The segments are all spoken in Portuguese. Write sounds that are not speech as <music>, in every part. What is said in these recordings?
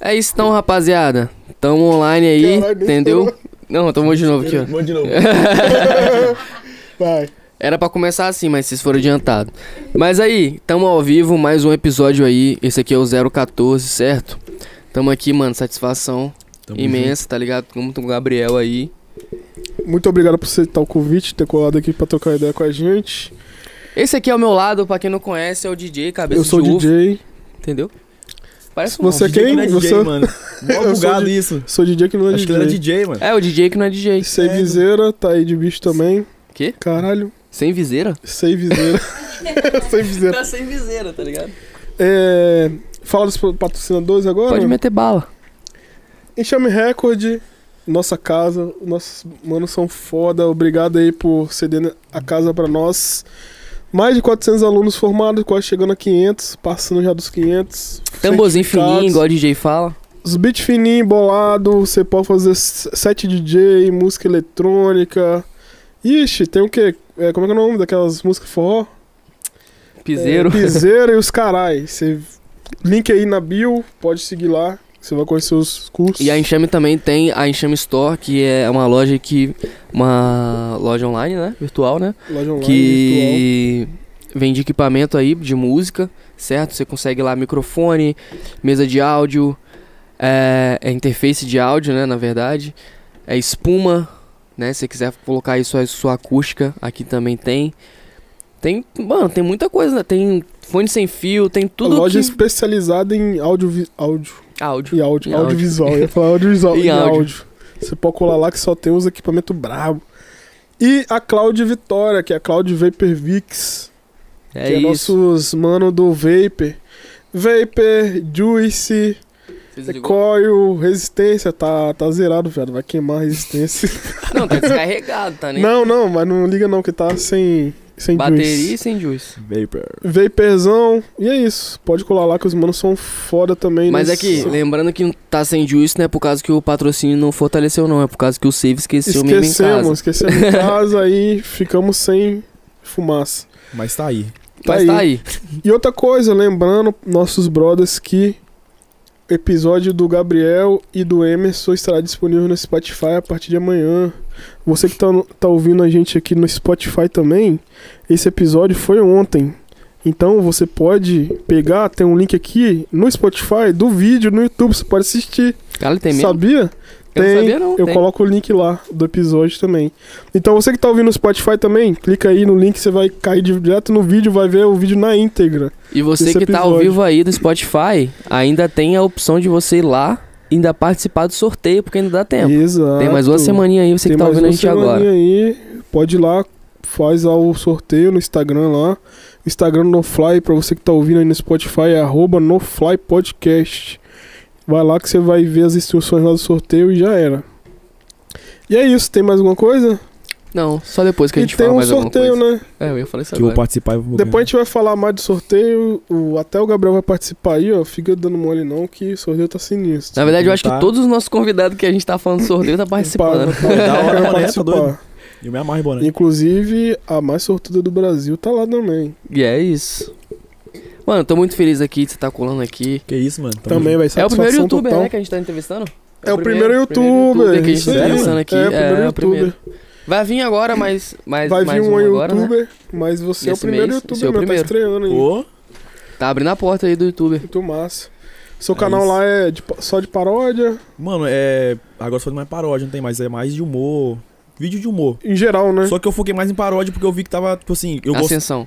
É isso então, rapaziada. Tamo online aí, Caralho, nem entendeu? estourou. Não, tomou de novo aqui, ó. Vou de novo. <laughs> Vai. Era pra começar assim, mas vocês foram adiantados. Mas aí, tamo ao vivo, mais um episódio aí. Esse aqui é o 014, certo? Tamo aqui, mano, satisfação Tamo imensa, tá ligado? Como com o Gabriel aí. Muito obrigado por aceitar o convite, ter colado aqui pra trocar ideia com a gente. Esse aqui ao meu lado, pra quem não conhece, é o DJ Cabeça eu sou de o Uva, DJ. entendeu? Parece um Você junto. DJ quem? que não é DJ, Você- <laughs> mano. Mó Eu sou bugado de- isso. Sou DJ que não é Acho que DJ. ele era DJ, mano. É, o DJ que não é DJ. Savezeira, tá aí de bicho também. Quê? Caralho, Sem viseira? <laughs> Savezeira. Savezeira. Tá sem viseira, tá ligado? É... Fala dos patrocinadores agora? Pode meter bala. Enxame Record, nossa casa, nossos manos são foda. Obrigado aí por ceder a casa pra nós. Mais de 400 alunos formados, quase chegando a 500, passando já dos 500. Tamborzinho Certificados. fininho, igual o DJ fala. Os beats fininhos, bolado, você pode fazer set DJ, música eletrônica. Ixi, tem o quê? É, como é que é o nome daquelas músicas forró? Piseiro. É, piseiro e os carai. Você link aí na bio, pode seguir lá, você vai conhecer os cursos. E a Enxame também tem a Enxame Store, que é uma loja que. Uma loja online, né? Virtual, né? Loja online, virtual. que vende equipamento aí de música, certo? Você consegue lá microfone, mesa de áudio, é, é interface de áudio, né? Na verdade, é espuma, né? Se você quiser colocar aí sua, sua acústica, aqui também tem. Tem, mano, tem muita coisa, né? Tem fone sem fio, tem tudo loja que... especializada em áudio, áudio áudio. e áudio, E áudio. audiovisual. Eu ia falar <laughs> audiovisual E e, áudio. áudio. Você pode colar lá que só tem os equipamentos brabo. E a Cloud Vitória, que é a Cloud Vapor Vix, É que é isso. nossos mano do Vapor. Vapor, Você Juice, desligou? Coil, Resistência, tá, tá zerado, velho. Vai queimar a resistência. Não, <laughs> tá descarregado, tá nem... não, não, mas não liga não, que tá sem, sem Bateria juice. e sem juice. Vapor. Vaporzão, e é isso. Pode colar lá que os manos são foda também. né? Mas é nesse- que, lembrando que tá sem juice, não é por causa que o patrocínio não fortaleceu, não. É por causa que o save esqueceu mesmo em casa. Esquecemos, esquecemos em casa aí ficamos sem fumaça. Mas tá aí. Tá Mas aí. tá aí. E outra coisa, lembrando nossos brothers que o episódio do Gabriel e do Emerson estará disponível no Spotify a partir de amanhã. Você que tá, tá ouvindo a gente aqui no Spotify também, esse episódio foi ontem. Então você pode pegar, tem um link aqui no Spotify do vídeo no YouTube, você pode assistir. Cara, tem mesmo? Sabia? Eu tem. não sabia, não. Eu tem. coloco o link lá do episódio também. Então você que tá ouvindo no Spotify também, clica aí no link, você vai cair direto no vídeo, vai ver o vídeo na íntegra. E você esse que tá ao episódio. vivo aí do Spotify, ainda tem a opção de você ir lá e ainda participar do sorteio, porque ainda dá tempo. Exato. Tem mais uma semaninha aí, você Tem que tá mais ouvindo a uma gente agora. semaninha aí, pode ir lá, faz lá o sorteio no Instagram lá. Instagram NoFly, pra você que tá ouvindo aí no Spotify, é arroba NoFly Podcast. Vai lá que você vai ver as instruções lá do sorteio e já era. E é isso, tem mais alguma coisa? Não, só depois que a e gente tem fala um mais sorteio, alguma coisa. né? É, eu ia falar isso Que eu vou agora. participar e vou ganhar. Depois a gente vai falar mais do sorteio. O, até o Gabriel vai participar aí, ó. Fica dando mole não, que o sorteio tá sinistro. Na verdade, eu acho que Tá. todos os nossos convidados que a gente tá falando do sorteio tá participando. Vai- <laughs> vai- Da hora, vai né? Tá participar. doido. Eu me amarro em boné. Inclusive, a mais sortuda do Brasil tá lá também. e é isso. Mano, tô muito feliz aqui de você tá colando aqui. Que isso, mano. Tamo também junto. vai É o satisfação primeiro youtuber, total. né, que a gente tá entrevistando? É o primeiro youtuber youtuber. que a gente isso tá aí. entrevistando aqui. É, o primeiro é o primeiro. youtuber. Vai vir agora, mas. mas Vai vir mais um, agora, né? youtuber, mas você é o Nesse primeiro mês, esse é youtuber, o meu. Tá primeiro. estreando aí. Ô, Tá abrindo a porta aí do youtuber. Muito massa. Seu É canal isso. lá é de pa- só de paródia? Mano, é. Agora só tem mais paródia, não tem mais. É mais de humor. Vídeo de humor. Em geral, né? Só que eu foquei mais em paródia porque eu vi que tava, tipo assim, eu gosto. Ascensão.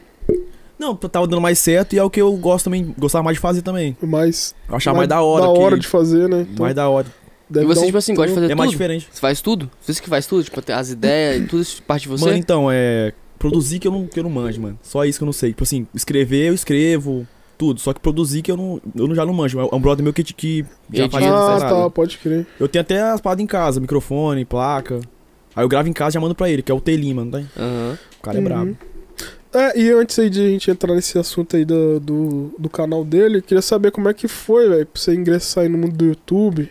Não, tava dando mais certo e é o que eu gosto também, gostava mais de fazer também. Mas. Eu achava mais da hora. Da que- hora de fazer, né? Então, Mais da hora. deve e dar você, um tipo assim, gosta de fazer É tudo? mais diferente. Você faz tudo? Você que faz tudo? Tipo, tem as ideias <laughs> e tudo isso parte de você? Mano, então, é. Produzir que eu, não, que eu não manjo, mano. Só isso que eu não sei. Tipo assim, escrever, eu escrevo, tudo. Só que produzir que eu não. Eu não, já não manjo. É um brother meu que, que já Edita. faz Ah, essas tá, paradas. pode crer. Eu tenho até as paradas em casa, microfone, placa. Aí eu gravo em casa e já mando pra ele, que é o Telim, mano. Tá? Aham. O cara Uhum. é brabo. É, e antes aí de a gente entrar nesse assunto aí do, do, do canal dele, eu queria saber como é que foi, velho, pra você ingressar aí no mundo do YouTube.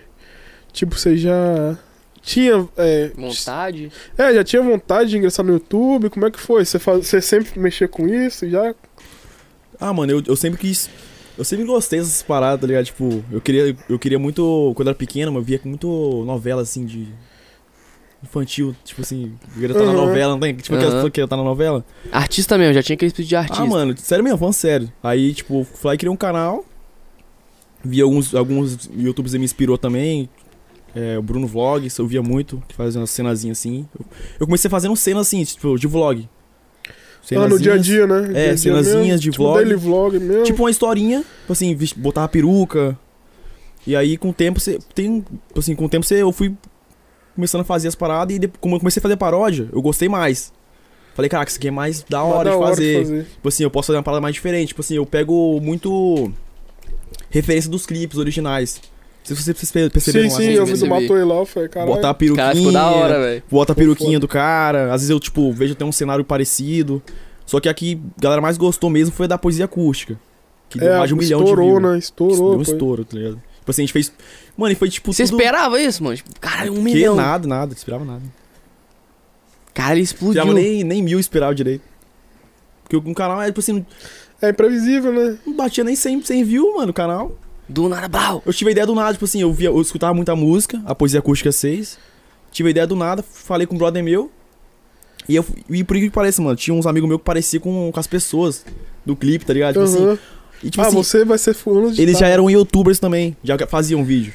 Tipo, você já tinha. É, Vontade. é, já tinha vontade de ingressar no YouTube? Como é que foi? Você, faz, você sempre mexeu com isso? Já? Ah, mano, eu, eu sempre quis Eu sempre gostei dessas paradas, tá ligado? Tipo, eu queria, eu queria muito. Quando eu era pequeno, eu via muito novela assim de. Infantil, tipo assim, eu queria estar na Aham. novela, não tem? Tipo, Uhum. aquelas Aham. pessoas que queriam estar na novela. Artista mesmo, já tinha aquele espírito de artista. Ah, mano, sério mesmo, falando sério. Aí, tipo, fui lá e criei um canal. Vi alguns, alguns youtubers que me inspirou também. É, o Bruno Vlogs, eu via muito, que fazia umas cenazinhas assim. Eu- Eu comecei fazendo cenas assim, tipo, de vlog. Ah, no Cenazinhas. É, dia a dia, né? Dia a dia cenazinhas mesmo, de tipo, vlog. Daily vlog mesmo. Tipo uma historinha, tipo assim, vis- botar a peruca. E aí com o tempo você tem, tipo assim, com o tempo você eu fui começando a fazer as paradas e de- como eu comecei a fazer paródia, eu gostei mais. Falei, caraca, isso aqui é mais da Mas hora, da de, fazer. fazer. Tipo assim, eu posso fazer uma parada mais diferente. Tipo assim, eu pego muito referência dos clipes originais. Não sei se vocês pe- perceberam Sim, lá, sim, assim, eu vi vi, do vi. Matou Elau, falei, caralho. botar a O peruquinha. cara ficou da hora, velho. Bota a Pô, peruquinha foda. do cara. Às vezes eu, tipo, vejo até um cenário parecido. Só que aqui, a galera mais gostou mesmo foi a da poesia acústica. Que deu é, mais de um milhão de estourou, views. né? Estourou, Deu um pô. estouro, tá ligado? Tipo assim, a gente fez. Mano, e foi tipo. Você tudo... esperava isso, mano? Tipo, caralho, um Que milhão. Nada, nada. Esperava nada. Cara, ele Esperava explodiu. nem, nem mil esperava direito. Porque um canal, é, tipo assim, É imprevisível, né? não batia nem 100, 100 views, mano, o canal. Do nada, brau. Eu tive a ideia do nada, tipo assim, eu, via, eu escutava muita música, a poesia acústica 6. Tive a ideia do nada, falei com um brother meu. E, eu, e por incrível que pareça, mano, tinha uns amigos meus que pareciam com, com as pessoas do clipe, tá ligado? Tipo assim, Aham. e tipo ah, assim, você vai ser fulano de eles já tal. eram youtubers também, já faziam vídeo.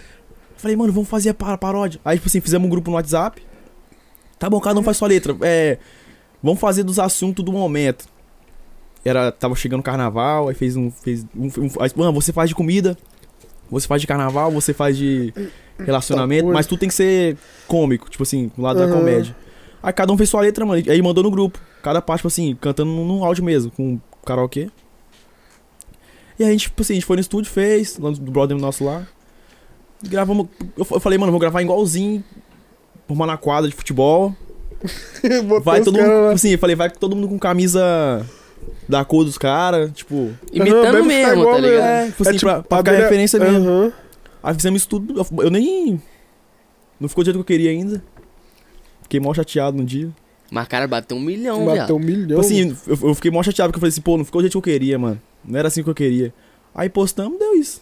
Falei, mano, vamos fazer a par- paródia. Aí, tipo assim, fizemos um grupo no WhatsApp. Tá bom, cada um faz sua letra. É. Vamos fazer dos assuntos do momento. Era. Tava chegando carnaval, aí fez um. Fez um, um- aí, mano, você faz de comida, você faz de carnaval, você faz de relacionamento, coisa. mas tudo tem que ser cômico, tipo assim, do lado da Aham. comédia. Aí cada um fez sua letra, mano. e Aí mandou no grupo. Cada parte, tipo assim, cantando num áudio mesmo, com karaokê. E aí a gente, tipo assim, a gente foi no estúdio, fez, lá do brother nosso lá. Gravamos. Eu fa- eu falei, mano, vou gravar igualzinho. Formar na quadra de futebol. <laughs> Botou Vai os todo mundo. caras Tipo lá. assim, eu falei, vai todo mundo com camisa da cor dos caras. Tipo. Imitando deve ficar mesmo, igual tá ligado? mesmo. É, tipo assim, tipo, pra, pra a ficar dele é- referência mesmo. Aham. Aí fizemos isso tudo. eu- Eu nem. Não ficou do jeito que eu queria ainda. Fiquei mal chateado num dia. Mas, cara, bateu um milhão, Bateu viado. um milhão. Tipo assim, eu, eu fiquei mal chateado porque eu falei assim, pô, não ficou do jeito que eu queria, mano. Não era assim que eu queria. Aí postamos, deu isso.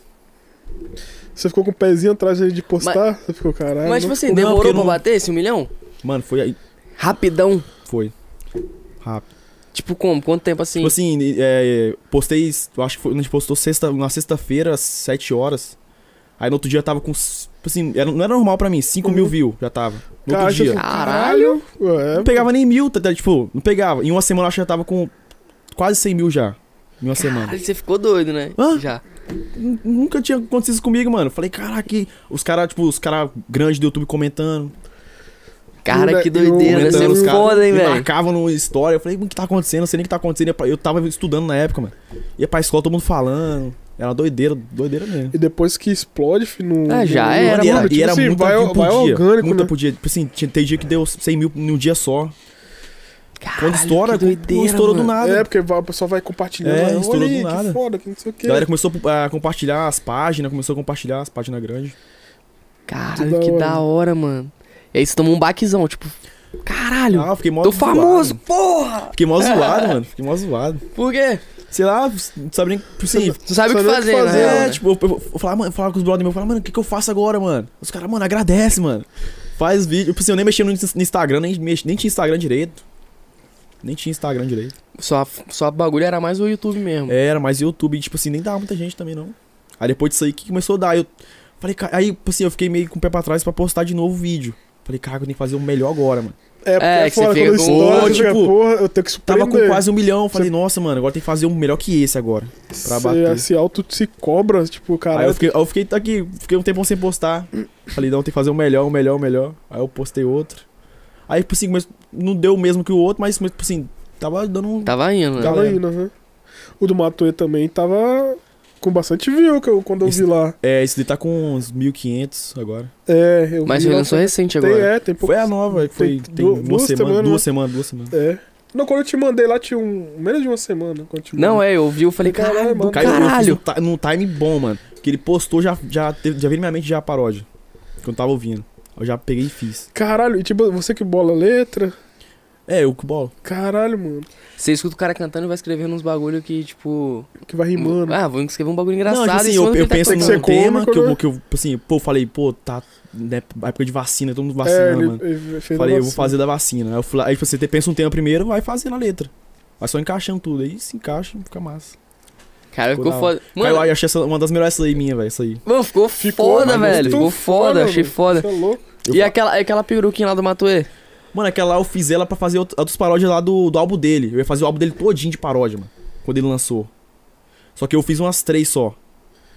Você ficou com o pezinho atrás dele de postar? Você ficou, caralho. Mas, tipo não- assim, não, demorou porque pra não- bater esse um milhão? Mano, foi aí. Rapidão. Foi. Rápido. Tipo, como? Quanto tempo assim? Tipo assim, é, postei. Eu acho que foi, a gente postou sexta, na sexta-feira, às 7 horas. Aí no outro dia tava com. s- Tipo assim, era- não era normal pra mim, 5 mil Uhum. views já tava. No Cara, assim, outro você dia. ficou, assim, Caralho. Ué, Não pegava nem mil, tá, tá, tipo, não pegava. Em uma semana eu acho que já tava com quase 100 mil já. Em uma semana. Caralho, você ficou doido, né? Hã? Já. Nun- Nunca tinha acontecido isso comigo, mano. Falei, caraca, e os caras, tipo, os caras grandes do YouTube comentando. Cara, Moleque, que doideira. eu- Deve ser comentando, os caras foda, hein, me velho? marcavam no story. Eu falei, "Mano, o que tá acontecendo? Eu sei nem o que tá acontecendo. Eu pa- Eu tava estudando na época, mano. Ia pra escola, todo mundo falando. Era doideira, doideira mesmo. E depois que explode, fi, no. Ah, já no- era, Mano, e mano, era, e era assim, muita vai, view por vai dia. orgânico, muita né? por dia. Tipo assim, tinha- tem dia que deu 100 mil num dia só. Caralho, Quando estoura, que doideira, não estourou mano. do nada. É, porque vai- o pessoal vai compartilhando. É, vai, Olha estourou aí, do Que nada. foda, que não sei o A que. galera começou a compartilhar as páginas, começou a compartilhar as páginas grandes. Caralho, Que que da da hora, mano. E aí você tomou um baquezão, tipo, caralho, Ah, eu fiquei mó tô zoado. famoso, porra! Fiquei mó <laughs> zoado, mano. Fiquei mó zoado. Por quê? Sei lá, não sabe nem. tipo Assim, Tu sabe o que Sabe o que fazer, fazer, na é, real, né? tipo, eu, eu, eu falava, mano, eu falava com os brothers meus, eu falava, mano, o que, que eu faço agora, mano? Os caras, mano, agradece, mano. Faz vídeo. Tipo assim, eu nem mexia no, ins- no Instagram, nem, mex- nem tinha Instagram direito. Nem tinha Instagram direito. Só, só bagulho era mais o YouTube mesmo. Era, mas YouTube, tipo assim, nem dava muita gente também, não. Aí depois disso aí, que começou a dar? Eu falei, cara, aí, tipo assim, eu fiquei meio com o pé pra trás pra postar de novo o vídeo. Falei, cara, eu tenho que fazer o melhor agora, mano. É, porque É, é que você foda, fica quando com- estoura, você fica, tipo, porra, eu tenho que Tava surpreender. com quase um milhão, falei, nossa, mano, agora tem que fazer um melhor que esse agora. pra bater. Se, se auto se cobra, tipo, Aí caralho. eu fiquei, aí eu fiquei aqui, fiquei um tempão sem postar. Falei, não, tem que fazer o melhor, o melhor, o melhor. Aí eu postei outro. Aí, tipo assim, mas não deu o mesmo que o outro, mas, mas, tipo assim, tava dando um. Tava indo, né? Tava galera. indo, né? O do Matoê também tava com bastante view que eu, quando eu Esse- vi lá. É, esse daí tá com uns 1.500 agora. É, eu Mas vi ele lá, lançou recente tem, agora. é, tem pouco. Foi a nova, foi. Tem Tem du- uma duas semana, semanas, né? duas semanas, duas semanas. É. Não, quando eu te mandei lá tinha um, menos de uma semana. Quando eu te Não, mandei. é, eu vi, eu falei, Caralho, caralho, do mano. Caiu eu fiz caralho. um ti- num time bom, mano. Que ele postou, já, já, teve- já veio na minha mente já a paródia. é. Que eu não tava ouvindo. Eu já peguei e fiz. Caralho, e tipo, você que bola a letra. É, eu que bolo. Caralho, mano. Você escuta o cara cantando e vai escrevendo uns bagulho que, tipo. Que vai rimando. Ah, vou escrever um bagulho Não, engraçado. tipo assim, em cima eu, do que eu ele tá penso tem que cantando. ser num tema cômico, que eu, né? que eu, assim, pô, eu falei, pô, tá. Né, época de vacina, todo mundo é, vacinando, ele, mano. ele fez Falei, na eu vou vacina. fazer da vacina. Aí, eu fui lá- aí tipo, você te- pensa um tema primeiro, vai fazendo a letra. Vai só encaixando tudo. Aí se encaixa, fica massa. Cara, ficou Ficou foda. Mano, Mano, eu achei essa, uma das melhores essa aí minha, velho. Essa aí. mano, ficou, foda, mas velho. Ficou muito foda, achei mano. foda. Você é louco. Eu E fa- aquela, aquela peruquinha lá do Matuê? Mano, aquela lá eu fiz ela pra fazer out- outras paródias lá do, do álbum dele. Eu ia fazer o álbum dele todinho de paródia, mano. Quando ele lançou. Só que eu fiz umas três só.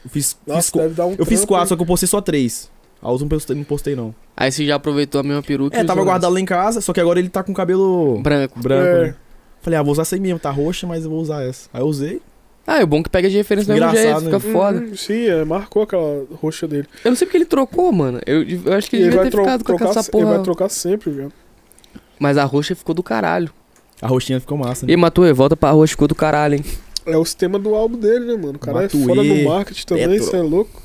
Eu fiz, fiz Nossa, co- deve dar um eu fiz trampo, quatro, hein? só que eu postei só três. A outra eu não postei, não postei, não. Aí você já aproveitou a mesma peruca. e É, usou tava nessa. guardado lá em casa, só que agora ele tá com cabelo Branco. branco, É. né? Falei, ah, vou usar essa aí mesmo, tá roxa, mas eu vou usar essa. Aí eu usei. Ah, é bom que pega de referência do mesmo Engraçado, jeito, né? fica foda. Hum, sim, é, marcou aquela roxa dele. Eu não sei porque ele trocou, mano. Eu, eu acho que ele, ele, devia vai ter tro ficado com trocar, essa se- ele vai porra. trocar sempre, velho. Mas a roxa ficou do caralho. A roxinha ficou massa, né? E Matuê, volta pra roxa, ficou do caralho, hein? É os temas do álbum dele, né, mano? O cara Matuê, é foda no marketing também, Petro. isso é louco.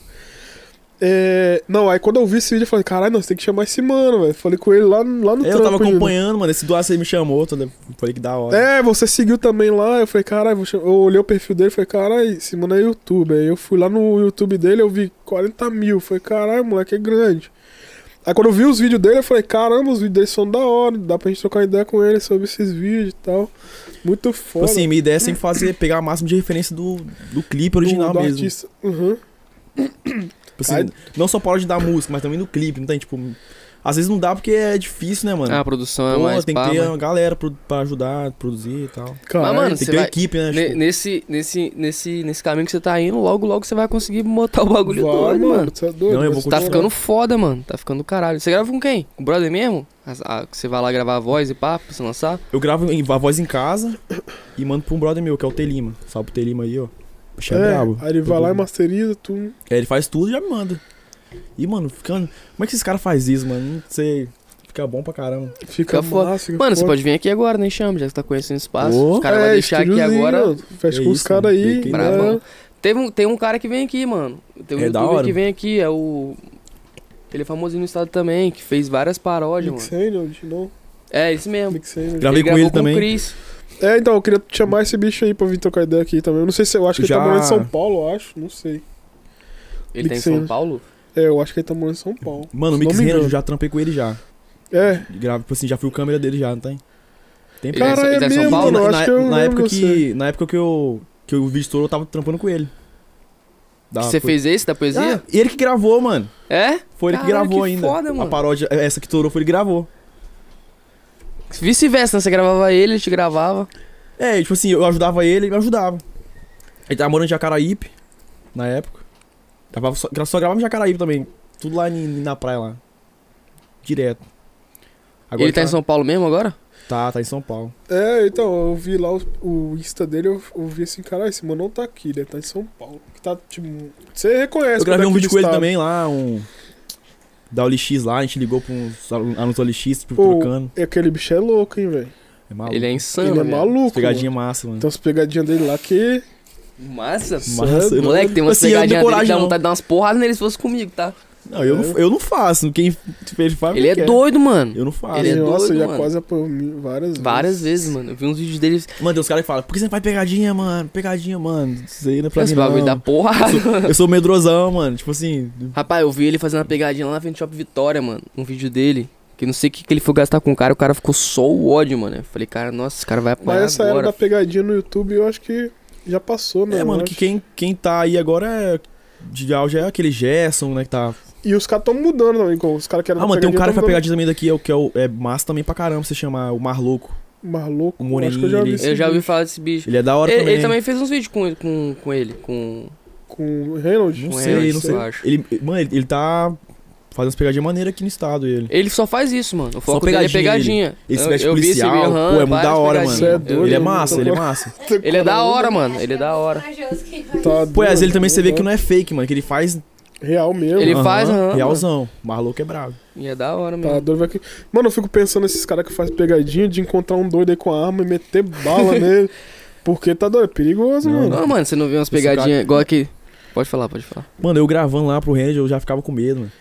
É, Não, aí quando eu vi esse vídeo, eu falei, caralho, nós temos que chamar esse mano, velho. Falei com ele lá, no- lá no É, eu trampo, tava ainda. acompanhando, mano. Esse do aí me chamou, tô- falei que da hora. É, você seguiu também lá, eu falei, caralho, vou chamar- eu olhei o perfil dele, falei, caralho, esse mano é YouTube. Aí eu fui lá no YouTube dele, eu vi 40 mil, falei, caralho, moleque é grande. Aí quando eu vi os vídeos dele, eu falei, caramba, os vídeos dele são da hora, dá pra gente trocar ideia com ele sobre esses vídeos e tal. Muito Tipo foda. assim, minha ideia é sempre fazer, pegar o máximo de referência do, do clipe do, original do mesmo. artista. Uhum. Tipo assim, Ai. não só paródia da música, mas também no clipe, não tem, tipo... Às vezes não dá porque é difícil, né, mano? Ah, a produção é Pô, mais tem pá, que ter mano. uma galera pro, pra ajudar, produzir e tal. Tem Mas, Caralho, mano, que você ter uma vai... equipe, né? ne- tipo, Nesse, nesse, nesse, nesse caminho que você tá indo, logo, logo você vai conseguir botar o bagulho vai, doido, mano. Você é doido. Não, eu vou mas Tá Continua. ficando foda, mano. Tá ficando do caralho. Você grava com quem? Com o brother mesmo? As- a- que você vai lá gravar a voz e pá, pra você lançar? Eu gravo em- a voz em casa e mando pra um brother meu, que é o Telima. Salve o Telima aí, ó. Tá Bicho é, É, brabo. aí ele vai lá e masteriza tudo. É, ele faz tudo e já me manda. E, mano, ficando. Como é que esses caras fazem isso, mano? Não sei. Fica bom pra caramba. Fica, Fica foda. massa, fica Mano, você foda. pode vir aqui agora, nem chama, já que você tá conhecendo o espaço. Ô. Os caras vão É, deixar aqui estúdiozinho, agora. mano. Fecha É com os isso, caras mano. aí. Fica né? em Brabão. Teve um, tem um cara que vem aqui, mano. Tem um É da youtuber hora. que vem aqui, é o. Ele é famoso no estado também, que fez várias paródias, Nick mano. Sandel, de novo. É, isso mesmo. Nick Sandel. Gravei com gravou ele também. O Chris. É, então, eu queria chamar esse bicho aí pra vir trocar ideia aqui também. Eu não sei se eu acho que Já- ele tá morando em São Paulo, eu acho. Não sei. Ele tá em Mixer. São Paulo? É, eu acho que ele tá morando em São Paulo. Mano, o Se não Mix me Renner, eu engano. já trampei com ele já. É. Gravo, tipo assim, já fui o câmera dele já, não tem? Tem Ele pra- é Cara, ele é tá em São mesmo, Paulo? mano. eu na, acho que eu na época lembro você. que. Na época que eu. Que o vídeo estourou, eu tava trampando com ele. Da- que você foi- fez esse da poesia? Ah, ele que gravou, mano. É? Foi ele que Caralho, gravou que ainda. foda, A mano. paródia, é, essa que estourou, foi ele que gravou. Vice-versa, né? Você gravava ele, ele te gravava. É, tipo assim, eu ajudava ele, ele me ajudava. Ele tava morando em Jacaraípe, na época. Gravava só, gra- só gravava em Jacaraípe também. Tudo lá em- na praia lá. Direto. ele tá em São Paulo mesmo agora? Tá, tá em São Paulo. É, então, eu vi lá os- o Insta dele, eu, eu vi assim, caralho, esse mano não tá aqui, ele tá em São Paulo. Que tá, tipo, você reconhece. Eu gravei um quando é vídeo que com ele estado. também lá, um. Da OLX lá, a gente ligou pra uns alu- alunos do OLX, tipo, Pô, trocando. E Aquele bicho é louco, hein, velho. É maluco. Ele é insano. ele é velho. maluco. Pegadinha massa, mano. Tem umas pegadinhas dele lá que. Massa. Massa. Moleque, tem umas Assim, eu não tenho pegadinhas dele que coragem, dá não. vontade de dar umas porradas nele se fosse comigo, tá? Não, eu, não, eu não faço. Quem ele faz. Ele é quer. doido, mano. Eu não faço. Ele é Nossa, doido, já mano. quase apanhou mim várias, Várias vezes, mano. Eu vi uns vídeos dele. Mano, tem uns caras que falam, por que você não faz pegadinha, mano? Pegadinha, mano. Isso aí não é pra Esse mim, bagulho não. da porrada. <laughs> Eu sou medrosão, mano. Tipo assim. Rapaz, eu vi ele fazendo uma pegadinha lá na frente do Shop Vitória, mano. Um vídeo dele. Que não sei o que, que ele foi gastar com o cara, o cara ficou só o ódio, mano. Eu falei, cara, nossa, esse cara vai apanhar Mas essa era agora. da pegadinha no YouTube, eu acho que já passou, né? É, eu mano, acho. que quem, quem tá aí agora é. De auge é aquele Gerson, né? Que tá. E os caras tão mudando também, com os caras que eram Ah, da mano, tem um cara que vai tão pegadinha também daqui, é o que é, o, é massa também pra caramba você chamar o Marloco. mudando. Maluco, O Moreninho, acho que eu já vi ele- esse Eu já ouvi vídeo falar desse bicho. Ele é da hora Ele, ele também. também fez uns vídeos com, com, com ele, com, Com o Reynolds. Não com sei, ele, não eu acho. Ele, mano, ele, ele tá fazendo umas pegadinhas maneiras aqui no estado, ele. Ele só faz isso, mano. O Só foco dele é pegadinha, pegadinha. Ele se Eu- veste eu vi esse policial. vídeo, Pô, aham, é muito várias da hora, mano. pegadinhas. Cê é Eu- doido, ele é mano. massa, ele é massa. <laughs> Ele é da hora, mano. Ele é da hora. Tá Pô, às vezes ele doido, também você vê né? que é- não é fake, mano. Que ele faz. Real mesmo. Ele Aham, faz, aham, Realzão. Marloco é brabo. E é da hora Tá mesmo. doido, vai que... Mano, eu fico pensando nesses caras que faz pegadinha de encontrar um doido aí com a arma e meter <laughs> bala nele. Porque tá doido, é perigoso, Não, mano. Não, mano, você não vê umas Esse pegadinhas cara- igual aqui. Pode falar, pode falar. Mano, eu gravando lá pro Ranger, eu já ficava com medo, mano.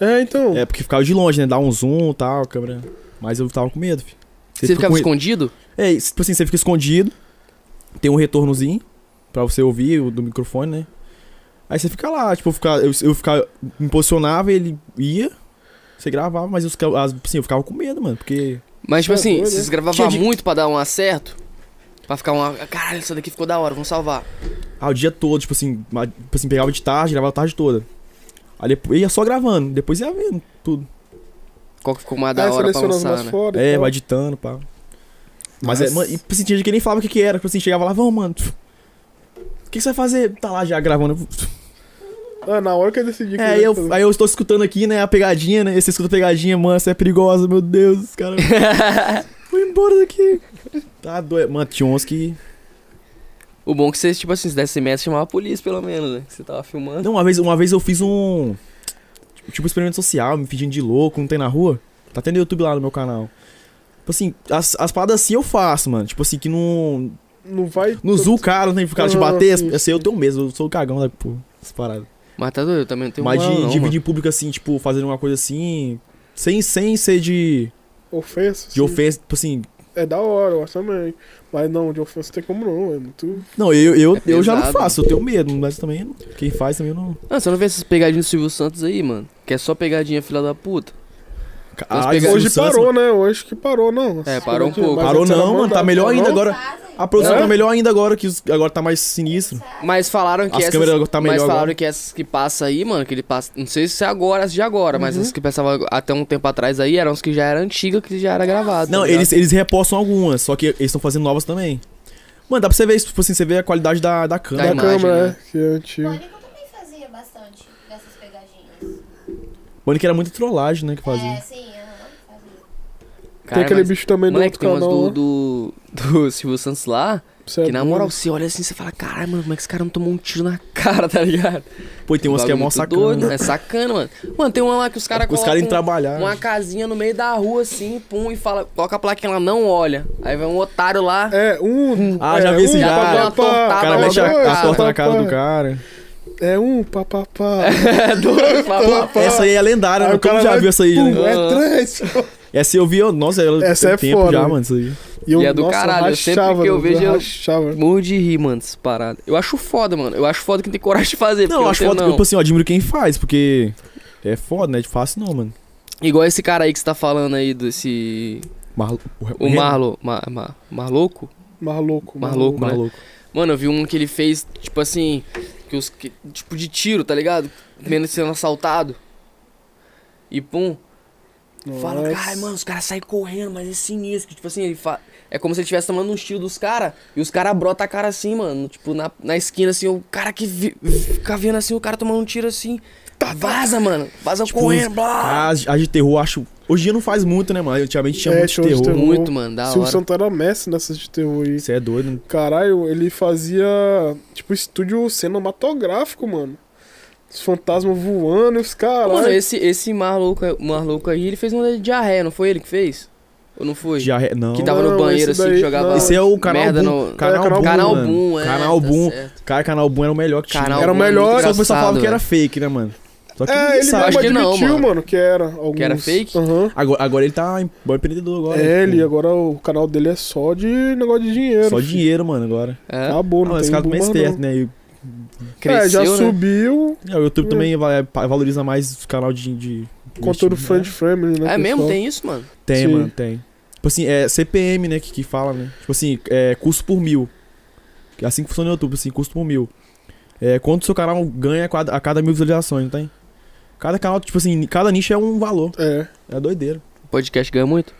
É, então. É, porque ficava de longe, né? Dá um zoom e tal, câmera. Mas eu tava com medo, filho. Você ficava com- escondido? É, isso, tipo assim, você fica escondido, tem um retornozinho pra você ouvir o do microfone, né? Aí você fica lá, tipo, eu ficava, eu, eu ficava, me posicionava, ele ia, você gravava, mas eu, fica- as- assim, eu ficava com medo, mano, porque... Mas, tipo É assim, doido, vocês né? gravavam Tinha de- muito pra dar um acerto? Pra ficar uma. "Ah, Caralho, essa daqui ficou da hora, vamos salvar. Ah, o dia todo, tipo assim, ma- tipo assim, pegava de tarde, gravava a tarde toda. Aí depois, ia só gravando, depois ia vendo tudo. Qual que ficou mais da Aí hora pra É, seleciona as lançar, mais né? fora. e É, tal. vai editando, pá. Mas é, Nossa. mano, e, tipo assim, tinha gente que nem falava o que que era, tipo assim, chegava lá, vamos, mano, pf, o que que você vai fazer? Tá lá já gravando, pf, Ah, na hora que eu decidi que É, ia aí eu, fazer. aí eu estou escutando aqui, né, a pegadinha, né? Você escuta a pegadinha, mano, essa é perigosa, meu Deus, <laughs> os caras. né? Vou embora daqui. Tá doido. Mano, tinha uns que. O bom é que vocês, tipo assim, se desse merda, chamava a polícia, pelo menos, né? Que você tava filmando. Não, uma vez, uma vez eu fiz um. Tipo, um experimento social, me fingindo de louco, não tem na rua. Tá até no YouTube lá no meu canal. Tipo assim, as, as paradas assim eu faço, mano. Tipo assim, que não. Não vai. Não zoa o cara, não tem que ficar te Ah, bater. assim, sim, Eu sei, eu tenho mesmo, eu sou o cagão da porra. Essas paradas. Mas tá doido, eu também não tenho Mas moral, de não, dividir em público assim, tipo, fazendo uma coisa assim. Sem, sem ser de, Ofensa. de assim, ofensa, tipo assim, É da hora, eu acho também. Mas não, de ofensa tem como não. É muito. Não, eu, eu, É eu já não pesado. faço, eu tenho medo, mas também quem faz também eu não. mano. Ah, você não vê essas pegadinhas do Silvio Santos aí, mano? Que é só pegadinha, filha da puta. Ah, pega- Silvio Hoje Santos, parou, né? Hoje que parou, não. É, parou um Mas pouco. antes Parou era não, mano, tá mandado, melhor ainda não? agora. A produção É? tá melhor ainda agora, que os- agora tá mais sinistro. Mas falaram que As essas. câmeras agora tá mas melhor falaram agora. que essas que passa aí, mano, que ele passa. Não sei se é agora, as de agora, mas as que passavam até um tempo atrás aí eram as que já eram antigas, que já era gravado. Não, tá ligado? eles, eles repostam algumas, só que eles estão fazendo novas também. Mano, dá pra você ver isso, tipo assim, você vê a qualidade da, Da Da da câmera. imagem, câmera, né? é, que é antigo. Pânico também fazia bastante dessas pegadinhas. Tá. Mano, que era muita trollagem, né, que É, fazia. sim, aham, fazia. Cara, tem aquele mas- bicho também do Moleque, outro tem umas canal. do, lá. do, do <laughs> Silvio Santos lá, Cê é que na doido. moral você olha assim você fala, caralho, mano, como é que esse cara não tomou um tiro na <laughs> cara, tá ligado? Pô, e tem umas que é Bagulho mó muito sacana. né? doido, É sacana, mano. Mano, tem uma lá que os um caras Os um- caras indo trabalhar. uma casinha no meio da rua, assim, pum, e fala, coloca a plaquinha lá, não olha. Aí vai um otário <laughs> lá, É, um. Ah, é, já vi esse um, já. pá, Já pá, deu uma pá, O cara Ah, mexe mas é, a, a cara. torta na cara do Pá, pá. cara. É um, papapá. <laughs> doido, fala, pá. Essa aí é lendária, Aí né? o cara Todo mundo já vai, viu essa aí, pum, né? É <laughs> três. Essa eu vi, eu- nossa, ela Essa tem é tempo foda, já, né? mano, isso aí. eu, E é do caralho, eu sempre rachava, que eu mano, vejo, eu- rachava. Morro de rir, mano, essas paradas. Eu acho foda, mano. Eu acho foda quem tem coragem de fazer. Não, porque eu eu acho tenho, foda, não. tipo assim, eu admiro quem faz, porque é foda, né? De fácil não, mano. Igual esse cara aí que você tá falando aí, desse... Marlo... O Marlo... Mar, Mar, Marloco? Maluco, Marloco, né? Maluco. Mano, eu vi um que ele fez, tipo assim, que os, que- tipo de tiro, tá ligado? Menos sendo assaltado. E pum, fala, Nossa. ai, mano, os caras saem correndo, mas é sinistro. Tipo assim, ele fa... é como se ele estivesse tomando um tiro dos caras e os caras brotam a cara assim, mano. Tipo, na, na esquina, assim, o cara que vi... fica vendo assim, o cara tomando um tiro assim. Tá, Vaza, mano. Vaza Tipo, correndo, blá. Ah, as as de terror, eu acho. Hoje em dia não faz muito, né, mano? Antigamente tinha É, muito de tinha uns de terror. terror. Muito, mano, da Silvio hora. Santos era mestre nessas de terror aí. Você é doido. né? Caralho, ele fazia, tipo, estúdio cinematográfico, mano. Os fantasmas voando e os Mano, caras. esse, esse maluco, maluco aí, ele fez uma de diarreia, não foi ele que fez? Ou não foi? Diarre... Não. Que tava no Não, banheiro esse assim, que daí- jogava. não. Esse é o canal merda Boom. no- Canal, É, Canal Boom. Canal mano. Boom, é. Canal tá Boom. certo. Cara, Canal Boom era o melhor que tinha. Canal Era o Boom é melhor, muito Só que o pessoal engraçado, falava que era velho. fake, né, mano? Só que É, ninguém ele mesmo sabe. acho que não, admitiu, mano. mano, que era. Alguns. era fake? Aham. Agora, agora ele tá em- bom empreendedor agora. né, É, ele, pô. agora o canal dele é só de negócio de dinheiro. Só filho. dinheiro, mano, agora. É, Acabou, não, Não, esse tem cara boom também é mais esperto, não. né? E- cresceu, É, já né? subiu, é, o YouTube É. também vai- valoriza mais o canal de. de conteúdo investimento, né? friend family, né? É mesmo? pessoal? Tem isso, mano? Tem, Sim. mano, tem. Tipo assim, é CPM, né, que, que fala, né? Tipo assim, é custo por mil. Que é Assim que funciona no YouTube, assim, custo por mil. É, quanto seu canal ganha a cada, a cada mil visualizações, não tem? Cada canal, tipo assim, cada nicho é um valor. É, É doideira. O podcast ganha muito?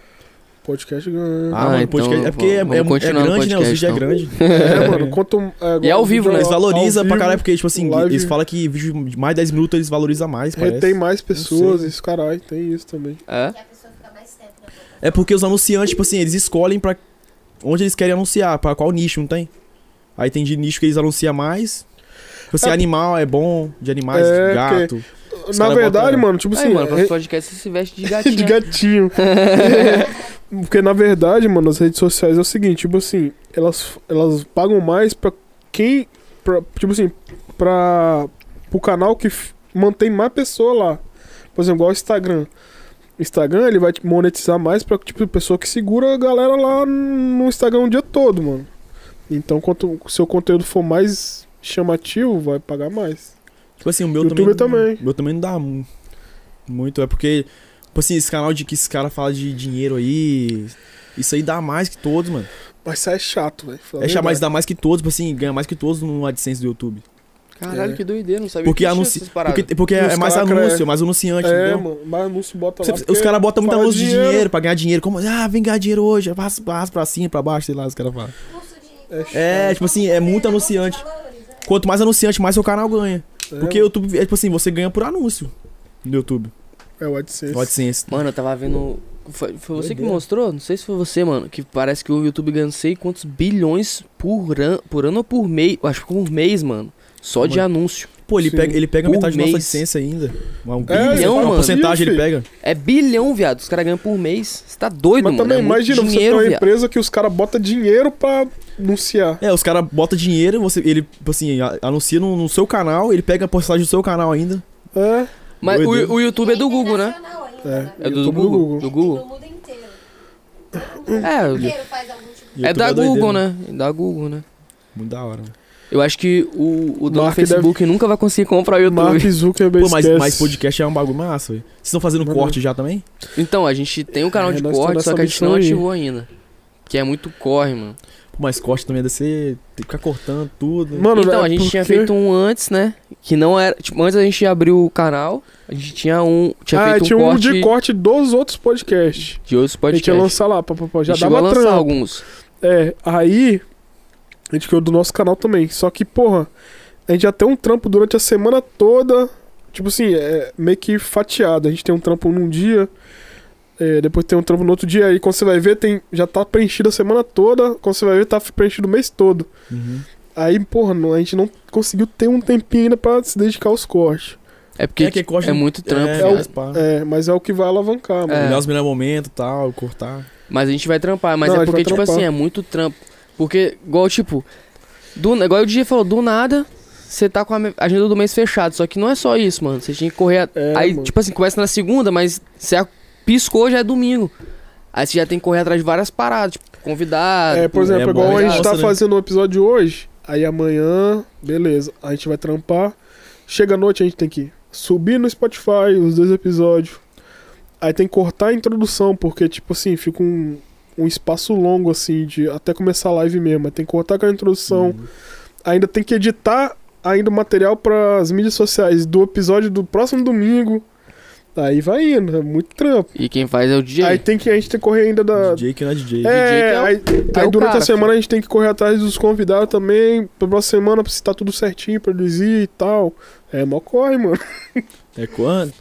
podcast ganha. Ah, mano, então podcast. É porque é, vamos é- é continuar no grande, né? Os podcast, vídeos é então. grande. <laughs> É, mano, quanto. E é ao vivo, né? Eles valorizam pra caralho, caralho. porque, tipo assim, live. É, eles falam que vídeo de mais 10 minutos eles valorizam mais, parece. Retém mais pessoas, sei. isso, caralho, tem isso também. É? Que a pessoa fica mais tempo na plataforma. É porque os anunciantes, tipo assim, eles escolhem pra onde eles querem anunciar, pra qual nicho, não tem? Aí tem de nicho que eles anunciam mais. Tipo assim, É. animal é bom, de animais, É, gato. Os Na cara verdade, bota- mano, tipo Aí, assim. mano, pra re- podcast você se veste <laughs> de de gatinho. gatinho. Porque na verdade, mano, as redes sociais é o seguinte, tipo assim, elas, elas pagam mais pra quem. Pra, tipo assim, pra. pro canal que f- mantém mais pessoa lá. Por exemplo, igual o Instagram. Instagram, ele vai te monetizar mais pra tipo, pessoa que segura a galera lá no Instagram o dia todo, mano. Então, quanto o seu conteúdo for mais chamativo, vai pagar mais. Tipo assim, o meu YouTube também. também. O meu também não dá mu- muito. É porque, tipo assim, esse canal de que esse cara fala de dinheiro aí. Isso aí dá mais que todos, mano. Mas isso é chato, velho. Fala a É chamar verdade. isso dá mais que todos, tipo assim, ganha mais que todos no AdSense do YouTube. Caralho, É. que doideira, não sabia Porque que tinha anunci- essas paradas. Porque, porque Os é mais cara- anúncio, mais anunciante, É, entendeu? mano, mas anúncio bota lá. Você- os porque- caras botam muita fala luz de dinheiro. dinheiro pra ganhar dinheiro. Como, ah, vem ganhar dinheiro hoje. Passa, passa pra cima, pra baixo, sei lá, os caras falam. Curso de. É, tipo assim, é muito anunciante. Valores, né? Quanto mais anunciante, mais seu canal ganha. É, Porque o YouTube, é tipo assim, você ganha por anúncio no YouTube. É o AdSense. No AdSense. Mano, eu tava vendo. Foi, foi você que Doideira. mostrou? Não sei se foi você, mano. Que parece que o YouTube ganha não sei quantos bilhões por, an... por ano ou por mês. Acho que por mês, mano. Só de Mano. anúncio. Pô, ele Sim. pega, ele pega Por metade da nossa mês. licença ainda. Um É, bilhão, uma mano. porcentagem ele Ih, pega. É bilhão, viado. Os caras ganham por mês. Você tá doido, Mas mano. também, é muito imagina você ter dinheiro, uma viado. empresa que os caras botam dinheiro pra anunciar. É, os caras botam dinheiro, você, ele, tipo assim, a- anuncia no, no seu canal, ele pega a porcentagem do seu canal ainda. É, Mas o, Doideira. o YouTube é do Google, né? Internacional ainda, É. É do, YouTube do Google. Google. Do E Google. no mundo inteiro. É, O inteiro faz algum tipo de. é YouTube da doideira, Google, né? Da Google, né? Muito da hora, mano. Eu acho que o, o dono do Mark deve- Facebook nunca vai conseguir comprar o YouTube. Mark Zuckerberg Pô, mas, esquece. mas podcast é um bagulho massa, velho. Vocês estão fazendo Mano. corte já também? Então, a gente tem um canal É, de nós tô corte, nessa só que a gente não missão aí. ativou ainda. Que é muito corre, mano. Pô, mas corte também deve ser. Tem que ficar cortando tudo. Mano, então, é a gente tinha porque- feito um antes, né? Que não era. Tipo, antes a gente abriu o canal, a gente tinha um. Tinha ah, feito tinha um um corte de corte dos outros podcasts. de outros A gente podcasts. ia lançar lá, pá, pá, pá, já A gente chegou a dava lançar trampo. alguns. É, aí a gente criou do nosso canal também. Só que, porra, a gente já tem um trampo durante a semana toda. Tipo assim, é meio que fatiado. A gente tem um trampo num dia, é, depois tem um trampo no outro dia. Aí quando você vai ver, tem, já tá preenchido a semana toda. Quando você vai ver, tá preenchido o mês todo. Uhum. Aí, porra, não- a gente não conseguiu ter um tempinho ainda pra se dedicar aos cortes. É porque que corte é muito trampo, É, viado. mas pá. É, mas é o que vai alavancar, mano. Ah. É. Olhar os melhores momentos e tal, cortar. Mas a gente vai trampar, mas Não, é a gente porque, tipo vai trampar. assim, é muito trampo. Porque, igual, tipo, do, igual o DJ falou, do nada, você tá com a me- agenda do mês fechada. Só que não é só isso, mano. Você tinha que correr. a- É, aí, mano. tipo assim, começa na segunda, mas você a- piscou, já é domingo. Aí você já tem que correr atrás de várias paradas, tipo, convidado. É, por exemplo, é bom. igual a gente Nossa, tá né? fazendo um episódio hoje, aí amanhã, beleza, a gente vai trampar. Chega a noite, a gente tem que subir no Spotify os dois episódios. Aí tem que cortar a introdução, porque, tipo assim, fica um, um espaço longo, assim, de até começar a live mesmo. Aí tem que cortar aquela introdução. Uhum. Ainda tem que editar ainda o material para as mídias sociais do episódio do próximo domingo. Aí vai indo, é muito trampo. E quem faz é o DJ. Aí tem que a gente tem que correr ainda da, DJ que não é DJ. DJ que é o- é, aí, que é aí o durante cara, a semana a gente tem que correr atrás dos convidados também. Pra próxima semana, pra se tá tudo certinho, produzir e tal. É, mó corre, mano. É quanto?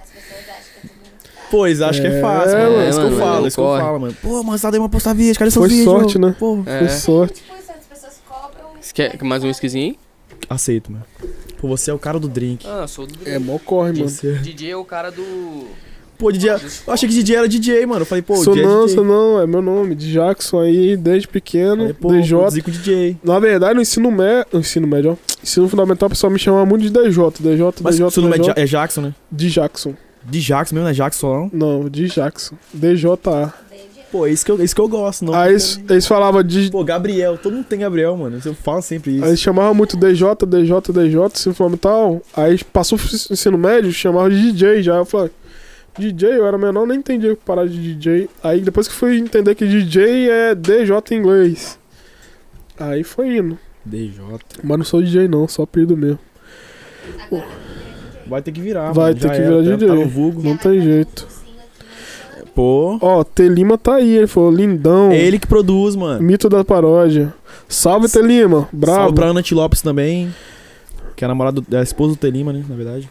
As pessoas acham que é tudo. Pois, acho que é É, fácil. mano, mano. É, isso que eu mano, falo, não isso que eu corre. falo, mano. Pô, mano, só dei uma postar vídeo, cadê seu Foi vídeo? sorte, né? Pô, É. <laughs> Foi sorte. 20% das tipo pessoas cobram. Você Quer quer mais um whiskyzinho aí? aceito, mano. Pô, você é o cara do drink. Ah, sou do É, mó corre, mano. Você... DJ é o cara do. Pô, DJ. Eu achei que DJ era DJ, mano. Eu falei, pô, sou DJ. não, é DJ. sou não, é meu nome. De Jackson aí, desde pequeno. Falei, pô, DJ. produzi com DJ. Na verdade, no ensino médio. Ensino médio, ó. Ensino fundamental, o pessoal me chamava muito de DJ. DJ, Mas DJ. seu nome é DJ, Ja- é Jackson, né? De Jackson. De Jackson mesmo, não é Jackson só não? Não, de Jackson. DJA. Pô, é isso que eu, é isso que eu gosto, não. Aí eles, eles falavam de, Pô, Gabriel, todo mundo tem Gabriel, mano. Eu falo sempre isso. Aí chamava muito DJ, DJ, DJ, ensino fundamental. assim, Aí passou o ensino médio, chamava de DJ já. Eu falei, DJ, eu era menor, nem entendia que parada de DJ. Aí depois que fui entender que DJ é DJ em inglês. Aí foi indo. DJ. Mas não sou DJ não, só apelido mesmo. Vai ter que virar, Vai mano. ter Já que era, virar tá- DJ. Tá no vulgo. Não tem jeito. É. Pô. Ó, Telima tá aí, ele falou, lindão. É ele que produz, mano. Mito da paródia. Salve, Telima. Salve Bravo. pra Ana T. Lopes também. Que é a namorada, do- é a esposa do Telima, né? Na verdade.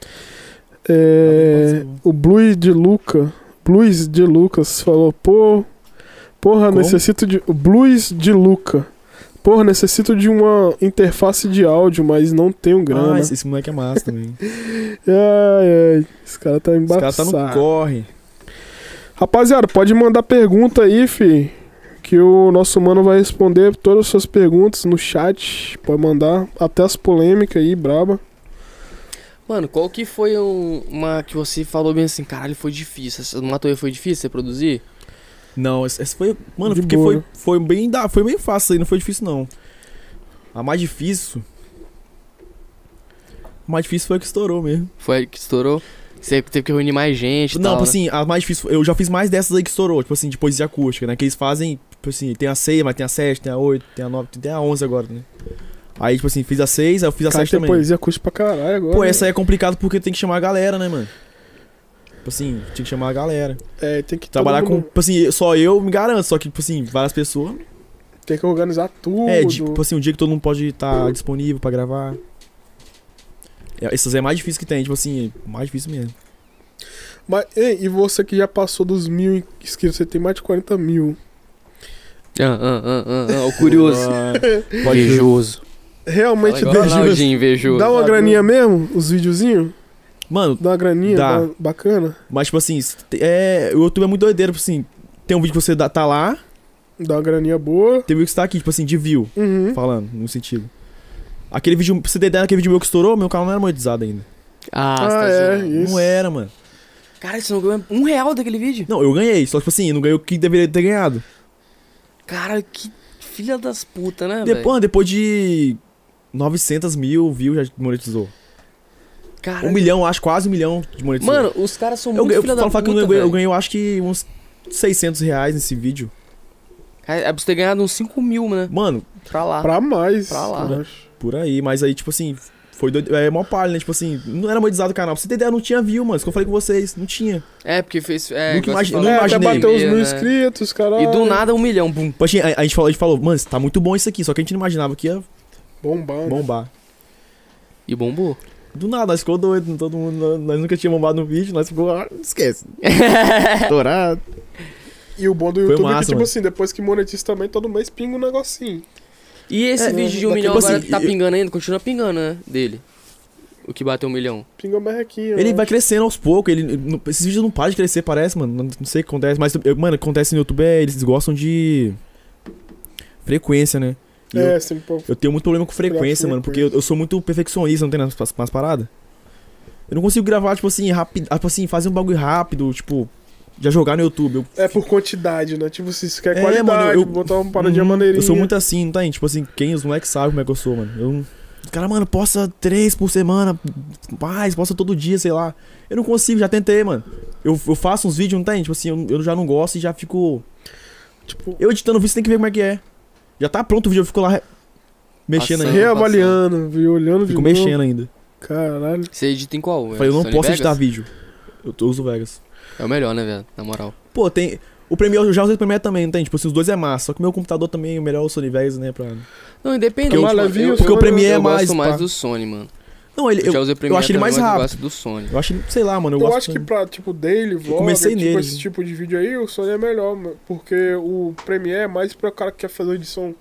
Tá É, o Blues de Luca, Blues de Lucas falou, pô, porra, Como? necessito de o Blues de Luca. Porra, necessito de uma interface de áudio, mas não tenho grana. Ah, esse, esse moleque é massa <laughs> também. Ai, ai, esse cara tá Esse cara embaçado. tá no corre. Rapaziada, pode mandar pergunta aí, fi. Que o nosso mano vai responder todas as suas perguntas no chat. Pode mandar até as polêmicas aí, braba. Mano, qual que foi um- uma que você falou bem assim, caralho, foi difícil. Essa do Matoê foi difícil você produzir? Não, esse, esse foi. Mano, De porque boa, foi, né? foi, bem da, foi bem fácil aí, não foi difícil não. A mais difícil. A mais difícil foi a que estourou mesmo. Foi a que estourou? Você teve que reunir mais gente e não, tal, tipo né? assim, a mais difícil. Eu já fiz mais dessas aí que estourou, tipo assim, de poesia acústica, né? Que eles fazem, tipo assim, tem a 6, mas tem a 7, tem a 8, tem a 9, tem a 11 agora, né? Aí, tipo assim, fiz a 6, aí eu fiz a Cara, 7 tem também. poesia custa pra caralho agora. né? Pô, essa aí é complicado porque tem que chamar a galera, né, mano? Tipo assim, tinha que chamar a galera. É, tem que todo Trabalhar com. mundo- Tipo assim, só eu me garanto, só que, tipo assim, várias pessoas. Tem que organizar tudo. É, tipo assim, um dia que todo mundo pode estar disponível pra gravar. É, Essas é mais difícil que tem, tipo assim, mais difícil mesmo. Mas, ei, e você que já passou dos mil inscritos, você tem mais de 40 mil. Ah, ah, ah, ah, ah, o curioso. Ah, Pode ver. Invejoso. Realmente Fala dá, igual o Ronaldinho, invejoso. dá uma Sabe? graninha mesmo? Os videozinhos? Mano, Dá uma graninha Dá. dá- bacana? mas tipo assim, se te- é, o YouTube é muito doideiro, tipo assim, tem um vídeo que você dá- tá lá, Dá uma graninha boa. tem um vídeo que você tá aqui, tipo assim, de view, Uhum. falando, no sentido. Aquele vídeo, pra você ter ideia, aquele vídeo meu que estourou, meu canal não era monetizado ainda. Ah, você Ah, tá é, zoando. isso. Não era, mano. Cara, você não ganhou um real daquele vídeo? Não, eu ganhei, só tipo assim, não ganhei o que deveria ter ganhado. Cara, que filha das putas, né, velho? Depois, depois de 900 mil views, já monetizou. Cara, Um milhão, acho, quase um milhão de monetização. Mano, os caras são eu, muito eu, filha da falo puta, que eu ganhei, eu velho. ganhei, eu acho que uns 600 reais nesse vídeo. É, é pra você ter ganhado uns 5 mil, né? Mano, Pra lá. Pra mais. Pra lá. eu acho. por aí, mas aí, tipo assim, foi doido. É mó palha, né? Tipo assim, não era monetizado o canal. Pra você ter ideia, não tinha view, mano. Isso que eu falei com vocês, não tinha. É, porque fez... É, Nunca igual você imagi- falou, nunca É, até imaginei. bateu os mil né? inscritos, caralho. E do nada um milhão, bum. Tipo assim, a, a gente falou, a gente falou, mano, tá muito bom isso aqui, só que a gente não imaginava que ia Bombando. bombar. E bombou. Do nada, nós ficou doido, todo mundo, nós- nós nunca tínhamos bombado no vídeo, nós ficou, ah, esquece. Estourado. E o bom do Foi YouTube é massa, que, tipo mano. assim, depois que monetiza também, todo mês pinga um negocinho. <laughs> E esse É, vídeo de um daqui- milhão tipo agora assim, tá eu- pingando ainda? Continua pingando, né? Dele. O que bateu um milhão. Pinga uma merrequinha. Ele né? vai crescendo aos poucos. Ele, ele não- esses vídeos não param de crescer, parece, mano. Não, não sei o que acontece. Mas, eu- mano, o que acontece no YouTube é eles gostam de. Frequência, né? E eu, É, sempre pô, eu tenho muito problema com frequência, frequência. mano. Porque eu, eu sou muito perfeccionista, não tem nas, nas, nas paradas. Eu não consigo gravar, tipo assim, rápido. Tipo assim, fazer um bagulho rápido, tipo. Já jogar no YouTube. Eu, É por quantidade, né? Tipo, se isso quer É, qualidade, mano, eu- botar uma paradinha Uhum. maneirinha. Eu sou muito assim, não tá, gente? Tipo assim, quem os moleques sabem como é que eu sou, mano. Eu. não- Os caras, mano, posta três por semana, mais, posta todo dia, sei lá. Eu não consigo, já tentei, mano. Eu, eu faço uns vídeos, não tem? Tipo assim, eu, eu já não gosto e já fico. Tipo, Eu editando o vídeo, você tem que ver como é que é. Já tá pronto o vídeo, eu fico lá re- mexendo Passando. ainda. reavaliando, viu? Olhando de Fico novo. mexendo ainda. Caralho. Você edita em qual? velho? Falei, eu não Sony posso Vegas? editar vídeo. Eu tô- uso Vegas. É o melhor, né, velho? Na moral. Pô, tem. O Premiere, eu já usei o Premiere também, não tem? Tipo assim, os dois é massa. Só que o meu computador também é melhor o Sony Vegas, né? Pra... Não, independente. Porque o- mano, Maravilha, eu, porque o eu- Premiere é eu mais, gosto mais pá. do Sony, mano. Não, ele. Eu, já Eu, usei o Premiere acho ele também, mais mas rápido. Eu gosto do Sony. eu acho, ele- sei lá, mano. Eu, Eu, gosto acho que também. pra, tipo, daily vlog, comecei tipo, nele. esse tipo de vídeo aí, o Sony é melhor, mano. Porque o Premiere é mais pra cara que quer fazer edição,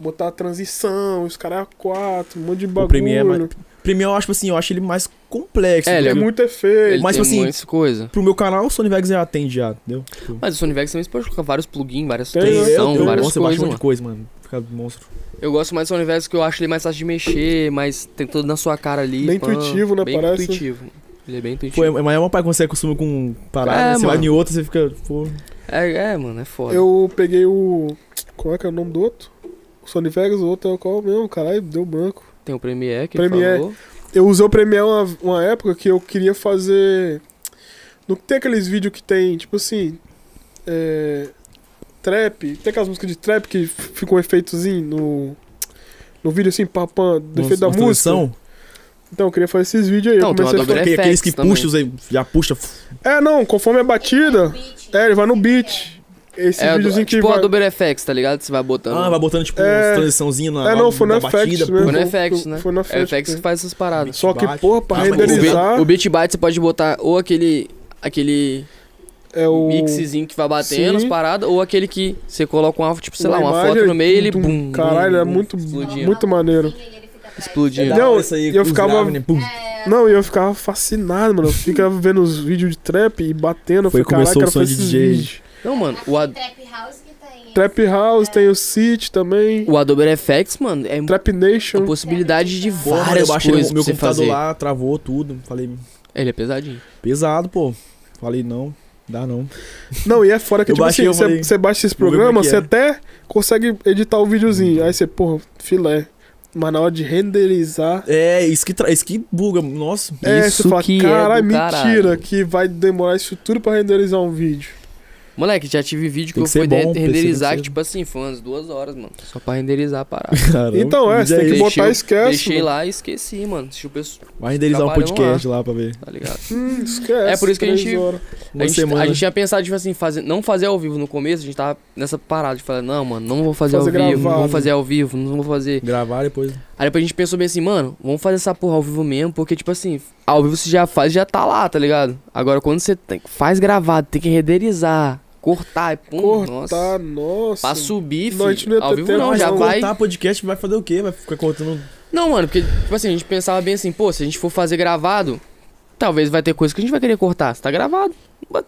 botar transição, os caras é quatro, um monte de bagulho. O Premiere é mais- Premiere, eu acho tipo assim, eu acho ele mais complexo. É, do ele É que- muito efeito. Ele Mas, tem assim, muitas coisas. Pro meu canal, o Sony Vegas já atende já, entendeu? Tipo, Mas o Sony Vegas também você pode colocar vários plugins, várias Tem, transição, eu- eu- várias nossa, eu baixo coisas, um monte de mano. coisa, mano. Fica monstro. Eu gosto mais do Sony Vegas porque eu acho ele mais fácil de mexer, mas tem tudo na sua cara ali. Bem intuitivo, né, Bem parece? intuitivo. Ele é bem Pô, é, intuitivo. mas é uma parada quando você acostuma com parada, né? É, você vai mano. em outra, você fica, pô... É, é, mano, é foda. Eu peguei o. Qual é que é o nome do outro? O Sony Vegas, o outro é o qual mesmo, caralho, deu branco. Tem o Premiere que Premiere. ele falou. Eu usei o Premiere uma, uma época que eu queria fazer. Não tem aqueles vídeos que tem, tipo assim. É, trap. Tem aquelas músicas de trap que f- fica um efeitozinho no. No vídeo assim, papam, do efeito da uma música. transição. Então, eu queria fazer esses vídeos aí. Não, eu tem uma comecei a dobra- fazer- Aquele- Aqueles que é também. puxa, os aí já puxa... É, não, conforme a batida. É, ele vai no beat. Esse É, videozinho do, que tipo vai. Adobe Effects, tá ligado? Você vai botando. Ah, vai botando, tipo, É. umas transiçãozinhas na, É, não, na- foi no na FX batida. mesmo. Foi no Foi- FX, né? foi no É o FX, FX que né? faz essas paradas. Só que, Bate. porra, pra Ah, mas O Be- renderizar. O Bitbyte você pode botar ou aquele aquele é o. mixzinho que vai batendo as Sim. paradas ou aquele que você coloca uma, tipo, sei lá, Uma uma imagem, foto no meio e ele tum, bum. caralho, bum, é bum, muito- explodindo. muito maneiro. explodindo. É da- Não, e eu os ficava- grave, né? Pum. É, Não, e eu ficava fascinado, mano. Eu ficava vendo os vídeos de trap e batendo. Eu Foi falei, que começou caraca, o som eu quero fazer de esses DJ. vídeos. Não, mano, o, Aqui, Ad- Trap House que tem. Trap House, É. tem o City também. o Adobe FX, mano, é Trap uma Nation. possibilidade de Pô, Pô, mano, várias eu baixei coisas o pra meu você computador fazer. lá, travou tudo. Falei, Ele é pesadinho. pesado, pô. Falei, não, dá não. Não, e é fora que, Eu tipo baixei, eu assim, falei, você baixa esse vou ver como programa, é que você é. até consegue editar o videozinho. Aí você, porra, filé. Mas na hora de renderizar. É, isso que, tra- isso que buga, nossa. É, Isso você fala, que é do caralho, mentira caralho." que vai demorar isso tudo pra renderizar um vídeo. Moleque, já tive vídeo que Tem eu que ser fui bom, de- tem que ser renderizar, que, cedo. tipo assim, foi umas duas horas, mano. Só pra renderizar a parada. Caramba, então é, que você tem que vídeo é botar Deixei- esquece. Deixei mano. lá e esqueci, mano. Deixa o pessoal, esse? Vai renderizar um Trabalham podcast lá, pra ver. tá ligado? Hum, esquece. É por isso que a três gente- horas. Uma A gente, semana. a gente tinha pensado, tipo assim, fazer, não fazer ao vivo no começo, a gente tava nessa parada de falar, não, mano, não vou fazer, Fazer ao vivo, não vou gravado. né? fazer ao vivo, não vou fazer. Gravar depois. Aí depois a gente pensou bem assim, mano, vamos fazer essa porra ao vivo mesmo, porque, tipo assim, ao vivo você já faz, já tá lá, tá ligado? Agora, quando você tem- faz gravado, tem que renderizar, cortar, e pum, nossa. Cortar, nossa. Pra subir, Não, a gente não filho, ia ao ter vivo tempo, não, Mas já não. vai... cortar podcast vai fazer o quê? Vai ficar contando. Não, mano, porque, tipo assim, a gente pensava bem assim, pô, se a gente for fazer gravado, talvez vai ter coisa que a gente vai querer cortar. Se tá gravado, but-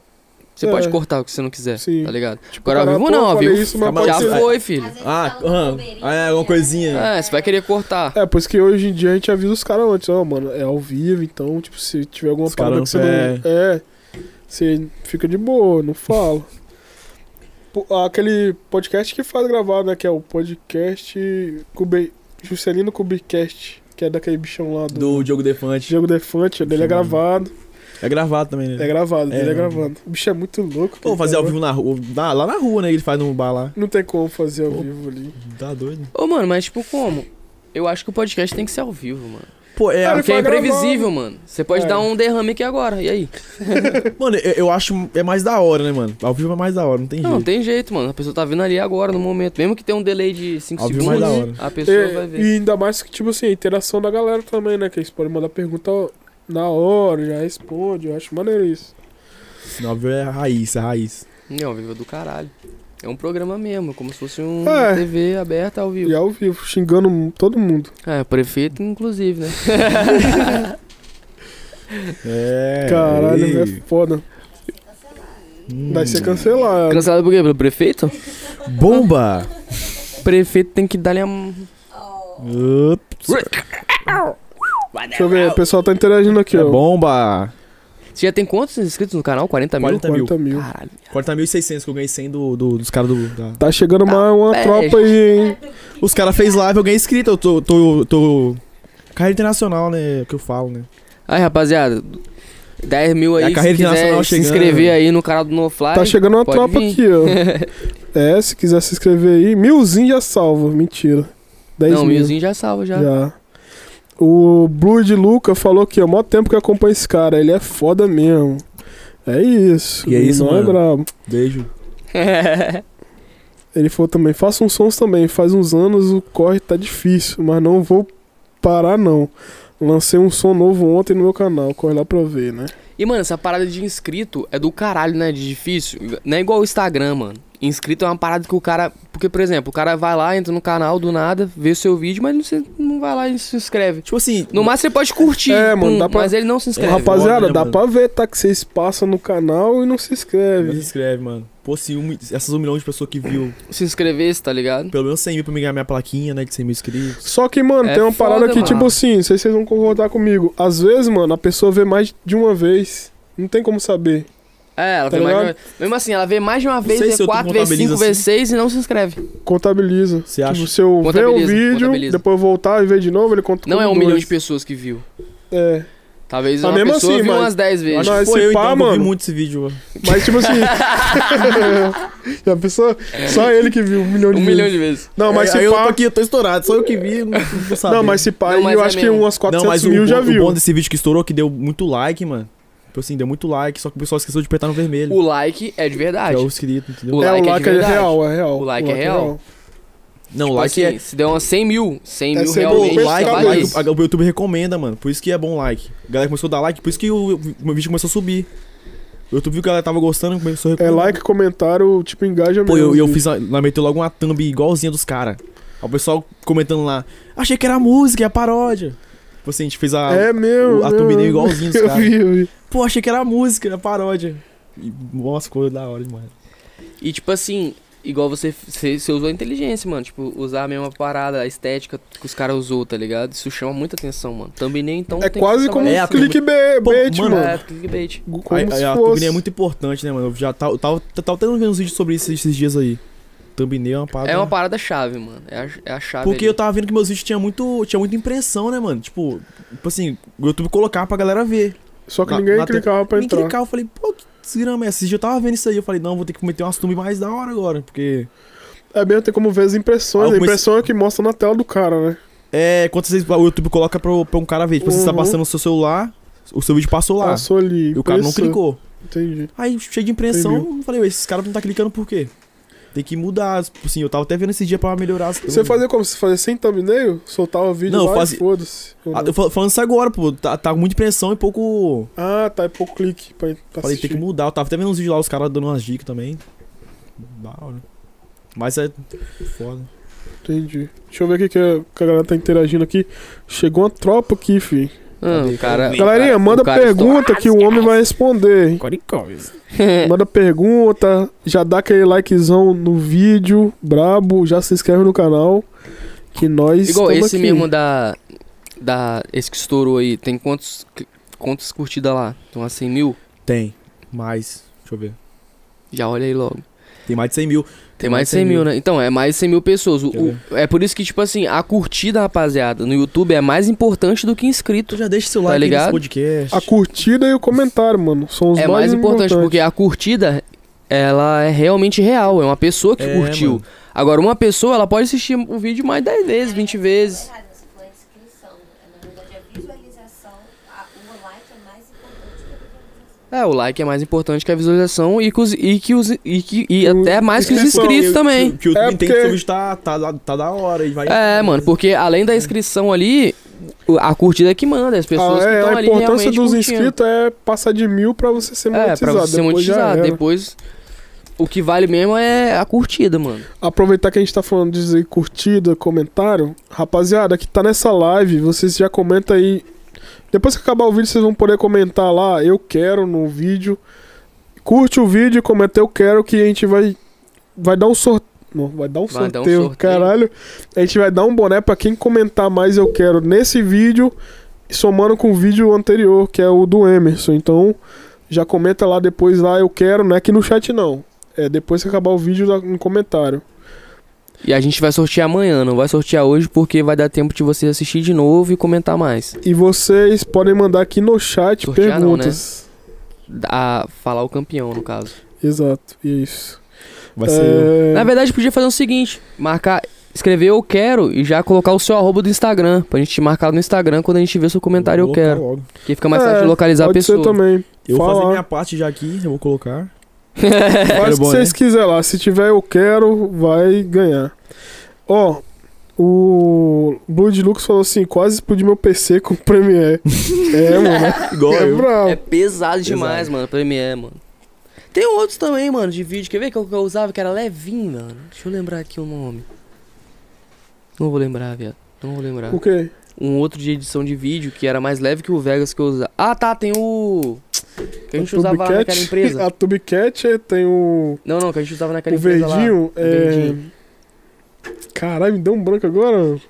você É. pode cortar o que você não quiser, Sim. tá ligado? Tipo, Agora ao cara, vivo pô, não, eu ao falei vivo Isso, mas Acabou pode Já de ser- foi, filho. Ah, aham. Ah, é, alguma coisinha. É, você vai querer cortar. É, por isso que hoje em dia a gente avisa os caras antes, ó, mano, é ao vivo, então, tipo, se tiver alguma Os parada caras que você não- não. É. Você fica de boa, não <laughs> fala. Pô, Aquele podcast que faz gravar, né? Que é o podcast Cube... Juscelino Cubicast, que é daquele bichão lá do, Do Diogo Defante. Diego Defante, dele é gravado. É gravado também, É Então, né? gravado, É, dele é não. gravado. O bicho é muito louco. Pô, cara. fazer ao vivo na rua. na- Lá na rua, né? Ele faz num bar lá. Não tem como fazer ao Pô. vivo ali. Tá doido. Ô, mano, mas tipo, como? Eu acho que o podcast tem que ser ao vivo, mano. Pô, é. Cara, Porque é foi gravado. imprevisível, mano. Você pode É. dar um derrame aqui agora, e aí? Mano, eu, eu acho. É mais da hora, né, mano? Ao vivo é mais da hora, não tem Não, jeito. tem jeito, mano. A pessoa tá vindo ali agora, no momento. Mesmo que tenha um delay de 5 Ao vivo é mais segundos, da a pessoa É, vai ver. E ainda mais que, tipo assim, a interação da galera também, né? Que eles podem mandar pergunta na hora, já responde. Eu acho maneiro isso. Não, ao vivo é a raiz, é a raiz. Não, ao vivo é do caralho. É um programa mesmo, como se fosse um É. TV aberta ao E vivo. ao vivo, xingando todo mundo. É, prefeito, <laughs> inclusive, né? É. Caralho, ei. é foda. Hum. Daí você cancelar. Cancelado por quê? Pelo prefeito? Bomba! prefeito tem que dar-lhe um. Ups. Deixa eu ver, o pessoal tá interagindo aqui, é ó. bomba! Você já tem quantos inscritos no canal? 40 mil? 40 mil. 40 mil. Caralho. 40.600 que eu ganhei 100 do, do- dos caras do. da- Tá chegando uma, uma Tá tropa aí, hein? Os caras fez live, eu ganhei inscrito. Eu tô. tô, tô... Carreira internacional, né? É o que eu falo, né? Aí, rapaziada, 10 mil aí. É a carreira se quiser internacional se chegando. inscrever aí no canal do NoFly. Tá chegando uma pode tropa vir. aqui, <laughs> ó. É, se quiser se inscrever aí, milzinho já salva. Mentira. 10 Não, mil. milzinho já salva já. Já. O Blue de Luca falou que é o maior tempo que acompanha esse cara. Ele é foda mesmo. É isso. E é isso, Não mano. é brabo. Beijo. Ele falou também, faça uns sons também. Faz uns anos o corre tá difícil, mas não vou parar não. Lancei um som novo ontem no meu canal. Corre lá pra ver, né? <laughs> e, mano, essa parada de inscrito é do caralho, né? De difícil. Não é igual o Instagram, mano. Inscrito é uma parada que o cara. Porque, por exemplo, o cara vai lá, entra no canal do nada, vê o seu vídeo, mas não, se- não vai lá e se inscreve. Tipo assim. No máximo você pode curtir, É, mano, pum, dá pra- mas ele não se inscreve. Rapaziada, óbvio, né, dá mano? pra ver, tá? Que vocês passam no canal e não se Mas se inscreve. inscreve, mano. Pô, se um, essas um milhão de pessoas que viu, Se inscrevesse, tá ligado? pelo menos 100 mil pra me ganhar minha plaquinha, né? De 100 mil inscritos. Só que, mano, É tem uma foda, parada que, mano. tipo assim, não sei se vocês vão concordar comigo. Às vezes, mano, a pessoa vê mais de uma vez. Não tem como saber. É, ela Tá vê mais de ligado? uma... Mesmo assim, ela vê mais de uma vez, sei se vê eu tô quatro, vê cinco, contabiliza vê assim. seis e não se inscreve. Contabiliza. Você acha? Tipo, se eu ver o Contabiliza, vídeo, contabiliza. depois voltar e ver de novo, ele conta Não como é um dois. milhão de pessoas que viu. É. Talvez Mas uma assim. mesmo pessoa assim, viu mas- umas dez Eu vezes. acho que Mas foi se eu, pá, então, que eu vi mano. muito esse vídeo. mano. Mas, <laughs> tipo assim. Já pensou? Só ele que viu um milhão de Um vezes. milhão de É, vezes. Não, mas Aí- É, aí se eu tô pá. aqui, eu tô estourado. Só eu que vi, não, não vou saber. Não, mas se pá, Não, mas eu é acho que mesmo. umas Não, 400 mas mil o, já bom- o viu. bom desse vídeo que estourou é que deu muito like, mano. Tipo assim, deu muito like, só que o pessoal esqueceu de apertar no vermelho. O like é de que verdade. é o inscrito, entendeu? O é, like o é like de é, verdade. real, é real. O like é real. Não, o Tipo like assim, é. Se der umas 100 mil, 100 É mil 100 mil, realmente. Pô, Pô, like, trabalha cada like, isso. o o YouTube recomenda, mano. Por isso que é bom like. A galera começou a dar like, por isso que o, o meu vídeo começou a subir. O YouTube viu que a galera tava gostando, começou É a recomendar. like, comentário, tipo, engaja Pô, mesmo. eu, eu fiz, a- lá meteu logo uma thumb igualzinha dos caras. O pessoal comentando lá, achei que era música, é a paródia. Tipo assim, a gente fez a. É meu. a meu, thumbnail meu. <laughs> igualzinho dos Eu caras. vi, eu vi. Pô, achei que era música, é a paródia. E, nossa, coisa da hora demais. E tipo assim, igual você, você, você usou a inteligência, mano. Tipo, usar a mesma parada, a estética que os caras usou, tá ligado? Isso chama muita atenção, mano. Também nem então. É tem que quase trabalhar como É, um a turma- Pô, clickbait, mano, mano. É, clickbait. Como Aí- aí se a fosse. thumbnail é muito importante, né, mano? Eu já tava, tava, tava até vendo uns vídeos sobre isso esses dias aí. Thumbnail é uma Tá parada. É uma parada chave, mano. É a, é a chave. Porque ali. eu tava vendo que meus vídeos tinha muito, tinha muita impressão, né, mano? Tipo, tipo assim, o YouTube colocava pra galera ver. Só que na- ninguém na te- clicava pra Nem entrar. clicar, eu falei, pô, que desgrama é essa? Esse dia eu tava vendo isso aí, eu falei, não, vou ter que meter umas thumbs mais da hora agora, porque... É mesmo, tem como ver as impressões. Ah, eu a impressão é que mostra na tela do cara, né? É, quantas vezes o YouTube coloca pra, pra um cara ver, tipo, você tá Uhum. passando no seu celular, o seu vídeo passou lá, Passou ali. e o cara não impressão. clicou. Entendi. Aí, cheio de impressão, Entendi. eu falei, ué, esses caras não tá clicando por quê? Tem que mudar, tipo assim, eu tava até vendo esse dia pra melhorar as Você fazia como? Você fazia sem thumbnail? Soltava o vídeo Não, lá eu fazia- e foda-se. Ou Ah, não? eu fal- falando isso agora, pô, tá, tá muita impressão e pouco... Ah, tá, é pouco clique pra, tá pra Falei, assistir. tem que mudar. Eu tava até vendo uns vídeos lá, os caras dando umas dicas também. Da hora. Mas é foda. Entendi. Deixa eu ver o que que a que a galera tá interagindo aqui. Chegou uma tropa aqui, fi. Ah, o cara, Galerinha, o cara- manda o cara pergunta que o homem vai responder. hein? É. estoura- <laughs> <laughs> Manda pergunta, já dá aquele likezão no vídeo, brabo, já se inscreve no canal. Que nós. Igual tamo esse aqui. mesmo da, da. Esse que estourou aí, tem quantos, quantas curtidas lá? Tem umas 100 mil? Tem. Mais. Deixa eu ver. Já olha aí logo. Tem mais de 100 mil. Tem mais de 100 mil, né? Então, é mais de 100 mil pessoas. O- Quer ver? o- é por isso que, tipo assim, a curtida, rapaziada, no YouTube é mais importante do que inscrito. Tu já deixa seu Tá like aí ligado? nesse podcast. A curtida e o comentário, mano. São os é mais importante, porque a curtida, ela é realmente real. É uma pessoa que É, curtiu. mano. Agora, uma pessoa, ela pode assistir o vídeo mais 10 vezes, 20 vezes. Errado, se for a inscrição, É, na verdade a visualização, a, o like é mais importante que a visualização. É, o like é mais importante que a visualização e que os, e que os, e que, e Hum, até mais que os inscrição, inscritos Que- também. Que, que o YouTube É entende porque- que seu vídeo tá, tá, lá- tá da hora e vai. É, mano, porque além da inscrição ali, o- a curtida é que manda, as pessoas Ah, que é, estão a ali importância realmente dos curtindo. inscritos é passar de mil pra você ser É, monetizado. pra você ser depois já monetizado. era. Depois, o que vale mesmo é a curtida, mano. Aproveitar que a gente tá falando de dizer curtida, comentário. Rapaziada, que tá nessa live, vocês já comenta aí. Depois que acabar o vídeo, vocês vão poder comentar lá, eu quero no vídeo. Curte o vídeo e comenta eu quero que a gente vai vai dar um sorteio. Não, vai dar um Vai dar um sorteio, sorteio. caralho. A gente vai dar um boné pra quem comentar mais eu quero nesse vídeo, somando com o vídeo anterior, que é o do Emerson. Então, já comenta lá depois lá eu quero, não é aqui no chat não. É depois que acabar o vídeo lá no comentário. E a gente vai sortear amanhã, não vai sortear hoje porque vai dar tempo de você assistir de novo e comentar mais. E vocês podem mandar aqui no chat Sortear não, né? perguntas. A falar o campeão, no caso. Exato, é isso. Vai ser. É, Na verdade, podia fazer o seguinte: marcar, escrever eu quero e já colocar o seu arroba do Instagram. Pra gente te marcar no Instagram quando a gente vê seu comentário eu Vou colocar quero. logo. Que fica mais É, fácil de localizar a pode pessoa. ser também. Eu vou Fala. fazer minha parte já aqui, eu vou colocar. Faz <laughs> Era o que bom, vocês né? quiserem lá. Se tiver eu quero, vai ganhar. Ó, o Blue de Lux falou assim, quase explodi meu PC com o Premiere. é, mano. Igual É eu. É brabo. pesado demais, mano, Premiere, mano. Tem outros também, mano, de vídeo. Quer ver que eu, que eu usava que era levinho, mano? Deixa eu lembrar aqui o nome. Não vou lembrar, viado. Não vou lembrar. O quê? Um outro de edição de vídeo que era mais leve que o Vegas que eu usava. Ah, tá, tem o. Que a gente usava lá naquela empresa. <laughs> A TubeCat tem o, Não, não, que a gente usava naquela o empresa lá. verdinho. é... verdinho. Caralho, me deu um branco agora. mano.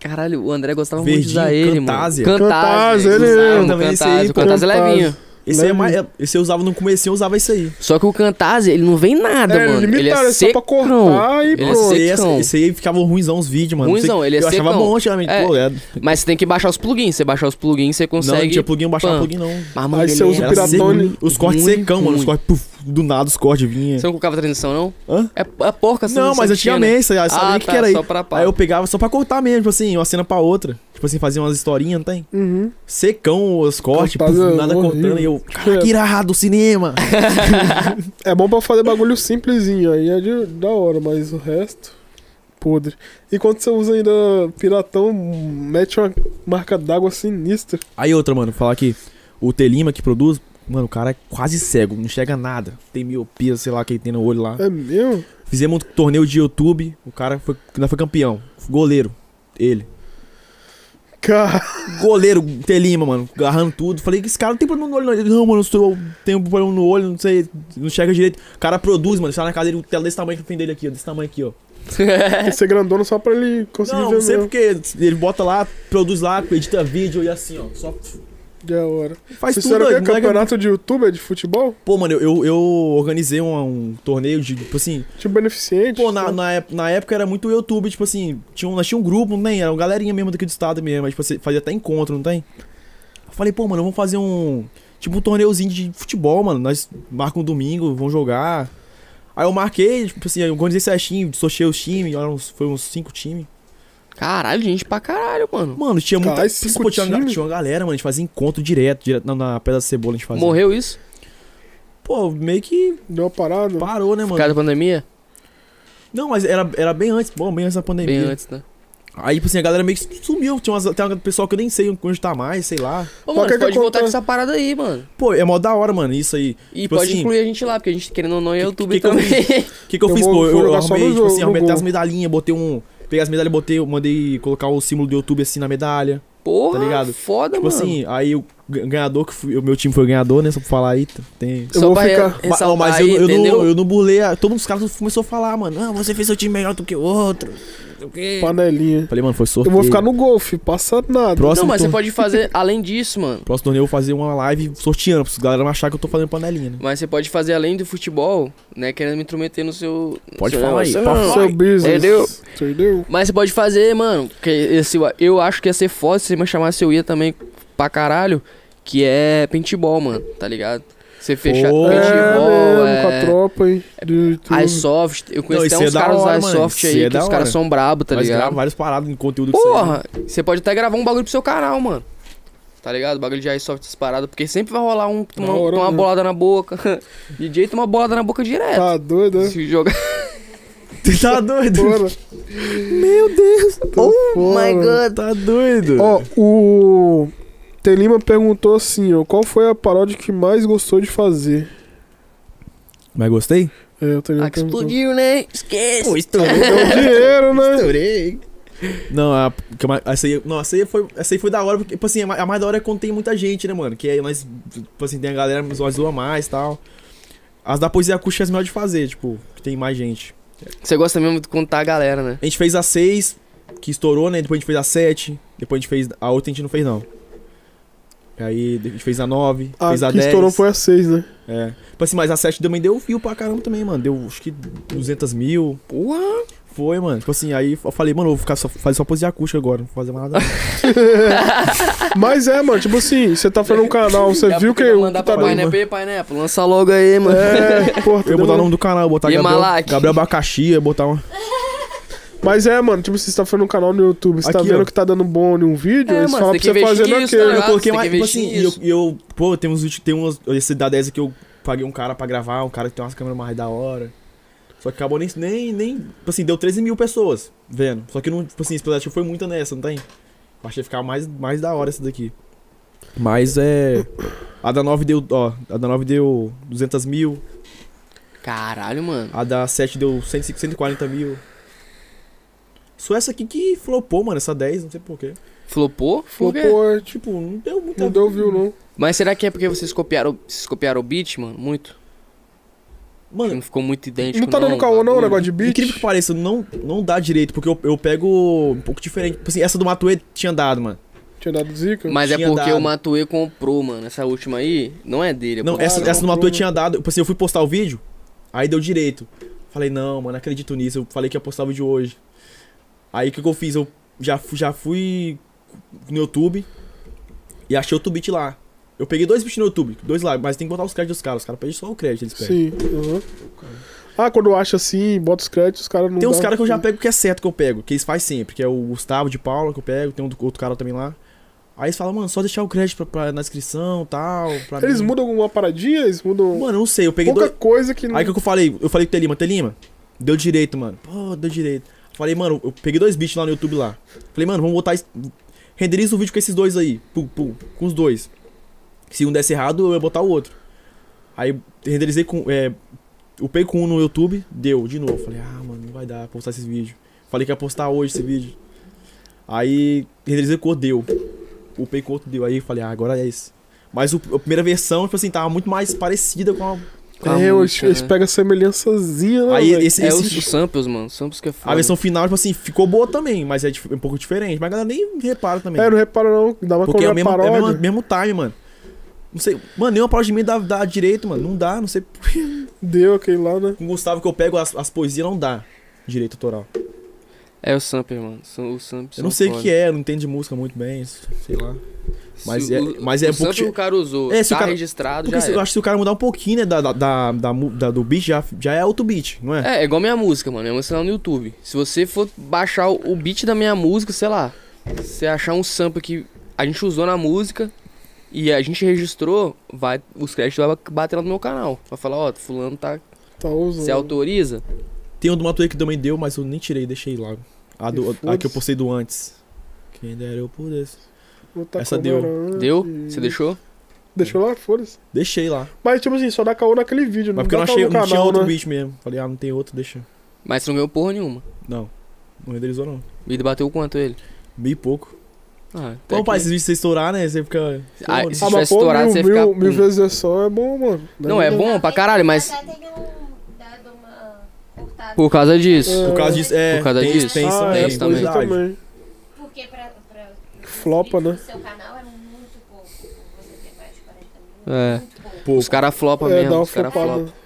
Caralho, o André gostava muito de Verdinho, usar ele, Cantasia. mano. Cantasia, ele usava mesmo. o Também esse aí, Cantasia. O pô. Cantasia é levinho. Esse aí é mais. é- Esse eu usava no começo, eu usava esse aí. Só que o Cantasia, ele não vem nada, é, mano. Ele limitado, é é só seco. pra cortar e Ele é pronto. secão. Esse, aí- esse aí ficava um ruimzão os vídeos, mano. Não sei- Ruimzão, ele é Eu achava secão. bom antigamente. É. Pô, é- Mas você tem que baixar os plugins. Você baixar os plugins, você Não, tipo, não consegue. Ah, tinha plugin, eu baixava Pam. plugin não. Mas, mano, Aí ele você usa o era Era Piratone. seco, Os cortes Muito secão, mano. Os ruim. cortes, puf, do nada os cortes vinha. Você não colocava transição, não? Hã? É, é porca essa transição Não, mas que tinha, né? antigamente, sabia Ah, o que, tá, que era aí? só pra pá. Aí eu pegava só pra cortar mesmo, tipo assim, uma cena pra outra. Tipo assim, fazia umas historinhas, não tem? Uhum. Secão os cortes, puf, Cortado, do nada horrível. cortando. E eu, cara, que irado, cinema. É bom pra fazer bagulho simplesinho, aí é de- da hora, mas o resto. Podre. E quando você usa ainda piratão, mete uma marca d'água sinistra. Aí outra, mano, falar que o Telima que produz, mano, o cara é quase cego, não enxerga nada. Tem miopia, sei lá, que ele tem no olho lá. É mesmo? Fizemos um torneio de YouTube, o cara foi, nós foi campeão, goleiro, ele. Cara, Goleiro, Telima, mano, agarrando tudo. Falei que esse cara não tem problema no olho, não. Ele, não, mano, eu sou- eu tenho problema no olho, não sei, não enxerga direito. O cara produz, mano, está na casa dele, o tela desse tamanho que tem dele aqui, ó, desse tamanho aqui, ó. tem que ser grandona só pra ele conseguir É. Não, ver não sei mesmo. porque ele bota lá, produz lá, edita vídeo e assim, ó. Só Da é hora. faz Vocês fizeram tudo. né, o quê? moleque. Campeonato de youtuber de futebol? Pô, mano, eu- eu, eu organizei um, um torneio de, tipo assim, Tipo beneficente? Pô, na, né? na, ép- na época era muito YouTube, tipo assim, tinha um, nós tinha um grupo, nem era uma galerinha mesmo daqui do estado mesmo, mas tipo, você fazia até encontro, não tem? Eu falei, pô, mano, vamos fazer um. Tipo um torneiozinho de futebol, mano. Nós marcamos um domingo, vamos jogar. Aí eu marquei, tipo assim, eu organizei certinho, sorteei os times, eram uns- foi uns cinco times. <laughs> Caralho, gente pra caralho, mano. Mano, tinha muita. Caralho, cinco pô, tinha, uma, ga- times? tinha uma galera, mano, a gente fazia encontro direto, direto na, na Pedra da Cebola, a gente fazia. Morreu isso? Pô, meio que Deu uma parada? parou, né, Por mano? causa da pandemia? Não, mas era, era bem antes, bom, bem antes da pandemia. Bem antes, né? Aí, tipo assim, a galera meio que sumiu. Tinha umas, tem um pessoal que eu nem sei onde tá mais, sei lá. Ô, Mas mano, quer você que eu pode voltar conta- com essa parada aí, mano. Pô, é mó da hora, mano, isso aí. E Tipo pode assim, incluir a gente lá, porque a gente, querendo ou não, é que- YouTube que que eu também. O que que eu, Eu fiz, vou- pô? vou Eu, eu jogar só arrumei, no tipo assim, jogo, arrumei no até as Google. medalhinhas, botei um... Peguei as medalhas, botei, mandei colocar o símbolo do YouTube, assim, na medalha. <laughs> Porra, Tá ligado? foda, tipo mano. assim, aí o gan- ganhador, que fui- o meu time foi o ganhador, né, só pra falar aí, tá- tem... Eu vou ficar- re- Mas, ressaltar mas eu, aí, eu não, entendeu? eu não burlei, a- todo mundo, os caras começou a falar, mano, ah, você fez seu time melhor do que o outro, não sei o quê. Panelinha. Falei, mano, foi Eu sorteio. vou ficar no golfe, passa nada. Próximo, Não, mas você tor- pode fazer, <laughs> além disso, mano. próximo torneio eu vou fazer uma live sorteando, pra os galera não achar que eu tô fazendo panelinha, né? Mas você pode fazer além do futebol, né? Querendo me intrometer no seu. Pode seu falar aí, negócio. pode Não. Seu Vai. business. Entendeu? Entendeu? Mas você pode fazer, mano. Que esse, eu acho que ia ser foda se você me chamasse, eu ia também pra caralho. Que é paintball, mano, tá ligado? Você fechar Pô. paintball, é, mesmo, com a é, tropa aí. De YouTube. iSoft. Eu Não, conheço isso até é uns da caras hora, da mano, iSoft isso aí, é que da os hora. caras são brabo, tá Mas grava ligado? vários paradas em conteúdo que você- Porra, você pode até gravar um bagulho pro seu canal, mano. Tá ligado? Bagulho de iSoft essas paradas, porque sempre vai rolar um, uma, Da hora, uma né? bolada na boca. <laughs> DJ toma bolada na boca direto. Tá doido, né? Se jogar. Tu <laughs> tá doido? Bora. Meu Deus, Oh my God. Oh. tá doido. Ó, o Telima perguntou assim, ó, qual foi a paródia que mais gostou de fazer? Mas gostei? É, o <laughs> Telima Ah, que perguntou. explodiu, né? Esquece. estourei. Deu dinheiro, né? estourei. Não, a, que mais- essa, aí, não essa, aí foi, essa aí foi da hora, porque, tipo assim, a ma- a mais da hora é quando tem muita gente, né, mano? Que aí nós, tipo assim, tem a galera, nós zoa mais e tal. As da poesia acústica é as melhores de fazer, tipo, que tem mais gente. Você gosta mesmo de contar a galera, né? A gente fez a 6, que estourou, né? Depois a gente fez a 7, depois a gente fez... A outra a gente não fez, não. Aí a gente fez a 9, A fez a Ah, que 10. estourou foi a 6, né? É. Tipo assim, mas a 7 também deu fio pra caramba também, mano. Deu acho que 200 mil. Porra! Foi, mano. Tipo assim, aí eu falei, mano, eu vou ficar só, fazer só pose de acústica agora, não vou fazer mais nada. não. Mas é, mano, tipo assim, você tá fazendo um canal, você viu que o Mandar que pra tá bom, né? Pineapple, Pineapple, lança logo aí, mano. É, porra, Eu ia entendeu? botar o nome do canal, ia botar E Gabriel, Malak? Gabriel Abacaxi, ia botar uma. Mas é, mano, tipo, você tá fazendo um canal no YouTube, você tá Aqui, vendo ó. que tá dando bom em um vídeo, É, eles mano, falam você tem pra você que fazer investir nisso, naquele. tá Eu ligado? coloquei Você uma. tem que Tipo investir assim, e eu, nisso. e eu. Pô, tem uns vídeos, tem umas. Esse da 10 aqui eu paguei um cara pra gravar, um cara que tem umas câmeras mais da hora. Só que acabou nem. nem, nem tipo assim, deu 13 mil pessoas vendo. Só que não. Tipo assim, a expectativa foi muita nessa, não tem? Eu achei ficar mais, mais da hora essa daqui. Mas é. A da 9 deu. Ó, a da 9 deu 200 mil. Caralho, mano. A da 7 deu 105 140 mil. Só essa aqui que flopou, mano, essa 10, não sei porquê. Flopou? Pô, Flopou. pô, é, tipo, Tipo, não deu muita. não deu view, não. Mas será que é porque vocês copiaram, vocês copiaram o beat, mano? Muito? Mano, Não ficou muito idêntico, Não tá dando caô, não, o bagulho? negócio de beat? Incrível que pareça, não, não dá direito, porque eu, eu pego um pouco diferente. Tipo assim, essa do Matuê tinha dado, mano. Tinha dado zica? Mas é Tinha porque dado. o Matuê comprou, mano. Essa última aí não é dele. É Não, porque- essa, não, essa do não. Matuê tinha dado. Tipo assim, eu fui postar o vídeo, aí deu direito. Falei, não, mano, não acredito nisso. Eu falei que ia postar o vídeo hoje. Aí o que, que eu fiz? Eu já, fu- já fui no YouTube e achei outro beat lá. Eu peguei dois beats no YouTube, dois lá, mas tem que botar os créditos dos caras. Os caras pedem só o crédito, eles pedem. Sim, aham. Ah, quando acha assim, bota os créditos, os caras não Tem uns dá- caras que eu já pego que é certo que eu pego, que eles fazem sempre, que é o Gustavo de Paula que eu pego, tem um do- outro cara também lá. Aí eles falam, mano, só deixar o crédito pra, pra- na descrição e tal. pra Eles mim. mudam alguma paradinha, eles mudam Mano, eu não sei, eu peguei pouca dois. coisa que não... Aí o que eu falei? Eu falei pro Telima, Telima, deu direito, mano. Pô, deu direito. Falei, mano, eu peguei dois beats lá no YouTube lá. Falei, mano, vamos botar. es- Renderiza o vídeo com esses dois aí. Pum, pum, com os dois. Se um desse errado, eu ia botar o outro. Aí renderizei com. É, upei com um no YouTube, deu de novo. Falei, ah, mano, não vai dar pra postar esses vídeos. Falei que ia postar hoje esse vídeo. Aí renderizei com outro, deu. Upei com outro, deu. Aí eu falei, ah, agora é isso. Mas o, a primeira versão, tipo assim, tava muito mais parecida com a. Com a é, eu- música, eles né? pegam a semelhançazinha, né? Aí velho? esse, é esse- os, os samples, mano. Samples que é foda. a versão final, tipo assim, ficou boa também, mas é dif- um pouco diferente. Mas a galera nem repara também. É, não repara não, dá uma Porque é o cobrar mesmo, é o paródia. mesmo, mesmo time, mano. Não sei, mano, nenhuma paródia de mim dá, dá direito, mano. Não dá, não sei. Deu aquele lá, né? <laughs> Com o Gustavo que eu pego as, as poesias, não dá direito autoral. É o sample, mano. São, os samples Eu não sei o que é, eu não entendo de música muito bem, sei lá. mas é- mas é o um pouco sample che- o cara usou. É, se o tá cara- registrado, Porque já se- eu era. acho que se o cara mudar um pouquinho, né, da, da, da, da mu- da- do beat, já, já é outro beat, não é? É, é igual minha música, mano. Minha música lá no YouTube. Se você for baixar o o beat da minha música, sei lá, você achar um sample que a gente usou na música e a gente registrou, vai, os créditos vai bater lá no meu canal. Vai falar, ó, fulano tá. Tá usando. Você autoriza? Tem um do Matuê que também deu, mas eu nem tirei, deixei lá. A, do- E a que foda-se. eu postei do antes. Quem dera eu pudesse. Não tá Essa deu. cobrando. Deu? E- Você deixou? Deixou lá? Foda-se. Deixei lá. Mas, tipo assim, só dá caô naquele vídeo, Mas não porque eu não dá achei, caô no não tinha canal, outro né? beat mesmo. Falei, ah, não tem outro, deixa. Mas você não ganhou porra nenhuma. Não, não renderizou não. E bateu quanto ele? Meio pouco. Ah, até Então, que- pai, esses vídeos você estourar, né? Você fica. Ah, Pô, se Ah, tivesse mas pô, estourado, mil, você ia mil, ficar. mil pum. vezes é só, é bom, mano. Não, é bom pra caralho, mas Até tem um, dado uma cortada. por causa disso. Por causa disso, é. Por causa tem, disso. Tem, isso ah, também, é, isso tem, pois é verdade. também. Porque pra, pra Flopa, né? pro seu canal é muito pouco. Você tem mais de 40 mil. É. Muito pouco. Pouco. Os caras flopam É, dá mesmo. uma Os caras flopam. flopada.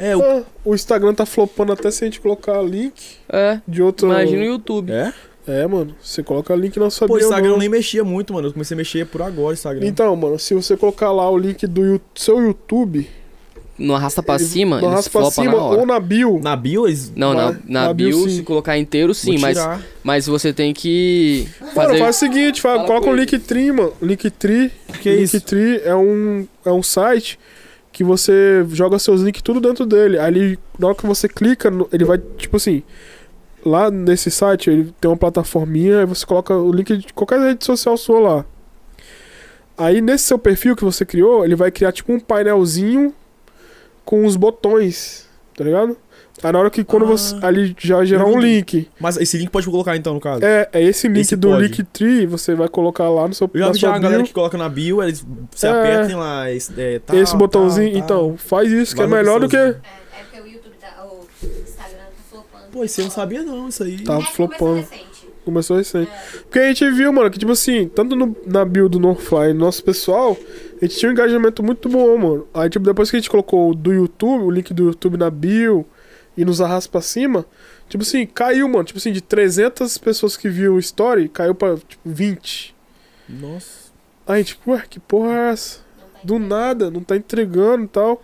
É, o... Ah, o Instagram tá flopando até se a gente colocar link É. de outro... Imagina o YouTube. é? É, mano, você coloca link não sabia Pô, o Instagram eu não. nem mexia muito, mano. Eu comecei a mexer por agora o Instagram. Então, mano, se você colocar lá o link do Yu- seu YouTube, Não arrasta pra ele- cima, não eles arrasta pra flopam cima na hora. ou na bio, Na bio eles. Não, na, Vai. na, Na bio, bio, se sim. colocar inteiro, sim, Vou mas, tirar. mas você tem que Mano, fazer. faz o seguinte, fala, Fala coloca com o ele. Linktree, mano. Linktree, Que é isso? Linktree é um é um site que você joga seus links tudo dentro dele. Aí ele- na hora que você clica, no- ele vai tipo assim, lá nesse site ele tem uma plataforminha, aí você coloca o link de qualquer rede social sua lá. Aí nesse seu perfil que você criou, ele vai criar tipo um painelzinho com os botões, tá ligado? Aí na hora que quando Ah. você ali já gerar um Entendi. link. Mas esse link pode colocar então, no caso. É, é esse link Esse do pode. Linktree, você vai colocar lá no seu Eu já na vi já sua a galera bio, que coloca na bio, eles se É. apertem lá. es- É, tal, esse botãozinho, tal, tal. então, faz isso, que é Vai no melhor do que... botãozinho. É, é porque o YouTube tá. O Instagram tá flopando. Pô, isso eu não sabia não, isso aí. Tá. É, Tava flopando. começou recente. Começou recente. É. Porque a gente viu, mano, que tipo assim, tanto no- na bio do NoFly, nosso pessoal, a gente tinha um engajamento muito bom, mano. Aí, tipo, depois que a gente colocou o do YouTube, o link do YouTube na bio e nos arrasta pra cima, tipo assim, caiu, mano. Tipo assim, de 300 pessoas que viu o story, caiu pra, tipo, 20. Nossa. Aí a gente, ué, que porra é essa? Não tá do nada, não tá entregando e tal.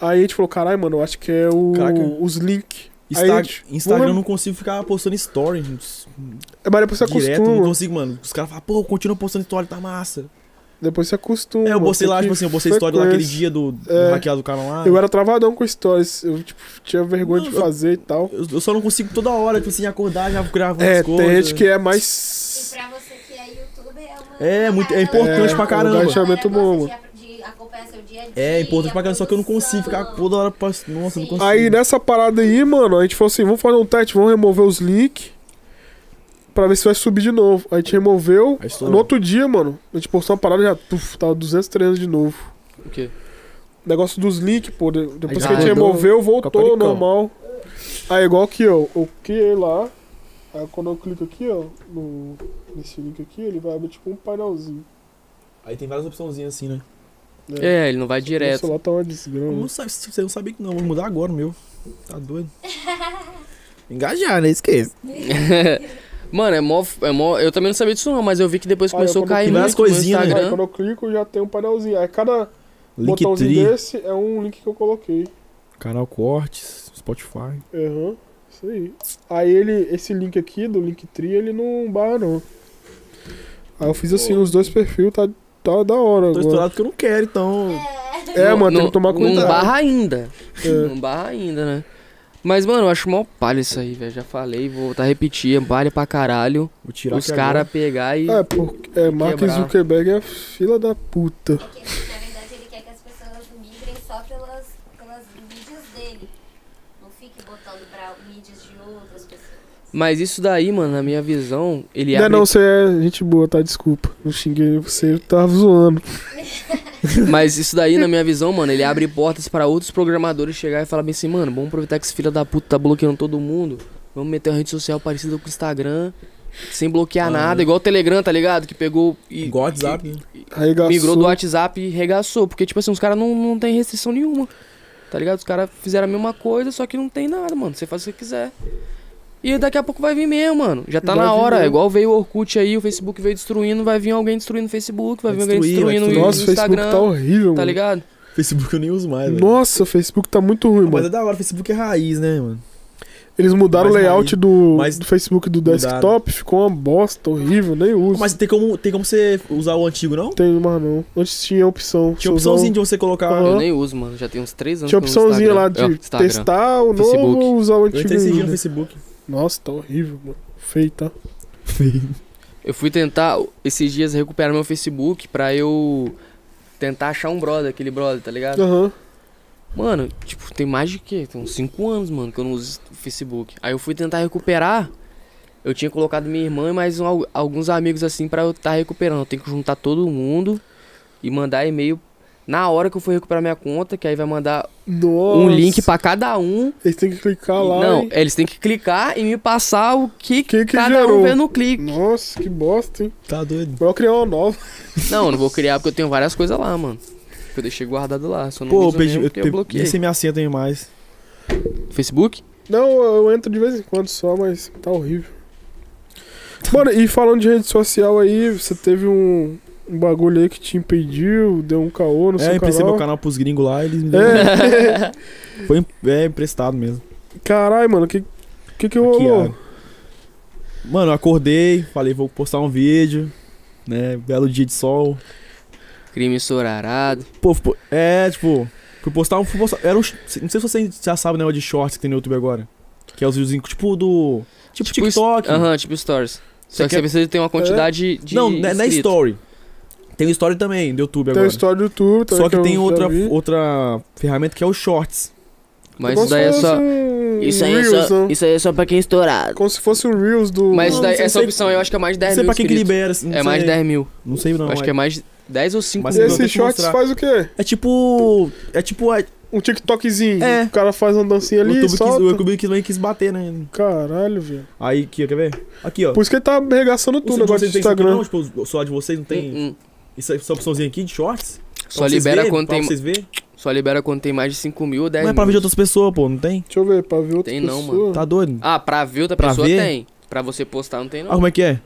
Aí a gente falou, caralho, mano, eu acho que é o, Caraca. os links. Insta- Aí, tipo, Instagram eu vamos- não consigo ficar postando story. É, Mas depois você Direto, não acostuma. consigo, mano. Os caras falam, pô, continua postando story, tá massa. Depois você acostuma. É, eu postei tem lá, que tipo assim, eu postei story lá aquele frequência. dia do, do É. hackeado do canal lá. Eu era travadão com stories. Eu, tipo, tinha vergonha Não, de eu- fazer e tal. Eu, eu só não consigo toda hora, tipo assim, acordar, já gravar É, as coisas. tem gente que é E mais. pra você que é youtuber, é uma. É, muito- é uma importante parada pra legal. caramba. A galera É, um Engajamento bom, gosta De, de acompanhar seu dia a dia. É importante pra a caramba, só que eu não consigo produção. ficar toda hora postando. Nossa, eu não Sim. consigo. Aí né? nessa parada aí, mano, a gente falou assim: vamos fazer um teste, vamos remover os links. Pra ver se vai subir de novo. A gente removeu. Aí estourou. No outro dia, mano, a gente postou uma parada e já. Puf, tava 200, 300 de novo. O quê? negócio dos links, pô. de- Depois Aí que a gente rodou, removeu, voltou ao caparicão. normal. Aí, igual que eu, eu criei lá. Aí, quando eu clico aqui, ó, no, nesse link aqui, ele vai abrir tipo um painelzinho. Aí tem várias opçãozinhas assim, né? né? É, ele não vai Meu direto. celular tá uma Eu desgrama. não sabe, você não sabia que não, vou mudar agora o meu. Tá doido. <laughs> Engajar, né? Esquece. <laughs> Mano, é mó, é mó. Eu também não sabia disso não, mas eu vi que depois Ah, começou eu a cair coloquei muito várias no coisinhas, né? Aí, Instagram. quando eu clico, já tem um painelzinho. Aí, cada botãozinho Linktree, desse é um link que eu coloquei. canal Cortes, Spotify. Aham, isso aí. Aí, ele, esse link aqui, do Linktree, ele não barra, não. Aí, eu fiz assim nos dois perfis, tá, tá da hora Tô agora. estourado porque eu não quero, então. É, mano, tem Não- que tomar cuidado. Não barra ainda. É. Não barra ainda, né? Mas, mano, eu acho mó palha isso aí, velho. Já falei, vou voltar a repetir. É palha pra caralho. Vou tirar os aqui agora. caras pegar e. É, porque é, Mark Quebrar. Zuckerberg é fila da puta. É que, na verdade, ele quer que as pessoas migrem só pelas, pelas mídias dele. Não fique botando pra mídias de outras pessoas. Mas isso daí, mano, na minha visão, ele não, abre... não, você é gente boa, tá? Desculpa. Não xinguei você, eu tava zoando. Mas isso daí, na minha visão, mano, ele abre portas pra outros programadores chegar e falar bem assim, mano, vamos aproveitar que esse filho da puta tá bloqueando todo mundo. Vamos meter uma rede social parecida com o Instagram, sem bloquear Ah. nada, igual o Telegram, tá ligado? Que pegou e Igual WhatsApp. Arregaçou. migrou do WhatsApp e regaçou. Porque, tipo assim, os caras não, não tem restrição nenhuma. Tá ligado? Os caras fizeram a mesma coisa, só que não tem nada, mano. Você faz o que você quiser. E daqui a pouco vai vir mesmo, mano. Já tá Vai na vir hora. mesmo. Igual veio o Orkut aí, o Facebook veio destruindo, vai vir alguém destruindo o Facebook, vai, Vai vir alguém destruir, vai destruindo destruir. o Nossa, o Facebook Instagram. tá horrível, tá mano. ligado? Facebook eu nem uso mais, É, velho. Nossa, o Facebook tá muito ruim, Ah, Mas é mano. da hora, Facebook é raiz, né, mano? Eles mudaram o mais layout do, mais- do Facebook do mudaram. desktop, ficou uma bosta, horrível, nem uso. Mas tem como, tem como você usar o antigo, não? Tem mais não. Antes tinha opção. Tinha você usava- opçãozinha de você colocar. Aham. Eu nem uso, mano. Já tem uns três anos. Tinha que eu não opçãozinha uso lá Instagram. de É, Instagram. testar o novo Facebook. ou usar o Eu antigo. entrei esse dia no ainda. Facebook. Nossa, tá horrível, mano. Feio, tá? Eu fui tentar esses dias recuperar meu Facebook pra eu tentar achar um brother, aquele brother, tá ligado? Aham. Mano, tipo, tem mais de quê? Tem uns 5 anos, mano, que eu não uso o Facebook. Aí eu fui tentar recuperar. Eu tinha colocado minha irmã e mais um- al- alguns amigos assim pra eu estar recuperando. Eu tenho que juntar todo mundo e mandar e-mail na hora que eu for recuperar minha conta, que aí vai mandar Nossa. um link pra cada um. Eles têm que clicar lá. não, é- hein? eles têm que clicar e me passar o que, Que que cada gerou? um vê no clique. Nossa, que bosta, hein? Tá doido. Vou criar uma nova. Não, eu não vou criar porque eu tenho várias coisas lá, mano. Que eu deixei guardado lá, só não Pô, eu uso perdi. mesmo Eu, porque eu pe- bloqueei. nem sei minha senha tem mais. Facebook? Não, eu entro de vez em quando só, mas tá horrível. Tá. Mano, e falando de rede social aí, você teve um, um bagulho aí que te impediu, deu um caô no é, eu seu emprestei meu canal. canal pros gringos lá, eles me deram. né? É. Foi em- é, emprestado mesmo. Caralho, mano, que que, que Aqui, rolou? ó. Mano, eu acordei, falei, vou postar um vídeo, né? Belo dia de sol. <laughs> Crime ensorarado. Pô, fui po- é, tipo, fui postar um. fui postar- era um sh- não sei se você já sabe, né? O de shorts que tem no YouTube agora. Que é os vídeos, tipo, do. Tipo, Tipo TikTok. Aham, tipo stories. Só Você que quer- É. você precisa ter uma quantidade de. Não, na, na inscritos. story. Tem o story também do YouTube Tem a agora. história do YouTube também. Só que eu tem já outra, vi. outra ferramenta que é o shorts. Mas Como isso daí é se só. fosse um Isso aí é Reels, só. né? Isso aí é só pra quem é estourado. Como se fosse um Reels do. Mas Não, isso daí, não sei essa se- opção eu acho que é mais de Não 10 sei mil. pra quem que inscritos. libera. assim, Não É sei, mais de 10 mil. Não sei não. Eu acho que é mais 10 ou 5 Mas E mil. eu tenho esse que shorts mostrar. faz o quê? é tipo. É tipo. É, Um TikTokzinho. É. O cara faz uma dancinha o ali e YouTube, quis, solta. o YouTube quis, quis bater, né? Caralho, velho. Aí, aqui, quer ver? Aqui, ó. Por isso que ele tá arregaçando Você- tudo negócio vocês do não tem isso aqui, Instagram. Não, tipo, o celular de vocês não tem Hum, hum. essa, essa opçãozinha aqui de shorts? Só libera, verem, quando pra tem, vocês verem. só libera quando tem mais de 5 mil ou 10 Não é mil. pra ver de outras pessoas, pô, não tem? Deixa eu ver, pra ver outra Tem não, pessoa. mano. Tá doido? Ah, pra ver outra Pra pessoa ver? tem. Pra você postar não tem Ah, não. como é que é?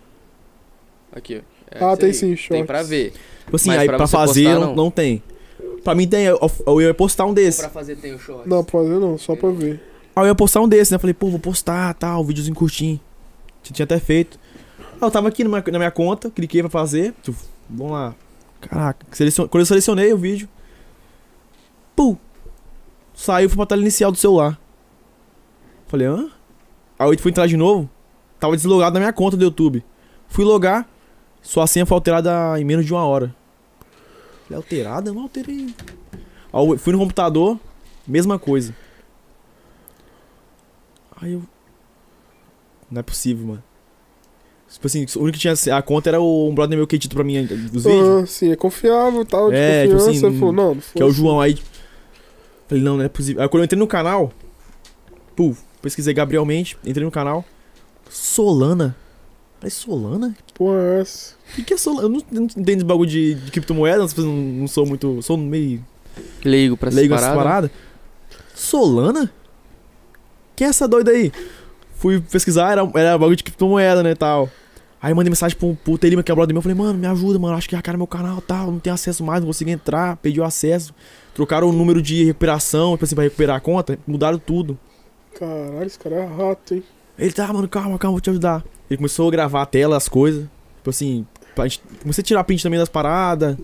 Aqui, ó. É Ah, isso tem aí. sim, Tem shorts. pra ver. Tipo assim, Mas aí pra, pra você fazer postar, não, não. não tem. Pra mim tem, eu, eu ia postar um desse. Pra fazer tem o short. Não, pra ver não, só pra ver. Aí eu ia postar um desses, né? Falei, pô, vou postar, tal, um videozinho curtinho. Tinha, tinha até feito. Aí eu tava aqui na minha, na minha conta, cliquei pra fazer. Tuf, vamos lá. Caraca, selecion- quando eu selecionei o vídeo. Pum! Saiu, foi pra tela inicial do celular. Falei, hã? Aí eu fui entrar de novo. Tava deslogado na minha conta do YouTube. Fui logar, sua senha foi alterada em menos de uma hora. Falei, alterada? Eu não alterei. Aí eu fui no computador, mesma coisa. Aí eu. Não é possível, mano. Tipo assim, o único que tinha a conta era o, um brother meu que edita pra mim dos vídeos. Ah, sim, é confiável e tal, de É, tipo confiança. assim, Ele falou, não, não foi. Que é o João aí. Falei, não, não é possível. Aí quando eu entrei no canal, pô, pesquisei Gabriel Mendes, entrei no canal. Solana. Falei, Solana? Porra, é essa. O que, que é Solana? Eu não, eu não entendo esse bagulho de, de criptomoedas, não, não sou muito. Sou meio Leigo pra leigo essa nessa parada. parada. Solana? Quem é essa doida aí? Fui pesquisar, era, era bagulho de criptomoeda, né, tal. Aí mandei mensagem pro, pro Telima, que é o brother meu, falei, mano, me ajuda, mano, acho que é hackearam meu canal, tal, não tenho acesso mais, não consigo entrar, perdi o acesso. Trocaram o número de recuperação, tipo assim, pra recuperar a conta, mudaram tudo. Caralho, esse cara é rato, hein? Ele tá, mano, calma, calma, vou te ajudar. Ele começou a gravar a tela, as coisas. Tipo assim, pra gente- comecei a tirar print também das paradas.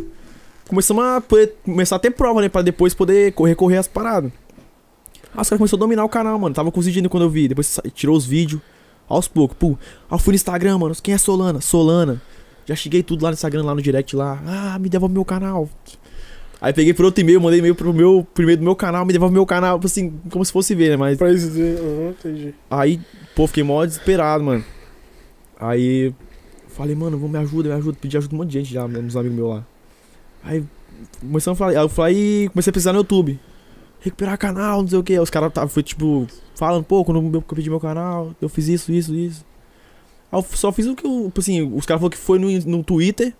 Começamos a poder, começar a ter prova, né? Pra depois poder co- recorrer às paradas. Ah, os caras começaram a dominar o canal, mano. Tava com os vídeos ainda quando eu vi. Depois sa- tirou os vídeos. Aos poucos, pum. Aí eu fui no Instagram, mano. Quem é Solana? Solana. Já cheguei tudo lá no Instagram, lá no direct lá. Ah, me devolve meu canal. Aí peguei por outro e-mail, mandei e-mail pro meu primeiro do meu canal, me devolve meu canal, tipo assim, como se fosse ver, né? Mas Pra eles dizer, aham, entendi. Aí Pô, fiquei mó desesperado, mano. Aí falei, mano, vou me ajuda, me ajuda. Pedi ajuda de um monte de gente já, né, uns amigos meus lá. Aí começamos a falar, aí eu falei, comecei a pesquisar no YouTube. Recuperar canal, não sei o que. Os caras tavam, foi tipo, falando, pô, quando eu eu pedi meu canal, eu fiz isso, isso, isso. Aí eu só fiz o que eu, tipo assim, os caras falaram que foi no, no Twitter.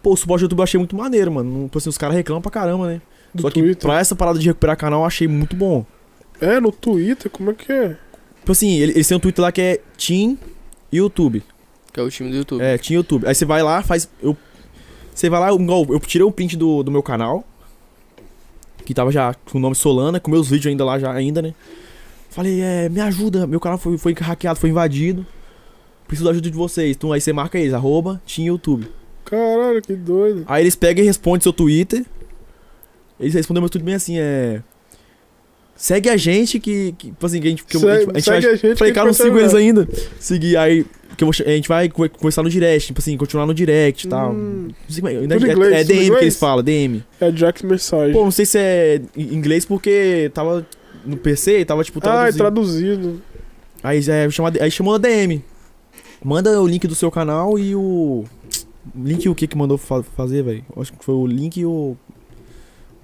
Pô, o suporte do YouTube eu achei muito maneiro, mano. Tipo assim, os caras reclamam pra caramba, né? Do Só que Twitter. pra essa parada de recuperar canal eu achei muito bom. É, no Twitter, como é que é? Tipo assim, ele- eles têm um Twitter lá que é Team YouTube. Que é o time do YouTube. É, Team YouTube. Aí você vai lá, faz. Eu, você vai lá, eu, igual, eu tirei um print do, do meu canal. Que tava já com o nome Solana, com meus vídeos ainda lá, já, ainda, né? Falei, é, me ajuda, meu canal foi, foi hackeado, foi invadido. Preciso da ajuda de vocês. Então aí você marca eles, arroba Team YouTube. Caralho, que doido. Aí eles pegam e respondem seu Twitter. Eles respondem meu Twitter bem assim, é. Segue a gente que. que tipo assim, que a gente. Que eu- a gente, Segue, a gente segue vai- a gente. Falei, que cara, eu não vai sigo eles ajudar. ainda. Segui, aí. Que eu vou, che- a gente vai co- conversar no direct, tipo assim, continuar no direct e tal. Hum. Não sei como é- ainda- Tudo é- inglês, é, tudo DM que inglês? eles falam, DM. É Jack Message. Pô, não sei se é em inglês porque tava no PC e tava, tipo, ah, é traduzindo. traduzido. Aí, é, chama- aí chamou na DM. Manda o link do seu canal e o. Link e o que que mandou fa- fazer, velho? Acho que foi o link e o.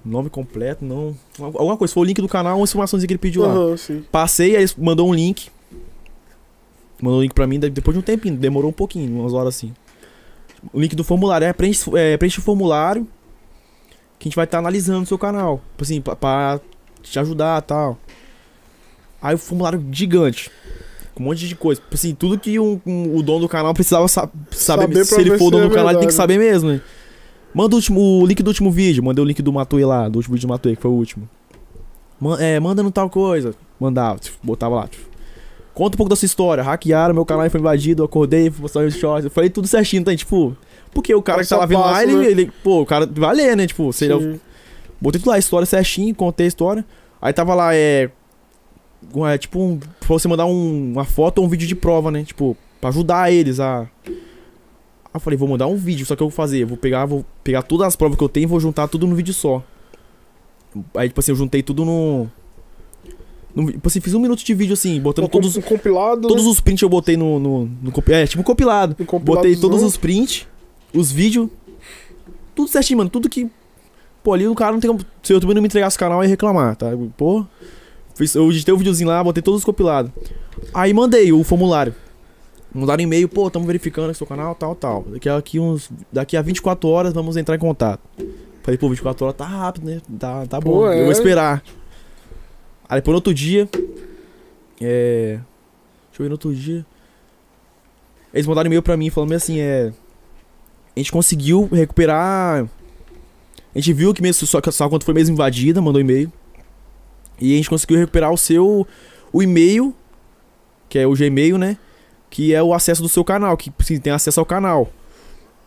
Nome completo, não. Alguma coisa, foi o link do canal, uma informaçãozinha que ele pediu lá. Aham, sim. Passei, aí eles mandou um link. Mandou um link pra mim de- depois de um tempinho, demorou um pouquinho, umas horas assim. O link do formulário é preenche, é, preenche o formulário que a gente vai estar analisando o seu canal. tipo Assim, pra, pra te ajudar e tal. Aí o formulário gigante. Com um monte de coisa. Tipo Assim, tudo que um- um- o dono do canal precisava sa- saber. Saber pra se ele ver for se o dono é do canal, ele tem que verdade. saber mesmo, né? Manda o, último, o link do último vídeo. Mandei o link do Matuê lá, do último vídeo do Matuê, que foi o último. Man- é, manda no tal coisa. Mandava, tipo, botava lá. tipo. Conta um pouco da sua história. Hackearam, meu canal foi invadido, eu acordei, fui postar meus shorts. Eu falei tudo certinho, tá? Tipo, porque o cara que Passo a tava vindo lá, passo, ele, né? ele- Pô, o cara vai ler, né? Tipo, sei lá, Sim. Botei tudo lá, a história certinho, contei a história. Aí tava lá, é. um, é, tipo, um, pra você mandar um- uma foto ou um vídeo de prova, né? Tipo, pra ajudar eles a. Aí eu falei, vou mandar um vídeo, só que eu vou fazer. Vou pegar, vou pegar todas as provas que eu tenho e vou juntar tudo num vídeo só. Aí, tipo assim, eu juntei tudo no. no vi- tipo assim, fiz um minuto de vídeo assim, botando Um com- todos, um compilado. todos né? os prints eu botei no. no, no compi- é, tipo um compilado. Um compilado Botei dos todos outros. os prints, os vídeos, tudo certinho, mano. Tudo que. Pô, ali o cara não tem como. Se eu também não me entregasse o canal, eu ia reclamar, tá? Pô. Fiz, eu editei o videozinho lá, botei todos os compilados. Aí mandei o formulário. Mandaram e-mail, pô, estamos verificando aqui seu canal, tal, tal. Daqui a, aqui uns, daqui a 24 horas vamos entrar em contato. Falei, pô, 24 horas tá rápido, né? Tá, tá bom, Pô, eu é. vou esperar. Aí depois no outro dia. É. Deixa eu ver no outro dia. Eles mandaram e-mail pra mim falando assim, é. A gente conseguiu recuperar. A gente viu que mesmo só, só quando foi mesmo invadida, mandou um e-mail. E a gente conseguiu recuperar o seu. O e-mail. Que é o Gmail, né? Que é o acesso do seu canal. Que assim, tem acesso ao canal.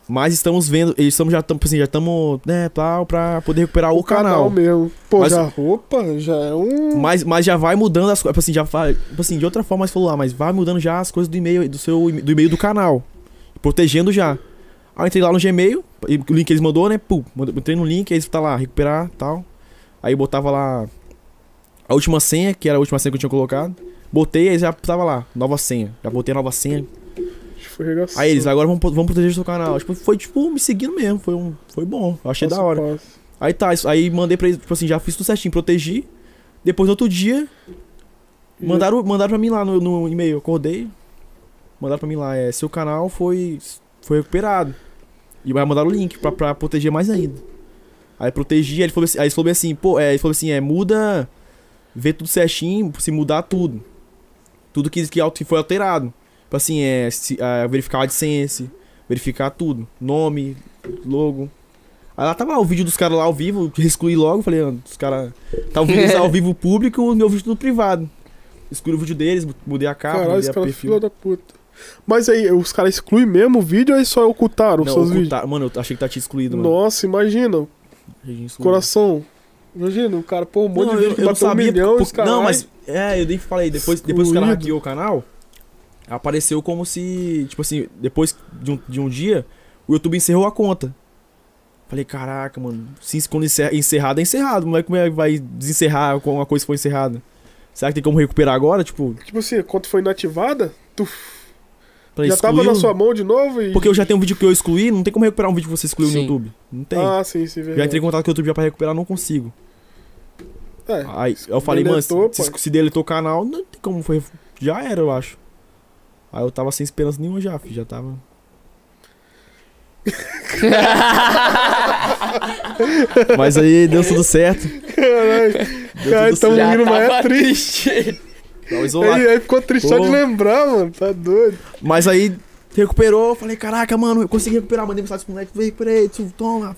Mas estamos vendo. eles Estamos já estamos, assim, já estamos, né, tal, pra poder recuperar o, canal. mesmo. Pô, Mas- já roupa já é um. Mas, mas já vai mudando as coisas. Assim, já vai, tipo assim, de outra forma, mas falou lá, mas vai mudando já as coisas do e-mail, do seu e- do e-mail do canal. Protegendo já. Aí eu entrei lá no Gmail, e o link que eles mandou, né? Pum, manda- entrei no link, aí tá lá, recuperar tal. Aí eu botava lá a última senha, que era a última senha que eu tinha colocado. Botei, aí já tava lá, nova senha. Já botei a nova senha. Acho que foi regaçado. Aí eles, agora vamos, pro- vamos proteger o seu canal. Tipo, foi tipo me seguindo mesmo, foi, um, foi bom. Eu achei Passo da hora. a passo. Aí tá, isso- aí mandei pra eles, tipo assim, já fiz tudo certinho, protegi. Depois no outro dia, mandaram, mandaram pra mim lá no, no e-mail, eu acordei. Mandaram pra mim lá, é, seu canal foi, foi recuperado. E vai mandar o link pra, pra proteger mais ainda. Aí protegi, aí ele falou assim, aí eles falaram assim, pô, é, ele falou assim, é, muda, vê tudo certinho, se mudar tudo. Tudo que, que alt- foi alterado. Tipo assim, é, se- é, verificar a AdSense, verificar tudo. Nome, logo. Aí lá tava lá o vídeo dos caras lá ao vivo, eu excluí logo, falei, ah, os caras. Tá o vídeo deles ao vivo público, o meu vídeo tudo privado. Excluí o vídeo deles, mudei a capa, Caralho, mudei esse a cara é perfil. filho da puta. Mas aí, os caras excluem mesmo o vídeo ou aí só ocultaram os Não, seus vídeos? ocultar- Mano, eu achei que tá te excluído, mano. Nossa, imagina. Achei que excluído. Coração. Imagina, o cara, pô, um monte não, de vídeo eu, que eu não bateu um sabia milhão, por- os caras. Não, mas. É, eu nem falei, depois, depois que o cara Excluído. hackeou o canal, apareceu como se. Tipo assim, depois de um, de um dia, o YouTube encerrou a conta. Falei, caraca, mano, se quando encerra- encerrado é encerrado. Como é que vai desencerrar com uma coisa que foi encerrada? Será que tem como recuperar agora? Tipo, Tipo assim, quando foi inativada, tu pra já tava excluir na o- sua mão de novo e. Porque eu já tenho um vídeo que eu excluí, não tem como recuperar um vídeo que você excluiu Sim. no YouTube. Não tem. Ah, sim, sim, já entrei verdade. em contato com o YouTube já pra recuperar, não consigo. É, Aí eu falei, mano, se, deletou, se- pô. se deletou o canal, não tem como foi. Já era, eu acho. Aí eu tava sem esperança nenhuma já, fi, já tava. Mas aí deu tudo certo. Caralho. Cara, tudo então o certo. menino vai é triste. triste. É Tava isolado. Aí, aí ficou triste só de Pô. lembrar, mano. Tá doido. Mas aí recuperou, eu falei, caraca, mano, eu consegui recuperar, mandei mensagem pro moleque, falei, recuperei, tu- toma.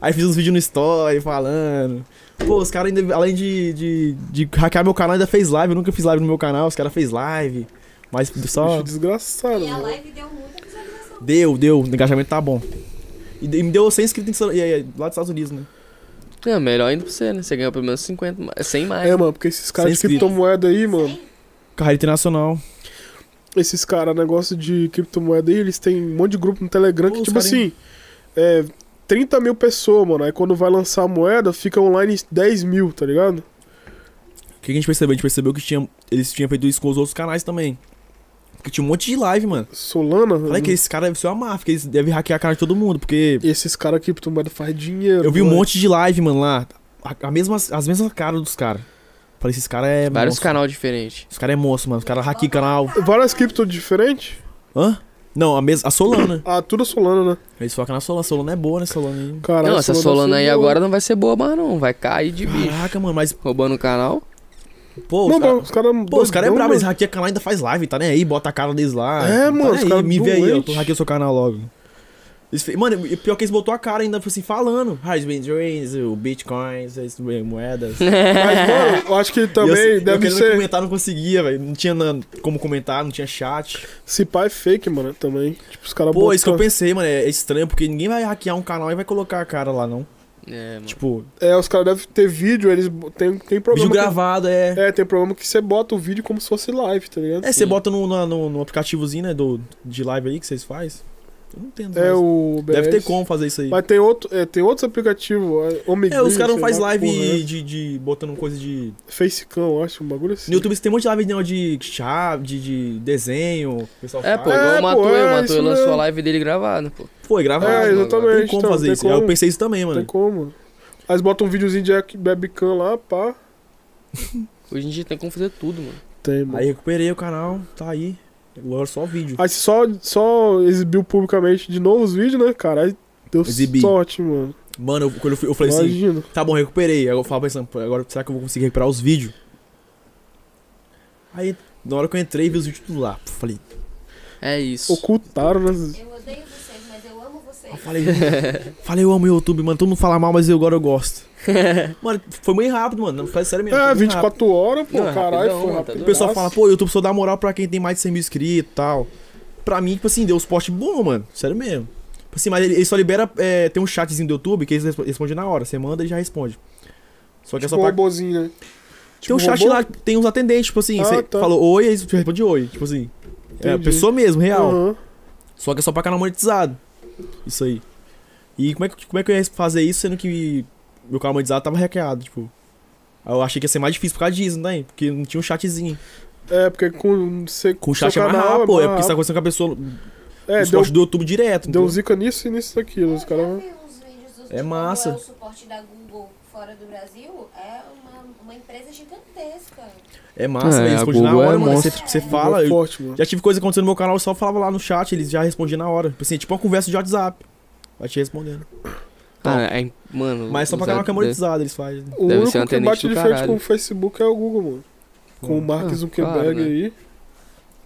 Aí fiz uns vídeos no story falando. Pô, os caras ainda, além de, de, de hackear meu canal, ainda fez live. Eu nunca fiz live no meu canal, os caras fez live. Mas só. Bicho desgraçado, E é a mano. live deu muita visualização. Deu, deu, o engajamento tá bom. E, de- me deu 100 inscritos em San- e aí, lá dos Estados Unidos, né? É, melhor ainda pra você, né? Você ganhou pelo menos 50, ma- 100 mais. É, mano, porque esses caras de Sem inscrito. criptomoeda aí, mano. Sim. Carreira internacional. esses caras, negócio de criptomoeda aí, eles têm um monte de grupo no Telegram Pô, que, os tipo caras- assim, é 30 mil pessoas, mano. Aí quando vai lançar a moeda, fica online 10 mil, tá ligado? O que que a gente percebeu? A gente percebeu que tinha, eles tinham feito isso com os outros canais também. Porque tinha um monte de live, mano. Solana, Falei que é mano, esses caras devem ser uma máfia, que eles devem hackear a cara de todo mundo, porque esses caras criptomoeda faz dinheiro. eu vi um mano. monte de live, mano, lá. A, a mesma, as mesmas caras dos caras. Falei, esses caras é Vários monstro. canal diferentes. Os caras é monstro, mano. Os caras hackeiam canal. Várias cripto diferentes? Hã? Não, a, mes a Solana. Ah, tudo Solana, né? Eles focam na Solana. Solana é boa, né, Solana? aí. Caralho, não, essa Solana aí agora não vai ser boa mais não. Vai cair de bicho. Caraca, mano, mas, Roubando o canal. pô, os Não, tá cara- mano, os caras. Pô, os caras é brabo, eles hackeiam canal e ainda faz live, tá nem aí, bota a cara deles lá. É, tá mano, nem os aí, cara Me vê aí, eu doente. tô hackeando seu canal logo. Eles fe- Mano, e pior que eles botou a cara ainda, assim, falando. Ah, bitcoins, o bitcoins, as moedas. E <laughs> Mas, mano, eu acho que <laughs> também eu, assim, eu deve querendo ser. comentar, não conseguia, velho. Não tinha na- como comentar, não tinha chat. Se pá é fake, mano, também. Tipo, os caras Pô, isso que eu botam- pensei, mano, é é estranho, porque ninguém vai hackear um canal e vai colocar a cara lá, não. É, mano. Tipo, É, os caras devem ter vídeo, eles bo- tem, tem problema. vídeo que- gravado, é... É, tem problema que você bota o vídeo como se fosse live, tá ligado? É, você Sim. bota no, na- no, no aplicativozinho, né, do, de live aí que vocês fazem. Eu não entendo. É mas- o BS. Deve ter como fazer isso aí. Mas tem, outro, é, tem outros aplicativos. É, Omegle, É, os caras não sei fazem lá, live porra, né? de, de. botando coisa de. Facecam, eu acho, um bagulho assim. No YouTube você tem um monte de live não, de chave, de, de desenho. O pessoal É, pô, igual o É, faz. pô, Matuê. é, O isso Matuê lançou mesmo. a live dele gravada, pô. Foi gravado. É, mano. exatamente, Não tem como então, fazer tem isso. Aí eu como. pensei isso também, Não mano. tem como. Aí eles botam um videozinho de ac- webcam lá, pá. Hoje em dia tem como fazer tudo, mano. Tem, mano. Aí Aí, recuperei o canal, tá aí. Agora só vídeo. se só, só exibiu publicamente de novo os vídeos, né, cara? Aí deu Exibi. sorte, mano. Mano, eu, quando eu, fui- eu falei assim, Imagina. tá bom, recuperei. Aí eu falo pensando, pô, agora será que eu vou conseguir recuperar os vídeos? Aí, na hora que eu entrei, vi os vídeos tudo lá. Pô, Falei, É isso. Ocultaram, né? Eu odeio vocês, mas eu amo vocês. <laughs> Eu falei, falei, eu amo o YouTube, mano. Todo mundo fala mal, mas eu agora eu gosto. <laughs> mano, foi meio rápido, mano. Foi sério mesmo. É, foi muito 24 horas, pô, Não, é caralho, rapidão, foi mano, tá rápido. doido. O pessoal fala, pô, o YouTube só dá moral pra quem tem mais de 100 mil inscritos e tal. Pra mim, tipo assim, deu um suporte bom, mano. Sério mesmo. Tipo assim, mas ele, ele só libera. é, tem um chatzinho do YouTube que eles respo- respondem na hora. Você manda, ele já responde. Só que tipo é só um pra. robôzinho, né? tem um chat lá, tem uns atendentes, tipo assim, Ah, você tá. falou oi, aí você responde oi. Tipo assim. É, Entendi. Uhum. pessoa mesmo, real. Aham. Só que é só pra canal monetizado. Isso aí. E como é, que, como é que eu ia fazer isso sendo que meu canal monetizado tava hackeado, tipo. Aí Eu achei que ia ser mais difícil por causa disso, né? Porque não tinha um chatzinho. É, porque com, você, Com o chat é mais canal rápido, pô. É mais porque rápido. isso tá acontecendo com a pessoa. É, o deu, suporte do YouTube direto. deu entendeu? zica nisso e nisso aqui. Os Eu caras. já vi uns vídeos do- de É como massa. é o suporte da Google fora do Brasil é uma, uma empresa gigantesca. É massa, É, né? a Eles respondem na Google hora, é mano. Você, monstro. você fala. eu Forte, mano. já tive coisa acontecendo no meu canal, eu só falava lá no chat, eles já respondiam na hora. Tipo Assim, tipo uma conversa de WhatsApp. Vai te respondendo. Ah, é, mano. Mas só pra usar- canal que é monetizado, eles fazem. Deve ser um O único que atendente bate do de frente caralho. com o Facebook é o Google, mano. Com o Mark Ah, Zuckerberg claro, né? aí.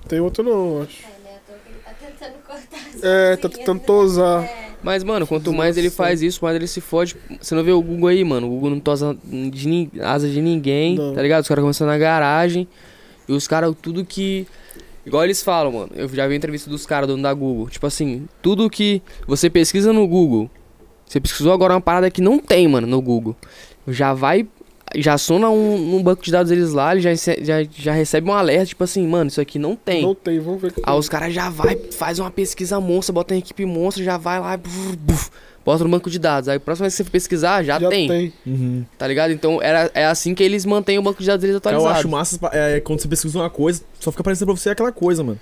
Tem outro não, eu acho. É, né? Tô- Ele tá tentando cortar as É, tá coisinhas, tentando né? tosar. É, Mas, mano, quanto mais ele faz isso, mais ele se fode. Você não vê o Google aí, mano. O Google não tosa de nin- asa de ninguém, Não. tá ligado? Os caras começando na garagem. E os caras, tudo que. Igual eles falam, mano. Eu já vi entrevista dos caras, dono da Google. Tipo assim, tudo que você pesquisa no Google. Você pesquisou agora uma parada que não tem, mano, no Google. Já vai. Já sona um, um banco de dados eles lá, ele já, rece- já, já recebe um alerta, tipo assim, mano, isso aqui não tem. Ah, Não tem, vamos ver. que- Aí os caras já vai, faz uma pesquisa monstra, bota uma equipe monstra, já vai lá, buf, buf, bota no banco de dados. Aí, a próxima vez que você pesquisar, já, Já tem, tem. Uhum. tá ligado? Então, era, é assim que eles mantêm o banco de dados deles Cara, Então eu atualizado. acho massa é, quando você pesquisa uma coisa, só fica parecendo pra você aquela coisa, mano.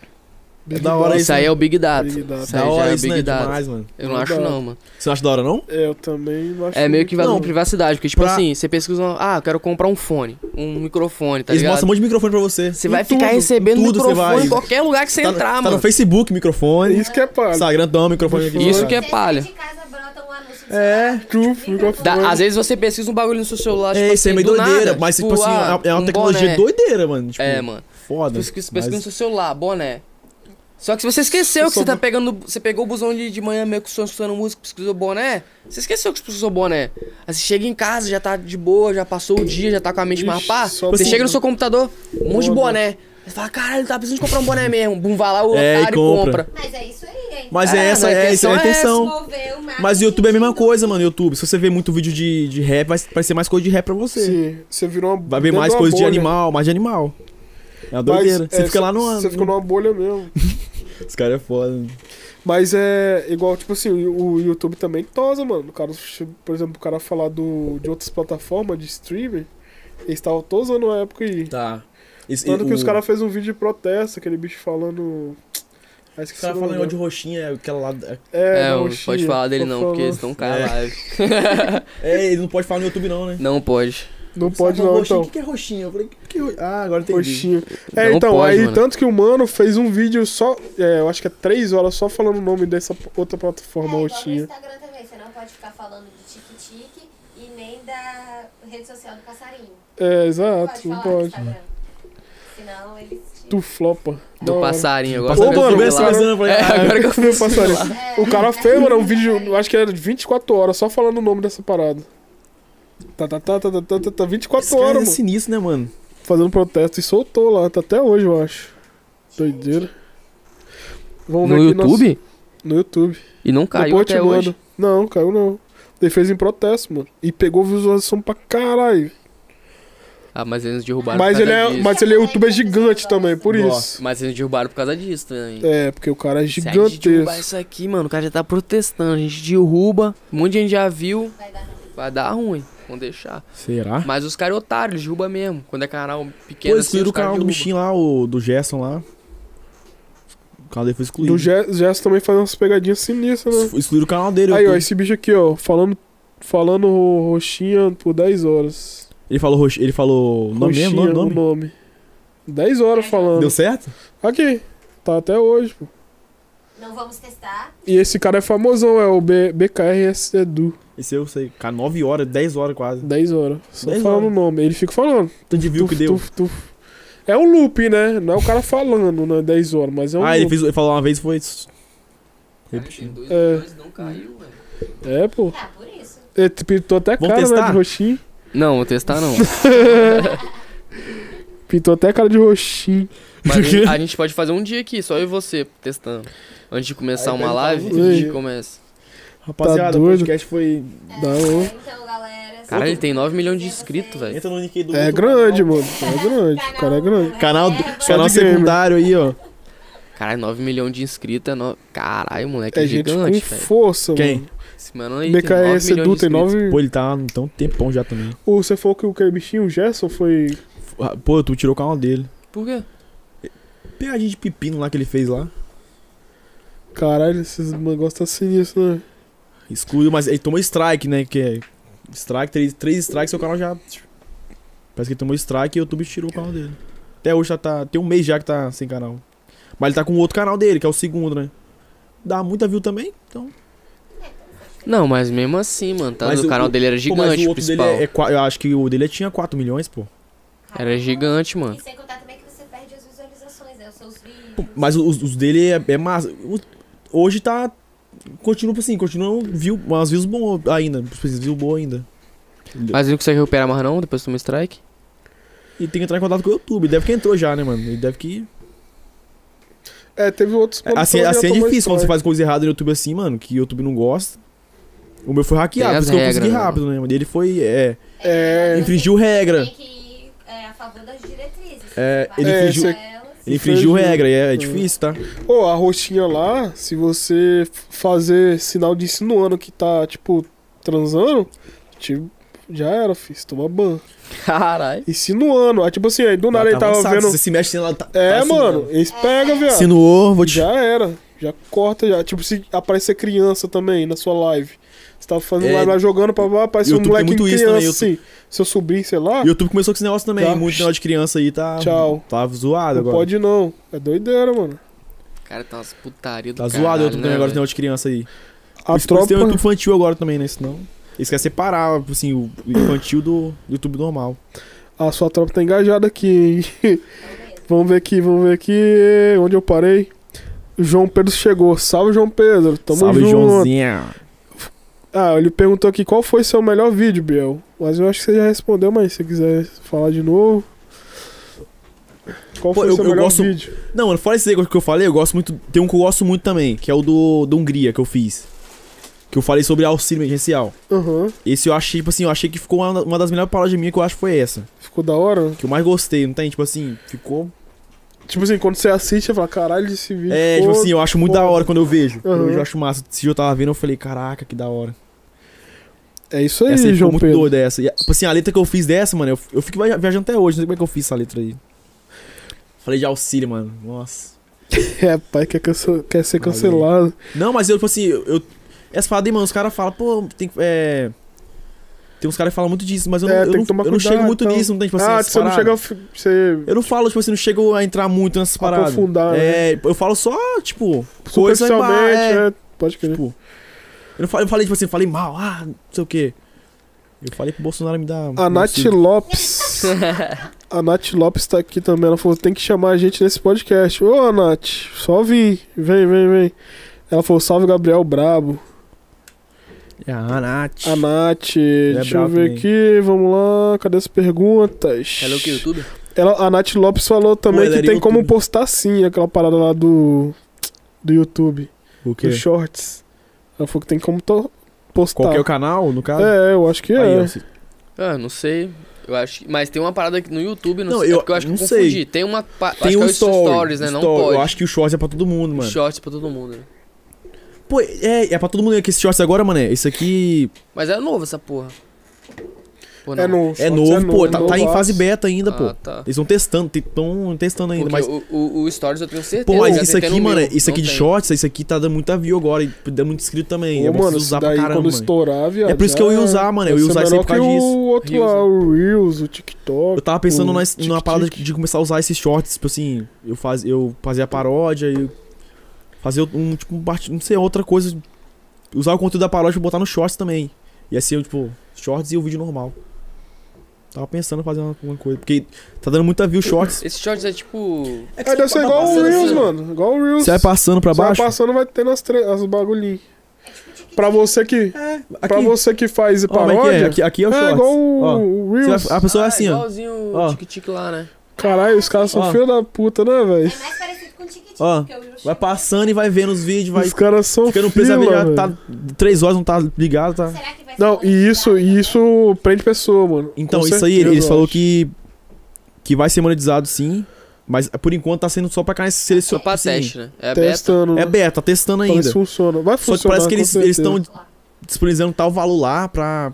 Big da hora Brother. Isso aí é o Big Data. Big Data. Isso aí Da já hora é isso, Big né? Data. Demais, mano. Eu não Big acho, Data. não, mano. Você não acha da hora, não? É, eu também não acho É meio muito que valor Não. privacidade, porque, tipo Pra- assim, você pesquisa, uma- ah, eu quero comprar um fone, um microfone, tá Eles ligado? mostram um monte de microfone pra você. Você Em vai tudo, ficar em recebendo tudo você microfone vai. em qualquer lugar que você tá, no- entrar, Tá mano. no Facebook, microfone. Isso que é palha. Instagram, dá um microfone aqui. Isso sabe? que é palha. De casa brota um anúncio de É, celular, tipo, tu, fica ficou com- Dá- Mano. às vezes você pesquisa um bagulho no seu celular, tipo É, isso assim, é meio do doideira, nada, mas, tipo assim, ah, é- é uma um tecnologia boné. doideira, mano. Tipo, É, mano. Foda. Você pesquisa pesquisa no Mas- seu celular, boné. Só que se você esqueceu que sou você tá bo- pegando. Você pegou o busão de, de manhã meio que só escutando música, pesquisou boné. Você esqueceu que você pesquisou boné. Aí você chega em casa, já tá de boa, já passou o dia, já tá com a mente Ixi, mais pá. só Você boné. chega no seu computador, um monte de Boné. boné. Você fala, caralho, tá precisando de comprar um boné mesmo. Bum, vai lá o É, e otário e compra. compra. Mas é isso aí, hein? Mas é, É, essa, mas a é, essa intenção é a é então, intenção. Desenvolver o marketing Mas o YouTube é a mesma do- coisa, mano. YouTube, se você vê muito vídeo de, de rap, vai, vai ser mais coisa de rap pra você. Sim, você virou uma. Vai ver dentro mais uma coisa de bolha. animal, mais de animal. É uma Mas, doideira. você é, fica lá no ano. né? Você fica numa bolha mesmo. Os caras é foda. Mas é igual, tipo assim, o o YouTube também tosa, mano. O cara, por exemplo, o cara falar do, de outras plataformas de streaming, eles estavam tosando na época aí. Tá. Esse, Tanto que o- os caras fez um vídeo de protesto, aquele bicho falando. Ah, Os esqueci caras o nome. falam negócio de roxinha, é aquela lá. É, É, da eu- roxinha. pode falar dele Tô não, porque falando. eles estão cara É. live. É, ele não pode falar no YouTube, não, né? Não pode. Não pode Sabe, não, roxinha, então. O que que é roxinha? Eu falei, que que é roxinha? Ah, agora entendi. Roxinha. É, Não então, pode, aí mano. tanto que o mano fez um vídeo só, é, eu acho que é três horas só falando o nome dessa p- outra É, plataforma igual no roxinha. Instagram também, você não pode ficar falando de tique-tique e nem da rede social do passarinho. É, Não exato, não pode falar no pode. né? Instagram. Senão eles te... Tu flopa. Da Do hora. passarinho agora. Ô, você vai mano, ver esse lá. mesmo ano eu falei, "Ah, É, caralho. agora que eu Meu fiz. passarinho. É, O <laughs> cara é fez, mano, um muito vídeo, eu passarinho. acho que era de 24 horas, só falando o nome dessa parada. Tá, tá, tá, tá, tá, tá, tá, tá 24 Esse cara horas, é mano. sinistro, né, mano? Fazendo protesto e soltou lá, tá até hoje, eu acho. Doideira. Vamos No ver aqui nosso- YouTube? No YouTube. E não caiu Depois eu te até mando. hoje. Não, caiu não. Ele fez em protesto, mano. E pegou visualização pra caralho. Ah, mas eles derrubaram Mas por ele, causa é, disso. mas ele é youtuber gigante também, por isso. Mas eles derrubaram por causa disso também. É, porque o cara é Se a gente derrubar gigantesco. isso aqui, mano, o cara já tá protestando. A gente derruba, um monte de gente já viu, Vai dar ruim. vai dar ruim. Vão deixar. Será? Mas os caras é otário, eles derrubam mesmo. Quando é canal pequeno, Pô, assim, excluíram os o canal do derrubam. bichinho lá, o do Gerson lá. O canal dele foi excluído. Do Ge- Gesso também faz umas pegadinhas sinistras, né? Ex- Excluíram o canal dele. Aí, eu ó, tô- esse bicho aqui, ó, falando, falando ro- roxinha por 10 horas. Ele falou roxo, ele falou nome roxinha, mesmo, nome, o nome. nome. 10 horas falando. Deu certo? Aqui, tá até hoje, pô. Não vamos testar. E esse cara é famosão, é o B BKRS Edu. Esse eu sei, cara, 9 horas, 10 horas quase. 10 horas. Só 10 falando o horas. nome. Ele fica falando. Tanto de view que Tuf, deu. tuf, tuf. É um loop, né? Não é o cara falando, né? 10 horas, mas é um Ah, ele loop. fez, ele falou uma vez e foi s- Cara, tem repetindo. dois, É. dois, não caiu, velho. É, pô. Ah, por isso. Ele te pintou até a Vamos cara, né? testar? De roxinho. <laughs> Não, vou testar não. Pintou até a cara de roxinho. Mas a gente- a gente pode fazer um dia aqui, só eu e você testando. Antes de começar Aí uma ele fala live, muito a gente dia. começa. Rapaziada, o Tá doido? podcast foi É, Dá um- então, galera. Cara, ele se- tem 9 milhões de inscritos, velho. Entra no link aí do É outro grande, canal. mano. É grande. O cara é grande. Canal, É, do- canal secundário aí, ó. Caralho, 9 milhões de inscritos é no... Caralho, moleque, é, É gente gigante, com velho. força, Quem? mano. Esse mano aí tem 9 milhões BKS de Edu tem inscritos. 9. Pô, ele tá há um tempão já também. Você falou que o que é bichinho, o Gerson, foi. Pô, tu tirou o canal dele. Por quê? Pegadinha de pepino lá que ele fez lá. Caralho, esses negócios tá sinistro, né? Excluiu, mas ele tomou strike, né? Que é. Strike, três, três strikes, seu canal já. Parece que ele tomou strike e o YouTube tirou o canal dele. Até hoje já tá. Tem um mês já que tá sem canal. Mas ele tá com outro canal dele, que é o segundo, né? Dá muita view também, então. Não, mas mesmo assim, mano, tá, Mas o, o- canal dele era Pô, mas gigante, o o outro dele principal. é, é qua- Eu acho que o dele tinha 4 milhões, pô. Era gigante, mano. E sem contar também que você perde as visualizações, né? Os seus vídeos. Mas os, os dele é, é massa. O- Hoje tá. Continua assim, continua um view, umas views boas ainda. Views boas ainda. Mas ele não consegue recuperar mais não, depois toma <laughs> strike? E tem que entrar em contato com o YouTube. Deve que entrou já, né, mano? Ele deve que. É, teve outros. É, Assim, assim é difícil quando você faz coisa errada no YouTube assim, mano, que o YouTube não gosta. O meu foi Tem hackeado, por as isso que eu regras, consegui né, rápido, né? mano? Ele foi. É, É. você infringiu regra. Tem que ir é, a favor das diretrizes. É, Você ele vai infringiu- com elas. Ele infringiu Infringiu. regra e é, é difícil, tá? Ô, a roxinha lá, se você f- fazer sinal de insinuando que tá, tipo, transando, tipo, já era, filho. Você toma ban. Caralho. Insinuando. Aí, tipo assim, aí do nada Ela ele tá tava avançada, vendo. Você se mexe, ela tá. É, tá mano, eles pegam, viado. Sinuou, vou te. Já era. Já corta, já. Tipo, se aparecer criança também na sua live. Você tava fazendo É, live lá jogando pra lá, aparece um YouTube tem moleque em muito isso criança, também, assim. Seu sobrinho, sei lá. YouTube começou com esse negócio também. Tá. Muito negócio de criança aí tá. Tchau. Tá zoado Não agora. pode não. É doideira, mano. Cara, tá umas putaria do Tá caralho, zoado o YouTube né, também agora velho? esse negócio de criança aí. A Isso por isso tropa. tem o YouTube infantil agora também, né? Senão. Eles querem separar, assim, o infantil do do YouTube normal. A sua tropa tá engajada aqui, hein? <laughs> mesmo. vamos ver aqui, vamos ver aqui. Onde eu parei? João Pedro chegou. Salve, João Pedro. Tamo Salve, junto. Joãozinho. Ah, ele perguntou aqui qual foi seu melhor vídeo, Biel. Mas eu acho que você já respondeu, mas se você quiser falar de novo. Qual Pô, foi eu- seu eu melhor gosto- vídeo? Não, mano, fora esse negócio que eu falei, eu gosto muito. Tem um que eu gosto muito também, que é o do, do Hungria que eu fiz. Que eu falei sobre auxílio emergencial. Aham. Esse eu achei, tipo assim, eu achei que ficou uma, uma das melhores paródias minhas que eu acho foi essa. Ficou da hora? Que eu mais gostei, não tem? Tipo assim, ficou. Tipo assim, quando você assiste, você fala, caralho, esse vídeo. É, ficou- tipo assim, eu acho muito da hora quando eu vejo. Quando eu Aham. vejo, eu acho massa. Se eu tava vendo, eu falei, caraca, que da hora. É isso aí, essa aí ficou João muito Pedro. doida essa. E, tipo assim, a letra que eu fiz dessa, mano, eu, eu fico viaja- viajando até hoje, não sei como é que eu fiz essa letra aí. Falei de auxílio, mano. Nossa. <laughs> É, pai, quer, cance- quer ser Valeu. cancelado. Não, mas eu, tipo assim, eu. eu essa parada aí, mano, os caras falam, pô, tem que. É. Tem uns caras que falam muito disso, mas eu não, É, eu tem não, que tomar eu não cuidado, chego muito então. nisso, não tem, tipo assim, ah, essas você não paradas. chega. a fi- Você Eu não falo, tipo assim, não chego a entrar muito nessas paradas. aprofundar, né? É, eu falo só, tipo. coisa em bar- Superficialmente, é. é. Pode crer. Tipo. Eu, não falei, eu falei, tipo assim, falei mal, ah, não sei o quê. Eu falei pro Bolsonaro me dar. A Nath auxílio. Lopes. A Nath Lopes tá aqui também. Ela falou: tem que chamar a gente nesse podcast. Ô, Nath, só vim. Vem, vem, vem. Ela falou: salve, Gabriel Brabo. É, a Nath. A Nath. deixa eu brabo ver também. aqui. Vamos lá. Cadê as perguntas? Ela é o que, YouTube? Ela- a Nath Lopes falou Pô, também ela que era tem como youtuber. postar sim aquela parada lá do. Do YouTube. O quê? Dos shorts. Ela falou que tem como to- postar. Qual que é o canal, no caso? Tá. É, eu acho que é. Aí, ó, se- Ah, não sei. Eu acho que... Mas tem uma parada aqui no YouTube, não, Não, sei. eu- é porque eu acho que não eu confundi. sei. Tem uma... Pa... acho Tem que é um o story, Stories, né? não story. pode. Eu acho que o shorts é pra todo mundo, mano. Shorts pra todo mundo, né? Pô, é, é pra todo mundo que esse shorts agora, mano. é Esse aqui Mas é novo essa porra. Ou É não? novo. é shorts novo, pô. Tá, tá em novaço. fase beta ainda, pô. Ah, tá. Eles estão testando, estão testando ainda, Porque mas. o, o, o Stories eu tenho certeza. Pô, mas já isso tem até aqui, no mano, meu. isso aqui Não de tem. shorts, isso aqui tá dando muita view agora e dá muito inscrito também. é Ô, bom mano, vocês isso usar pra daí caramba. quando mano. estourar, viado. É por isso que eu já ia usar, mano. Eu vai ia ser usar isso aí melhor por causa que disso. O outro Reels, lá, né? o Reels, o TikTok. Eu tava pensando o nós- tic-tic. numa parada de começar a usar esses shorts, tipo assim, eu, faz, eu fazia paródia e fazer um, tipo, um, part- não sei, outra coisa. Usar o conteúdo da paródia e botar no shorts também. E assim, eu, tipo, shorts e o vídeo normal. Tava pensando em fazer alguma coisa, porque tá dando muita view shorts. Esse shorts é tipo. É, deve ser igual o passando Reels, assim, ó. mano. Igual o Reels. né? Você vai passando pra Você vai baixo? passando, vai tendo as, tre... as bagulhinhos. É tipo Pra você que. É, Aqui. Pra você que faz Ó, como é que é? paródia. Aqui, aqui é o shorts. É igual Ó, o você Reels. vai- a pessoa é ah, assim, ó. igualzinho Ó. o tic-tic lá, né? Caralho, os caras são Ó. filho da puta, né, velho? É mais parecido com o Tiquitinho, Ó, porque o Will Vai chegou- passando e vai vendo os vídeos, vai Os caras são ficando fila, preso já é velho. tá três horas, não tá ligado, tá. Será que vai ser Não, e isso, monetizado? e isso prende pessoa, mano. Então, Com isso aí, certeza, eles eu falou acho. que que vai ser monetizado sim, mas por enquanto tá sendo só assim, pra canais Só selecionados. pra teste, né? É beta. Testando. É beta, tá testando Parece ainda. funciona. Vai Só funcionar. que parece que com eles eles certeza. estão disponibilizando tal valor lá pra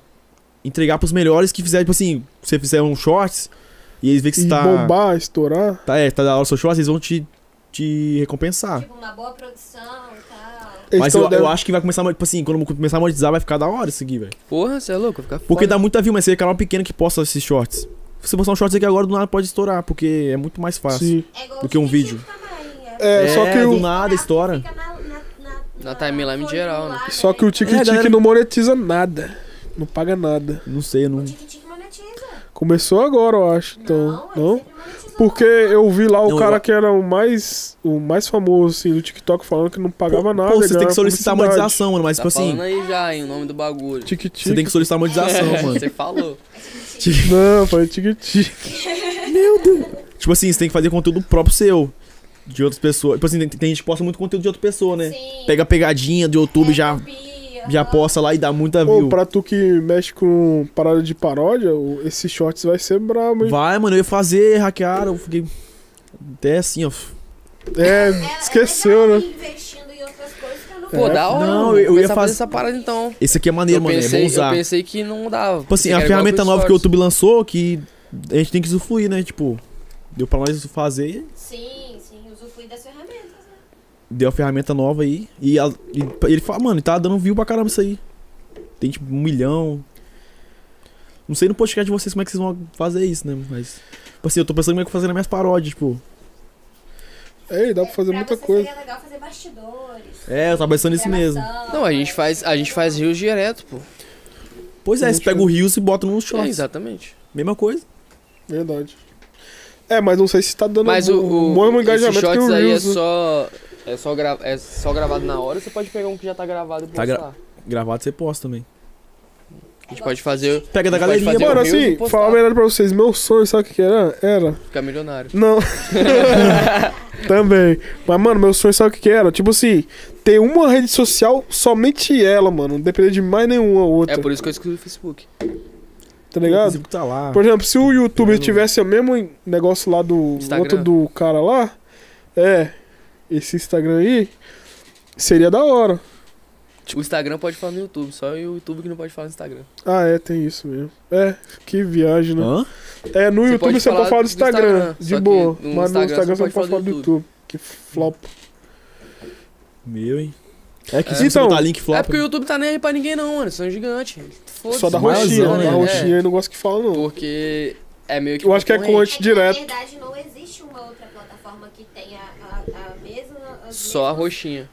entregar pros melhores que fizer, tipo assim, você fizer um shorts e eles veem que E você tá bombar, estourar. tá é, tá da hora o seu shorts, eles vão te te recompensar. Tipo, uma boa produção e tal. Eles Mas tão eu, dando- eu acho que vai começar, tipo assim, quando começar a monetizar vai ficar da hora isso aqui, velho. Porra, você é louco, vai ficar Porque foda. dá muita view, mas você é canal pequeno que posta esses shorts. Se você postar um shorts aqui agora, do nada pode estourar, porque é muito mais fácil. Sim. É igual Do que um o Tiquitinho vídeo. com a Marinha. É, só que do o, nada estoura. Fica na, na, na, Na timeline em geral, né? lá, só que o Tic Tic É, galera- não monetiza nada. Não paga nada. Não sei, eu não. O Tiquitinho monetiza. Começou agora, eu acho. Então, Não, ele não? sempre monetizou. Porque eu vi lá o Não, cara eu- que era o mais o mais famoso assim do TikTok falando que não pagava nada. Pô, você tem ganhava que solicitar a publicidade. monetização, mano. Mas, Tá tipo assim, falando aí já, hein, o nome do bagulho. Tic Tic. você tem que solicitar a monetização, <laughs> É, mano. <laughs> Você falou. Não, foi Tic Tic. Tipo assim, você tem que fazer conteúdo próprio seu. De outras pessoas. Tipo assim, tem, tem gente que posta muito conteúdo de outra pessoa, né? Sim. Pega a pegadinha do YouTube, já, Copia, já posta lá e dá muita Ô, view. pra tu que mexe com parada de paródia, o- esse shorts vai ser brabo, hein? Vai, mano, eu ia fazer, hackearam. Eu fiquei. Até assim, ó. É, Ela- esqueceu, ela né? já investindo em outras coisas que eu não Pô, É. da hora. Não, mano. eu- eu ia Começar a fazer- fazer essa parada então. Esse aqui é maneiro, eu, mano. pensei, é bom usar. eu pensei que não dava. Tipo assim, Era a igual ferramenta pro nova que o Stories. YouTube lançou, que a gente tem que usufruir, né? Tipo, deu pra nós fazer, Sim, sim, usufruir das ferramentas, né? deu a ferramenta nova aí. E, a- e ele fala, mano, tá dando view pra caramba isso aí. Tem tipo um milhão. Não sei no podcast de vocês como é que vocês vão fazer isso, né? Mas. Tipo assim, eu tô pensando como é que eu vou fazer nas minhas paródias, tipo. Ei, dá pra fazer pra muita você coisa. Seria legal fazer bastidores. É, eu tava pensando nisso mesmo. gravação, Não, a gente faz, a gente faz rios direto, pô. Pois é, você pega o Rios e bota num É, shorts. exatamente. Mesma coisa. Verdade. É, mas não sei se tá dando Mas um, o, bom- o, um bom esse engajamento que shorts o aí é Reels. né? só, é, só gra- é só gravado na hora, você pode pegar um que já tá gravado e Tá postar. gra- Gravado você posta também. A gente pode fazer, Pega da Pode fazer galeria, o Mano, mano. Reels e assim, postar. falar a verdade pra vocês, meu sonho, sabe o que que era? Era. ficar milionário. <laughs> Não. Também. Mas, mano, meu sonho, sabe o que que era? Tipo assim, ter uma rede social, somente ela, mano. Não depender de mais nenhuma outra. É por isso que eu excluí o Facebook. Tá ligado? O tá lá. Por exemplo, se o YouTube tivesse o mesmo negócio lá do Instagram. outro do cara lá, é, esse Instagram aí, seria da hora. Tipo, O Instagram pode falar no YouTube, só o YouTube que não pode falar no Instagram. Ah, é, tem isso mesmo. É, que viagem, né? Hã? É, no YouTube pode você pode falar falar do do Instagram, Instagram, só de que boa. no Mas Instagram no Instagram você não pode falar do YouTube. Que flop. Meu, hein? É que É. se você Então, botar link flop. É porque o YouTube tá nem aí pra ninguém não, mano. Isso é um gigante. Foda-se. Só da mais roxinha, razão, né? né? Da roxinha É, eu não gosto que fala, não. porque é meio que Eu acho que é concorrente. corte É que, na direto. verdade, não existe uma outra plataforma que tenha a, a, a mesma. as Só a mesmas- roxinha.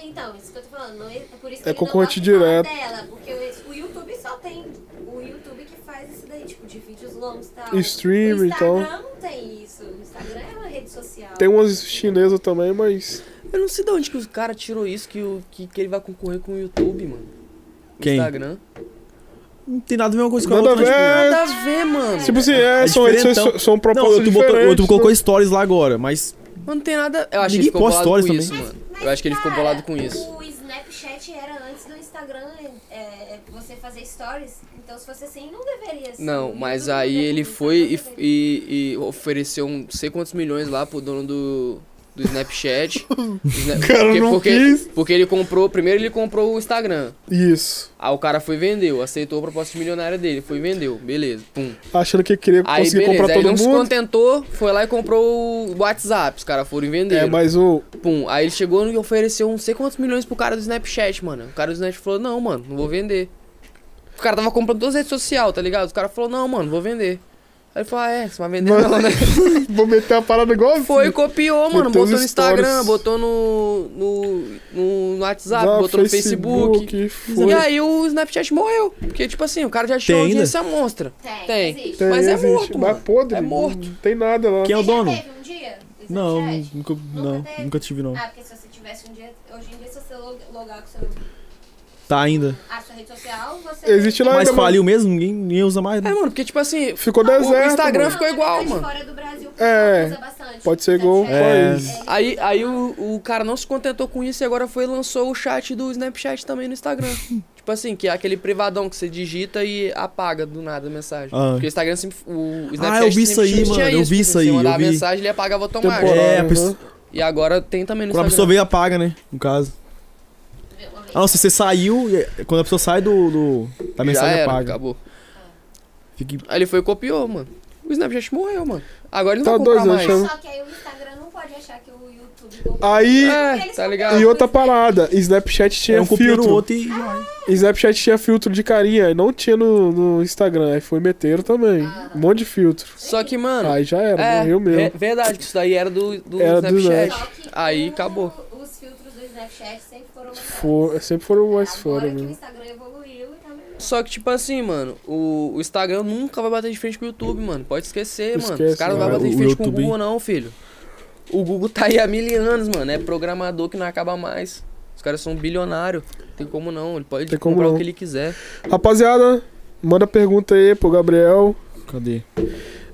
Então, isso que eu tô falando. Não é, é por isso É que ele concorrente não gosta de falar Dela, porque o, o YouTube só tem. O YouTube que faz isso daí, tipo, de vídeos longos e tal. E streaming, o Instagram então. não tem isso. O Instagram é uma rede social. Tem um umas chinesas também, mas. Eu não sei de onde que o cara tirou isso, que, o, que, que ele vai concorrer com o YouTube, mano. Quem? Instagram. Não tem nada a mesma coisa com a Nada a outra. tipo, ver. Nada a ver, mano. Tipo assim, é, É são, redes diferentão. sociais- são Não, o propostas YouTube botou, o diferentes. YouTube né? colocou stories lá agora, mas. Mas Não tem nada. Eu acho Ninguém que ele ficou posta bolado com stories isso, também. mano. Mas, Eu acho que ele ficou cara, bolado com isso. O Snapchat era antes do Instagram é, você fazer stories. Então, se fosse assim, não deveria ser. Não, mas Não aí deveria, ele não foi e, deveria. e- e ofereceu um, não sei quantos milhões lá pro dono do, do <laughs> Snapchat. Sna- cara porque, não porque, quis. porque ele comprou. Primeiro ele comprou o Instagram. né? Isso. Aí o cara foi e vendeu. Aceitou a proposta milionária dele. Foi e vendeu. Beleza. Pum. Achando que queria Aí conseguir beleza. comprar aí todo não se mundo. contentou, foi lá e comprou o WhatsApp. Os caras foram e venderam. É, mas o. <laughs> Pum. Aí ele chegou e ofereceu não sei quantos milhões pro cara do Snapchat, mano. O cara do Snapchat falou, não, mano, não vou vender. O cara tava comprando todas as redes sociais, tá ligado? O cara falou, não, mano, vou vender. Aí ele falou, ah, é, você vai vender Mano. não, né? Vou meter a parada igual <laughs> assim. Foi, copiou, mano. Botou Botou os no Instagram, stories. botou no, no, no, no WhatsApp, Ah, botou no Facebook. e E foi. aí o Snapchat morreu. Porque, tipo assim, o cara já tinha Tem uma ainda? audiência monstra. Tem, Tem. existe. Tem, mas é existe. morto, Mas mano. podre, É não- morto. Não tem nada lá. Quem é o Você já dono? teve um dia? Snapchat? Não, nunca, não, teve? nunca tive não. Ah, porque se você tivesse um dia. Hoje em dia, se você log- logar com seu, Tá ainda. a sua rede social, você. Existe lá Mas ainda, mano. faliu mesmo, ninguém, ninguém usa mais. É, né? mano, porque, tipo assim, Ficou o deserto. Instagram mano. ficou igual, de mano. Fora do Brasil, É, usa bastante. Pode ser igual o Snapchat. É. país. É, Aí, aí o, o cara não se contentou com isso e agora foi e lançou o chat do Snapchat também no <laughs> Instagram. tipo assim, que é aquele privadão que você digita e apaga do nada a mensagem. Ah. Porque o Instagram sempre. O Ah, Snapchat eu vi isso aí, sempre tinha mano, eu vi tipo, isso você aí, eu mandava vi. a mensagem, ele apagava automático. Temporário. É, a Aham. pessoa, E agora tem também no quando a pessoa Instagram. veio, apaga, né? No caso. uma vez. Ah, não, se você saiu, e- é, quando a pessoa sai do. do- da Já tá mensagem era, apaga. acabou. Fica... Aí ele foi e copiou, mano. O Snapchat morreu, mano. Agora ele não Tá vai comprar dois anos, mais. chama- Só que aí o Instagram não pode achar que o YouTube. comprou. Aí. É, Eles tá são ligado? E outra parada, Snapchat tinha É um copia no filtro. outro e. Snapchat tinha filtro de carinha, e não tinha no, no Instagram. Aí foi meteram também. Um monte de filtro. Só que, mano. Ah, Aí já era, é, morreu mesmo. é verdade, que isso daí era do, do Era do Snapchat. Só que Aí o- acabou. Os filtros do Snapchat sempre foram mais For- sempre foram mais Agora fora, que o mesmo. Instagram evoluiu e tá melhor. Só que, tipo assim, mano, o, o Instagram nunca vai bater de frente com o YouTube, mano. Pode esquecer, mano. Esquece, Os caras não cara. vão bater de O frente com o YouTube, Google, não, filho. O Google tá aí há mil anos, mano. É programador que não acaba mais. Os caras são bilionários. Tem como não. Ele pode Tem como comprar não. o que ele quiser. Rapaziada, manda pergunta aí pro Gabriel. Cadê?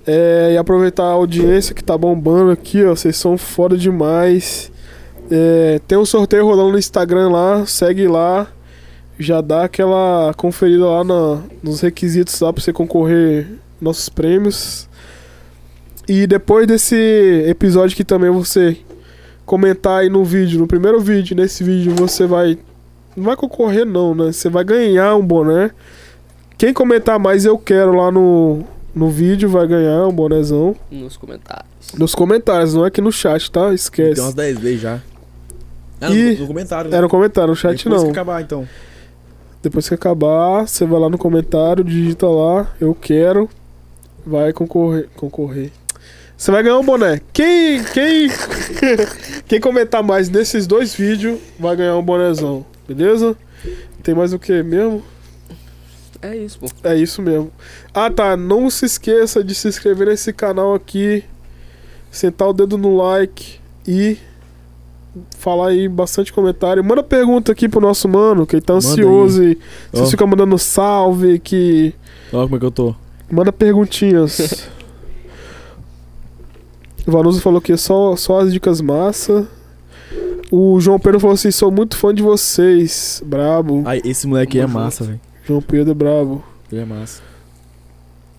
É, e aproveitar a audiência que tá bombando aqui, ó. Vocês são foda demais. É, tem um sorteio rolando no Instagram lá, segue lá. Já dá aquela conferida lá na- nos requisitos lá pra você concorrer nossos prêmios. E depois desse episódio que também você comentar aí no vídeo, no primeiro vídeo, nesse vídeo você vai. Não vai concorrer, não, né? Você vai ganhar um boné. Quem comentar mais eu quero lá no, no vídeo vai ganhar um bonézão. Nos comentários. Nos comentários, não é aqui no chat, tá? Esquece. Tem umas 10 vezes já. Ah, E- no, no comentário. né? Era no comentário, no chat Depois não. que acabar, então. Depois que acabar, você vai lá no comentário, digita lá, eu quero, vai concorrer. concorrer. Você vai ganhar um boné. Quem, quem, <laughs> quem comentar mais nesses dois vídeos vai ganhar um bonézão, beleza? Tem mais o que mesmo? É isso, pô. É isso mesmo. Ah tá, não se esqueça de se inscrever nesse canal aqui, sentar o dedo no like e falar aí bastante comentário. Manda pergunta aqui pro nosso mano, que ele tá Manda ansioso e Ó. vocês ficam mandando salve, que Olha como é que eu tô. manda <laughs> perguntinhas. o Vanuso falou que é só só as dicas massa. O João Pedro falou assim: "Sou muito fã de vocês". Brabo. Ai, esse moleque aí é Tamo junto. massa, velho. João Pedro é brabo. Ele é massa.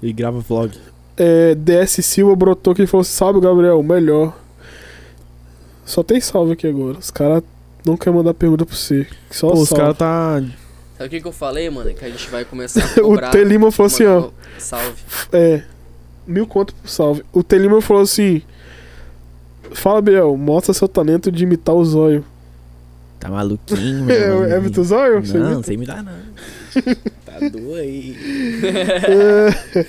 Ele grava vlog. É, DS Silva brotou aqui e falou: Salve, Gabriel, melhor. Só tem salve aqui agora. Os caras não querem mandar pergunta pra você. Só Pô, os salve. caras tá. Sabe o que, que eu falei, mano? É Que a gente vai começar a <laughs> <laughs> O cobrar... T. Lima falou assim: ó, mandar o- Salve. é. Mil conto pro salve. O T. Lima falou assim: Fala, Biel, mostra seu talento de imitar o zóio. Tá <laughs> maluquinho, É, é muito zóio? Você Não, imita? não sei me <laughs> dar, não. tá doido. É.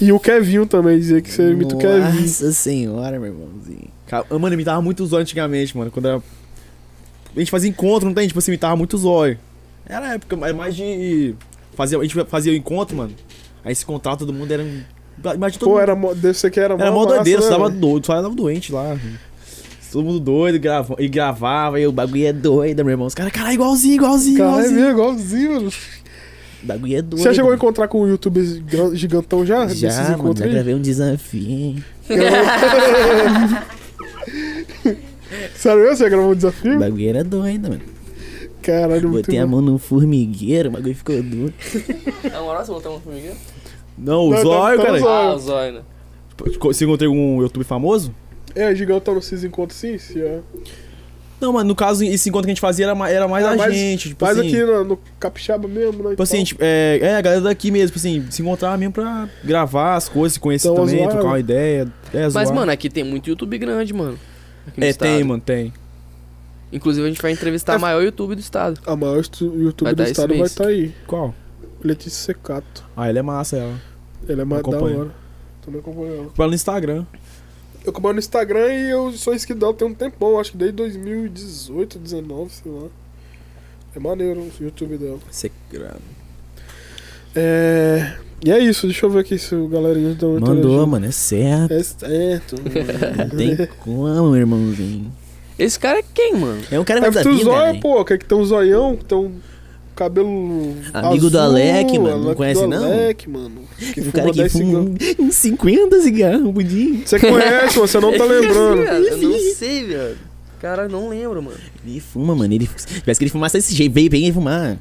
E o Kevinho também dizia que você imita o Kevinho. Nossa senhora, meu irmãozinho. Ca- Mano, imitava muito zóio antigamente, mano. Quando era. A gente fazia encontro, não tem? Tipo assim, imitava muito zóio. Era a época, mas mais de. Fazia, a gente fazia o encontro, mano. Aí se encontrava todo mundo era. um- Imagina todo Pô, mundo. era, mó- deve ser que era Era mó massa, doideira, né, só dava velho? doido, só dava doente lá. Todo mundo doido, grava, e gravava, e o bagulho é doido, meu irmão. Os caras, caralho, igualzinho, igualzinho, Caralho, é igualzinho. mesmo, igualzinho, mano. O bagulho é doido. Você já chegou a mano. encontrar com o YouTube gran- gigantão já? desses Já, mano, já encontros aí? gravei um desafio. Sério, mesmo? você gravou um O desafio? bagulho era doido, mano. Caralho, muito Botei a bom. mão no formigueiro, o bagulho ficou duro. Na moral, você botou uma formiguinha? Não, o Não, zóio, tá- tá no cara. Ah, Zóio. o zóio, né? Você encontrei um youtuber famoso? É, gigantão nesses encontros sim, sim. É. Não, mano, no caso, esse encontro que a gente fazia era, ma- era mais Era a mais- gente. Tipo Ah, Mas assim, aqui no, no Capixaba mesmo, né? Tipo assim, tipo, é, é, a galera daqui mesmo, tipo assim, se encontrar mesmo pra gravar as coisas, se conhecer Dar uma também, zoada. trocar uma ideia. É, Mas, zoar. mano, aqui tem muito YouTube grande, mano. Aqui no É, estado. tem, mano, tem. Inclusive, a gente vai entrevistar É- a maior YouTube do estado. tipo, A maior estu- youtuber Vai do dar esse estado vai mês. estar aí. Qual? Letícia Secato. Ah, ela é massa, ela. Ela é mais da acompanho. hora. Também acompanho ela. Pra ela no Instagram. Eu acompanho no Instagram e eu sou inscrito dela tem um tempão, acho que desde 2018, 2019, sei lá. É maneiro o YouTube dela. É. E é isso, deixa eu ver aqui se o galerinha deu uma Mandou, interagindo. mano, é certo. É certo, <laughs> mano. Não tem <laughs> como, irmãozinho. Esse cara é quem, mano? É um cara mais Deve da ter um vida, zóio, né? pô. Quer que tem um zoião, que tem um cabelo. Amigo do Alec, mano, não conhece, do não? Alec, mano. Que <laughs> Um fuma cara que 10 fuma cigarros. <laughs> um- 50 cigarros por dia. Você conhece, mano, você <laughs> não <laughs> tá lembrando. é Eu não sei, velho. Cara, eu não lembro, mano. Ele fuma, mano. Ele... Se tivesse que ele fumasse desse jeito, veio bem ia fumar.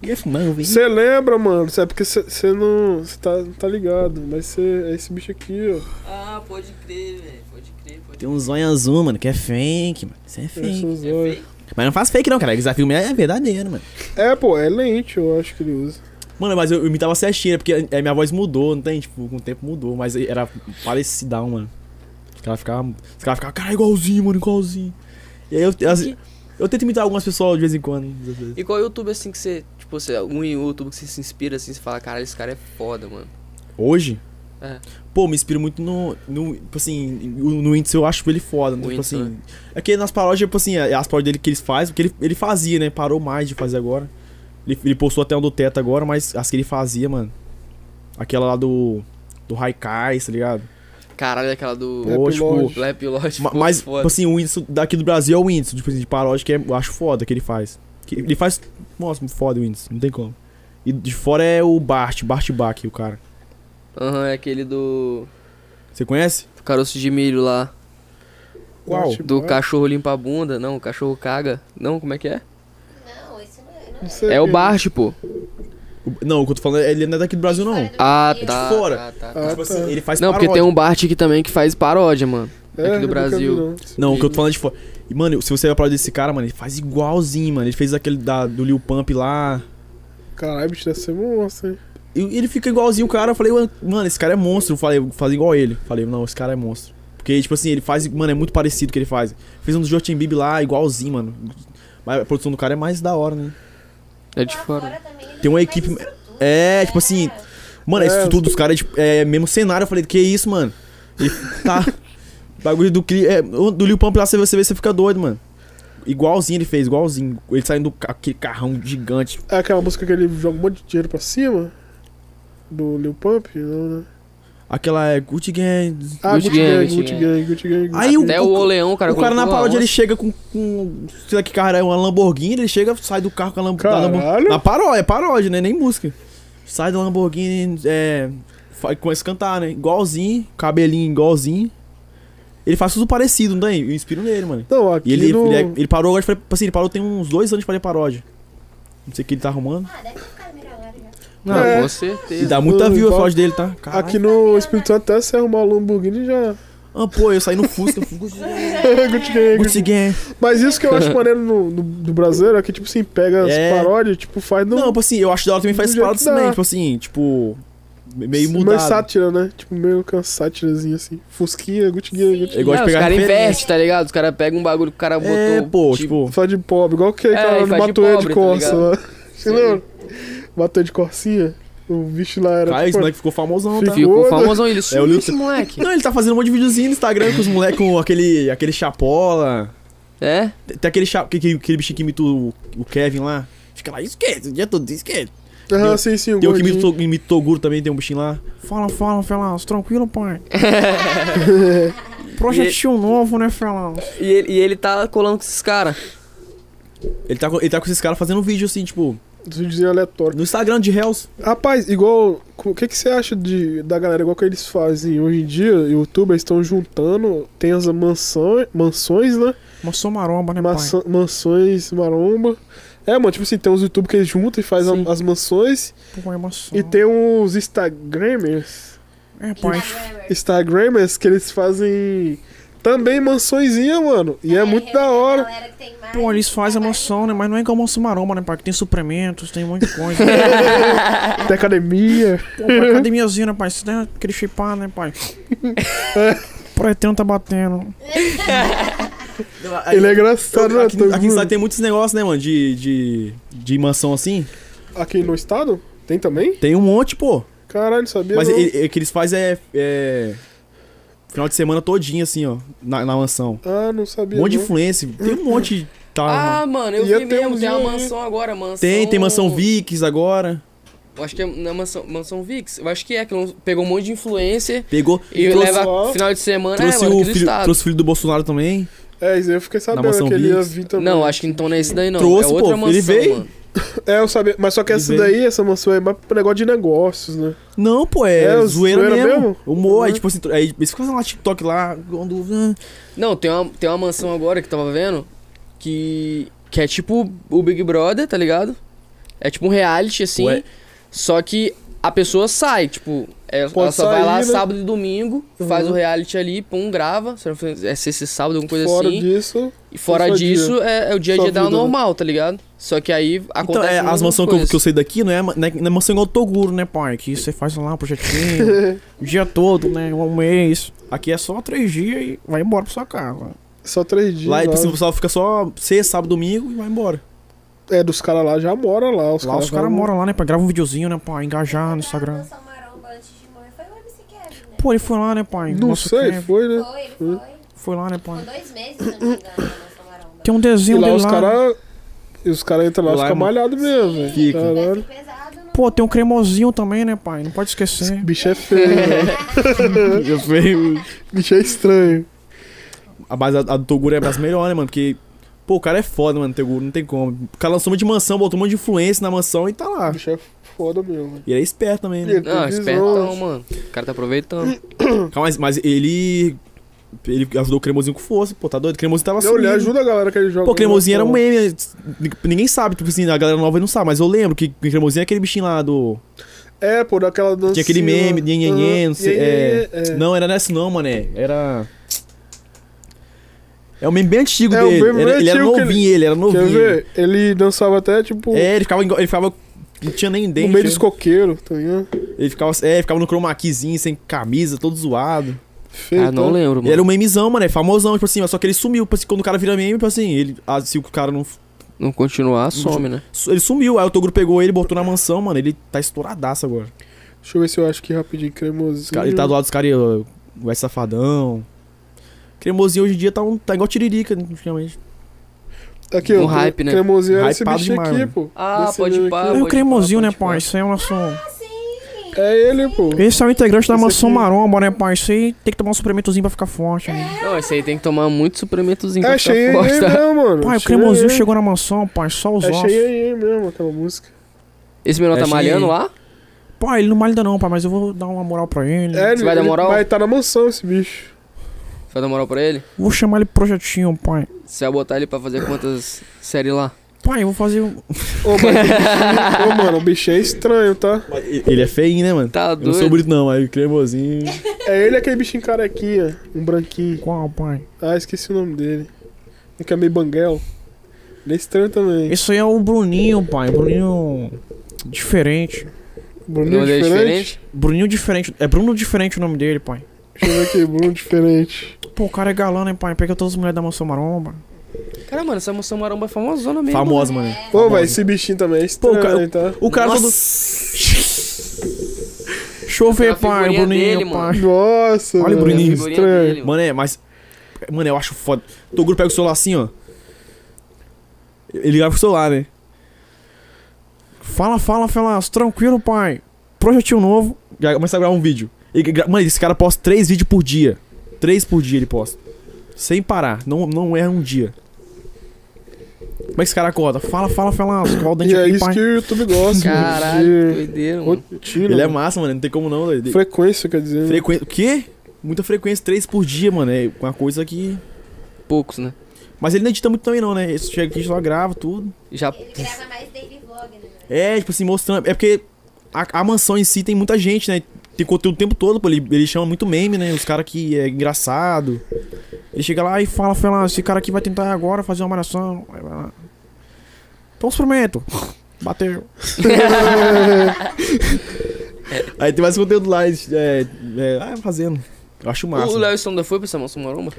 Ele ia fumar, eu veio. Você lembra, mano. Cê- É porque você não. Você tá, não tá ligado. Mas cê, é esse bicho aqui, ó. Ah, pode crer, velho. Pode crer, pode Tem um zóio azul, mano, que é fake, mano. Isso é Esse fake. é o zóio. Mas não faz fake, não, cara. O desafio mesmo é verdadeiro, mano. É, pô, é lente, eu acho que ele usa. Mano, mas eu eu imitava a cheira, porque a- a minha voz mudou, não tem? Tipo, com o tempo mudou, mas era parecidão, mano. Os caras ficavam, os caras ficavam, cara, igualzinho, mano, igualzinho. E aí eu, as- eu tento imitar algumas pessoas de vez em quando. às vezes. E qual YouTube assim que você. Tipo, você, algum YouTube que você se inspira assim, você fala, cara, esse cara é foda, mano. Hoje? É. Pô, me inspiro muito no, no tipo assim, no no Whindersson eu acho ele foda, né? O tipo Whindersson, assim. É que nas paródias, tipo assim, as paródias dele que eles fazem, porque ele, ele fazia, né? Parou mais de fazer agora. Ele, ele postou até um do teto agora, mas as que ele fazia, mano. Aquela lá do. Do Haikai, tá ligado? Caralho, é aquela do. Lap Pô, tipo, Lodge. Lap Lodge. Ma- pô, é Mas, tipo foda. assim, o Whindersson daqui do Brasil é o Whindersson, tipo assim, de paródia que é- eu acho foda que ele faz. Que ele faz. Nossa, foda o Whindersson, não tem como. E de fora é o Bart, Bart Bach, o cara. Aham, é aquele do. Você conhece? do caroço de milho lá. Qual? Tipo, Do ah, cachorro limpa a bunda. Não, o cachorro caga. Não, como é que é? Não, esse não é. Não não é. sei É o quem. Bart, pô. O- Não, o que eu tô falando, ele não é daqui do Brasil, não. Fora do Ah, Brasil. tá. fora. tá, tá. Ah, Tipo assim, tá. É, ele faz Não, porque tem paródia. um Bart aqui também que faz paródia, mano. Aqui do eu nunca Brasil. vi, não. Não, o que eu tô falando é de fora. E, mano, se você vai pra lá desse cara, mano, ele faz igualzinho, mano. Ele fez aquele da, do Lil Pump lá. Caralho, bicho, deve ser monstro, hein? E ele fica igualzinho o cara. Eu falei, mano, esse cara é monstro. Eu falei, vou fazer igual ele. Falei, não, esse cara é monstro. Porque, tipo assim, ele faz, mano, é muito parecido o que ele faz. Fez um do Justin Bieber lá, igualzinho, mano. Mas a produção do cara é mais da hora, né? É de Lá fora. tá também eles Tem uma têm equipe- mais estrutura. É, tipo assim, mano, a É. estrutura dos caras é, tipo, é mesmo cenário. Eu falei, que isso, mano? E <laughs> tá. bagulho do cli. É, o do Lil Pump lá, você vê, você vê, você fica doido, mano. Igualzinho ele fez, igualzinho. Ele saindo do ca- aquele carrão gigante. É aquela música que ele joga um monte de dinheiro pra cima? Do Lil Pump? Não, né? Aquela é Gucci Gang. Ah, Gucci Gucci Gang, Gang, Gucci Gucci Gang, Gucci Gang. Aí o- Até Né, o, Leão, cara. o cara na colocou a paródia ele onça. chega com, com. Sei lá que carro é uma Lamborghini, ele chega, sai do carro com a Lamborghini. Caralho. Na paródia, é paródia, né? Nem música. Sai da Lamborghini, é. fa- Começa a cantar, né? Igualzinho, cabelinho igualzinho. Ele faz tudo parecido, não tem? Eu inspiro nele, mano. Não, Então, aqui E ele, no... ele, é- ele parou agora de fazer. Assim, ele parou tem uns dois anos de fazer paródia. Não sei o que ele tá arrumando. Ah, deve ter ficado milionário já. Não, É. com E certeza. dá muita Não, view a igual- paródia dele, tá? Caralho. Aqui no Espírito Santo, até se arrumar o Lamborghini já... <laughs> Ah, pô, eu saí no Fusca. Gucci Gang. Gucci Gang, Gucci Gucci Gang. Mas isso que eu acho maneiro no, no- do brasileiro é que, tipo assim, pega as É. paródias, tipo, faz no. Não, tipo assim, eu acho da hora também faz Do jeito paródia que dá. também. Tipo assim, tipo. Meio mudado. Meio sátira, né? Tipo, meio que uma sátirazinha assim. Fusquinha, Gucci Gang, Sim. Gucci Eu gosto Não, os de pegar caras referência. investem, tá ligado? Os caras pegam um bagulho que o cara botou. É, pô, tipo. Fala de pobre, igual que aquela É, e do faz de Matuê de, pobre, tá Corsa ligado? lá. <laughs> Você tipo, Sim. lembra? Matuê de Corsinha? O bicho lá era. Cara, tipo, esse moleque ficou famosão, tá? Fica- Ficou gordo. famosão ele. É o Sumiu Lil- esse <laughs> moleque. Não, ele tá fazendo um monte de videozinho no Instagram com os moleques com aquele, aquele chapola. É? Tem aquele, cha... aquele, aquele bichinho que imita o, o Kevin lá. Fica lá, esquece, o dia todo, esquece. Aham, eu- sim, sim, o Tem um o que gordinho. imita, o Tog- imita o Toguro também, tem um bichinho lá. Fala, fala, Felas, tranquilo, pai. Projetinho novo, né, Felas? E ele, e ele tá colando com esses caras. Ele tá, com- ele tá com esses caras fazendo um vídeo assim, tipo, Os videozinhos aleatórios. no Instagram de Hells. Rapaz, igual. O que, que você acha de, da galera, igual que eles fazem hoje em dia? Youtubers estão juntando, tem as mansões, mansões, né? Uma somaromba, né, Maçã- mansões maromba. É, mano, tipo assim, tem uns YouTube que eles juntam e faz a- Sim. as mansões. pai? Pô, é uma som- E tem uns Instagramers. É, Instagrammer. Instagramers que eles fazem também mansõezinha, mano. E é, muito da a <laughs> hora. galera que tem mais, Pô, eles fazem a trabalha mansão, né? Mas não é igual uma maromba, né, pai? Que tem suplementos, tem um monte de coisa. Tem academia. Pô, pra academiazinha, né, pai? Você tem aquele chipar, né, <laughs> pai? Pretendo tá batendo. Ele é engraçado, né? aqui, Todo aqui em mundo. cidade tem muitos negócios, né, mano? De, de, de mansão assim. Aqui no estado? Tem também? Tem um monte, pô. Caralho, sabia? Mas não. ele- o que eles fazem é, é Final de semana todinho, assim, ó. Na, na mansão. Ah, não Um sabia. monte de não. influencer. Tem um monte. de- Tá. Ah, mano, eu E eu vi tenho mesmo. Tem uma uns- mansão agora, mansão. tem, tem mansão Vicks agora. Eu acho que é na mansão, mansão Vix. Eu acho que é, que pegou um monte de influencer Pegou. e trouxe leva final de semana. trouxe é, mano, o aqui do filho, estado. trouxe o filho do Bolsonaro também. É, isso aí eu fiquei sabendo mansão que ele ia Vix. vir também. Não, acho que então não é esse daí, não. Trouxe, é outra pô, mansão, ele veio. mano. É, eu sabia. Mas só que Ele essa veio. daí, essa mansão aí, é mais pro negócio de negócios, né? Não, pô, é, É, zoeira, zoeira mesmo. mesmo? Humor, aí Uhum. tipo assim, aí eles ficam lá TikTok lá, quando- né? Então, Não, tem uma, tem uma mansão agora que eu tava vendo que, que é tipo o Big Brother, tá ligado? É tipo um reality, assim. Ué. Só que a pessoa sai, tipo, é- Pode ela só vai sair, lá né? sábado e domingo, faz Uhum. o reality ali, pum, grava. Se não for- É sexta e sábado, alguma coisa Fora assim. disso. <laughs> E fora Só dia. disso, é, é o dia a Só dia dela vida, né? normal, tá ligado? Só que aí Então, acontece. é, as as mansões que, eu- que eu sei daqui não é, ma- não é, não é mansão igual do Toguro, né, pai? Que você faz lá <laughs> um projetinho o dia todo, né? Um mês. Aqui é só três dias e vai embora pra sua casa. Só três dias. Lá, tipo assim, o lá. pessoal fica só sexta, sábado, domingo e <laughs> vai embora. É, dos caras lá já mora lá. Os lá os caras vão- moram lá, né? Pra gravar um videozinho, né, pai? Engajar no muito. A Instagram. mansão maromba antes de morrer foi o MC Kevin, né? Pô, é. ele foi lá, né, pai? Não Nossa, sei, que- foi, né? Foi, ele foi. Foi lá, né, Ficou pai? dois meses, se não me engano, na mansão maromba. Tem um E desenho lá dele os lá. caras. E os caras entram lá e Lá é ficam mu- malhados mesmo, velho. Fica. Caralho. Deve ter pesado, não. Pô, tem um cremosinho também, né, pai? Não pode esquecer. Bicho <laughs> é feio, velho. Eu veio. Bicho é estranho. A base a, a do Toguro é a base melhor, né, mano? Porque, pô, o cara é foda, mano, Toguro, não tem como. O cara lançou uma de mansão, botou um monte de influência na mansão e tá lá. Bicho é foda mesmo, velho. E ele é esperto também, né? Ele- Não, Visão, espertão, acho. mano. O cara tá aproveitando. Calma, mas, mas ele Ele ajudou o Cremosinho com força, pô, tá doido? O Cremosinho tava Eu olhei, sumindo. ajuda a galera que ele joga. Pô, Cremosinho era um meme. Ninguém sabe, tipo assim, a galera nova não sabe, mas eu lembro que Cremosinho é aquele bichinho lá do. É, pô, daquela Ah, dança. Tinha aquele meme, nhen, nhen, nhen, não sei. é... é. Não, era nessa não, mané. Era. É um meme bem antigo É, um dele. meme Era- bem ele era antigo que ele- novinho, ele... era novinho. Quer ver? Ele dançava até, tipo, É, ele ficava. engo- Ele ficava. Não tinha nem no dente. meio né? dos coqueiros, tá ligado? Ele ficava, é, ficava no chroma keyzinho, sem camisa, todo zoado. Feio. ah, não tá? lembro, Ele mano. era um memezão, mano, é famosão, tipo assim, mas só que ele sumiu. tipo assim, Quando o cara vira meme, tipo assim, ele, ah, se o cara não. Não continuar, some, né? su- Ele sumiu, aí o Toguro pegou ele, botou na mansão, mano, ele tá estouradaço agora. Deixa eu ver se eu acho que rapidinho, Os cremosinho. cara- ele tá do lado dos caras, ó, vai safadão. Cremosinho hoje em dia tá, um, tá igual tiririca, praticamente. Aqui, ó. Um hype, né? Cremosinho era esse Hypado bichinho demais, aqui, mano. pô. Ah, Desse pode menino pá, aqui. um um pode pá, pode né, pá. é uma som. Ah, Sim. É ele, pô. Esse é o integrante da Esse mansão aqui. maromba, né, pai? Isso aí tem que tomar um suplementozinho pra ficar forte, né? Não, esse aí tem que tomar muito suplementozinho É, pra ficar achei ele forte, <laughs> tá? mesmo, mano. Achei ele. na mansão, pai, só os Achei ele mesmo, aquela música. Esse menino tá Achei- malhando lá? Pai, ele não malha ainda não, pai, mas eu vou dar uma moral pra ele. É, ele, Hum. vai dar ele moral? vai tá na mansão esse bicho. Vai dar moral pra ele? Vou chamar ele pro projetinho, pai. Você vai botar ele pra fazer quantas séries <laughs> lá? Pai, eu vou fazer um... Ô, mas o <laughs> bichinho- ô, mano, o bicho é estranho, tá? Ele é feinho, né, mano? Tá Eu não sou doido. bonito não, mas cremosinho... É ele aquele bichinho carequinha, um branquinho. Qual, pai? Ah, esqueci o nome dele. Um que é meio banguel. Ele é estranho também. Esse aí é o Bruninho, pai. Bruninho. Diferente. O Bruninho nome dele é diferente? diferente? Bruninho diferente. É Bruno diferente o nome dele, pai. Deixa eu ver aqui, Bruno diferente. Pô, o cara é galã, né, pai? Pega todas as mulheres da mansão maromba. Cara, mano, essa moção maromba é famosona mesmo. Famosa, mano. Pô, mas esse bichinho também é Tá Pô, estranho, o cara- tá? O cara todo... Chover, Aquela pai. é figurinha Bruninho, dele, pai. Nossa, Olha o mano, Bruninho. é estranho. mano. Mano, é, mas... Mano, eu acho foda. Toguro pega o celular assim, ó. Ele grava com o celular, né? Fala, fala, Felas. Tranquilo, pai. Projetinho novo. Já começa a gravar um vídeo. Ele gra- Mano, esse cara posta três vídeos por dia. Três por dia ele posta. Sem parar. Não, não erra um dia. Como é que esse cara acorda? Fala, fala, Felas. Qual o dente E é aqui, isso pai? que o YouTube gosta, Caralho, que mano. doideira, de mano. rotina. Ele é mano. massa, mano. Não tem como não, doido. Frequência, quer dizer. né? Frequência. O quê? Muita frequência, três por dia, mano. É uma coisa que. Poucos, né? Mas ele não edita muito também, não, né? Ele chega aqui, só grava tudo. <laughs> Já. <laughs> Ele grava mais daily vlog, né? velho? É, tipo assim, mostrando. É porque a, a mansão em si tem muita gente, né? Tem conteúdo o tempo todo, pô. Ele, ele chama muito meme, né? Os caras que é engraçado. Ele chega lá e fala, "Ah, Felas. Esse cara aqui vai tentar agora fazer uma malhação. Aí vai lá. Então, experimento. Bateu. Aí tem mais conteúdo lá. É, é, ah, fazendo. Eu acho massa. O mano. Léo Sonda foi pra essa moção maromba?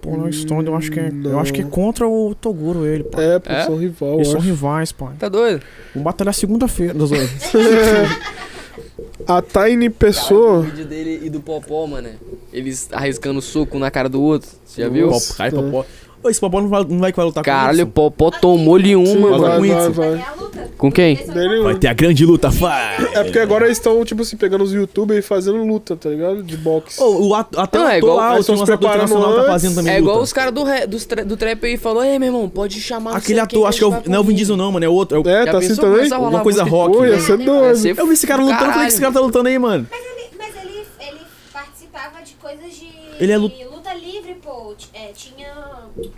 Pô, não, Stone, eu acho que é. Eu Não. acho que é contra o Toguro ele, pai. É, pô, É? são rival, eu Eles são acho. rivais, pai. Tá doido? Vamos batalhar segunda-feira. Não, zoeira. <laughs> A Tiny Cara, o Pessoa. vídeo dele e do Popó, mano. Eles arriscando o soco um na cara do outro. Você já viu? Nossa. Pop- Ai, popó. Ô, esse popó não vai, não vai lutar é. Caralho, o com Popó tomou-lhe uma, Sim, mano. vai, com vai, isso. Vai vai. ter é a luta. Com quem? Esse é o Dele- Vai ter a grande luta, vai! É porque agora eles estão, tipo assim, pegando os youtubers e fazendo luta, tá ligado? De boxe. Ô, o ato, até Não, o é ator igual- lá, eles o estão se nosso ator preparando internacional tá antes. fazendo também É igual luta. os caras do, re- dos tra- do trap aí falou, ei, meu irmão, pode chamar não Aquele sei quem ator, acho que é a gente o, vai não é o comer." Vin Diesel não, mano, é outro. é o- É, Já tá pensou? assistindo aí? Começa a rolar Alguma coisa música. rock, Pô, né? ia ser Vai doido. ser Eu vi esse cara lutando, eu falei que esse cara tá lutando aí, mano. Mas ele, mas ele, ele participava de coisas de Ele é lu- luta livre, pô. T- é, tinha.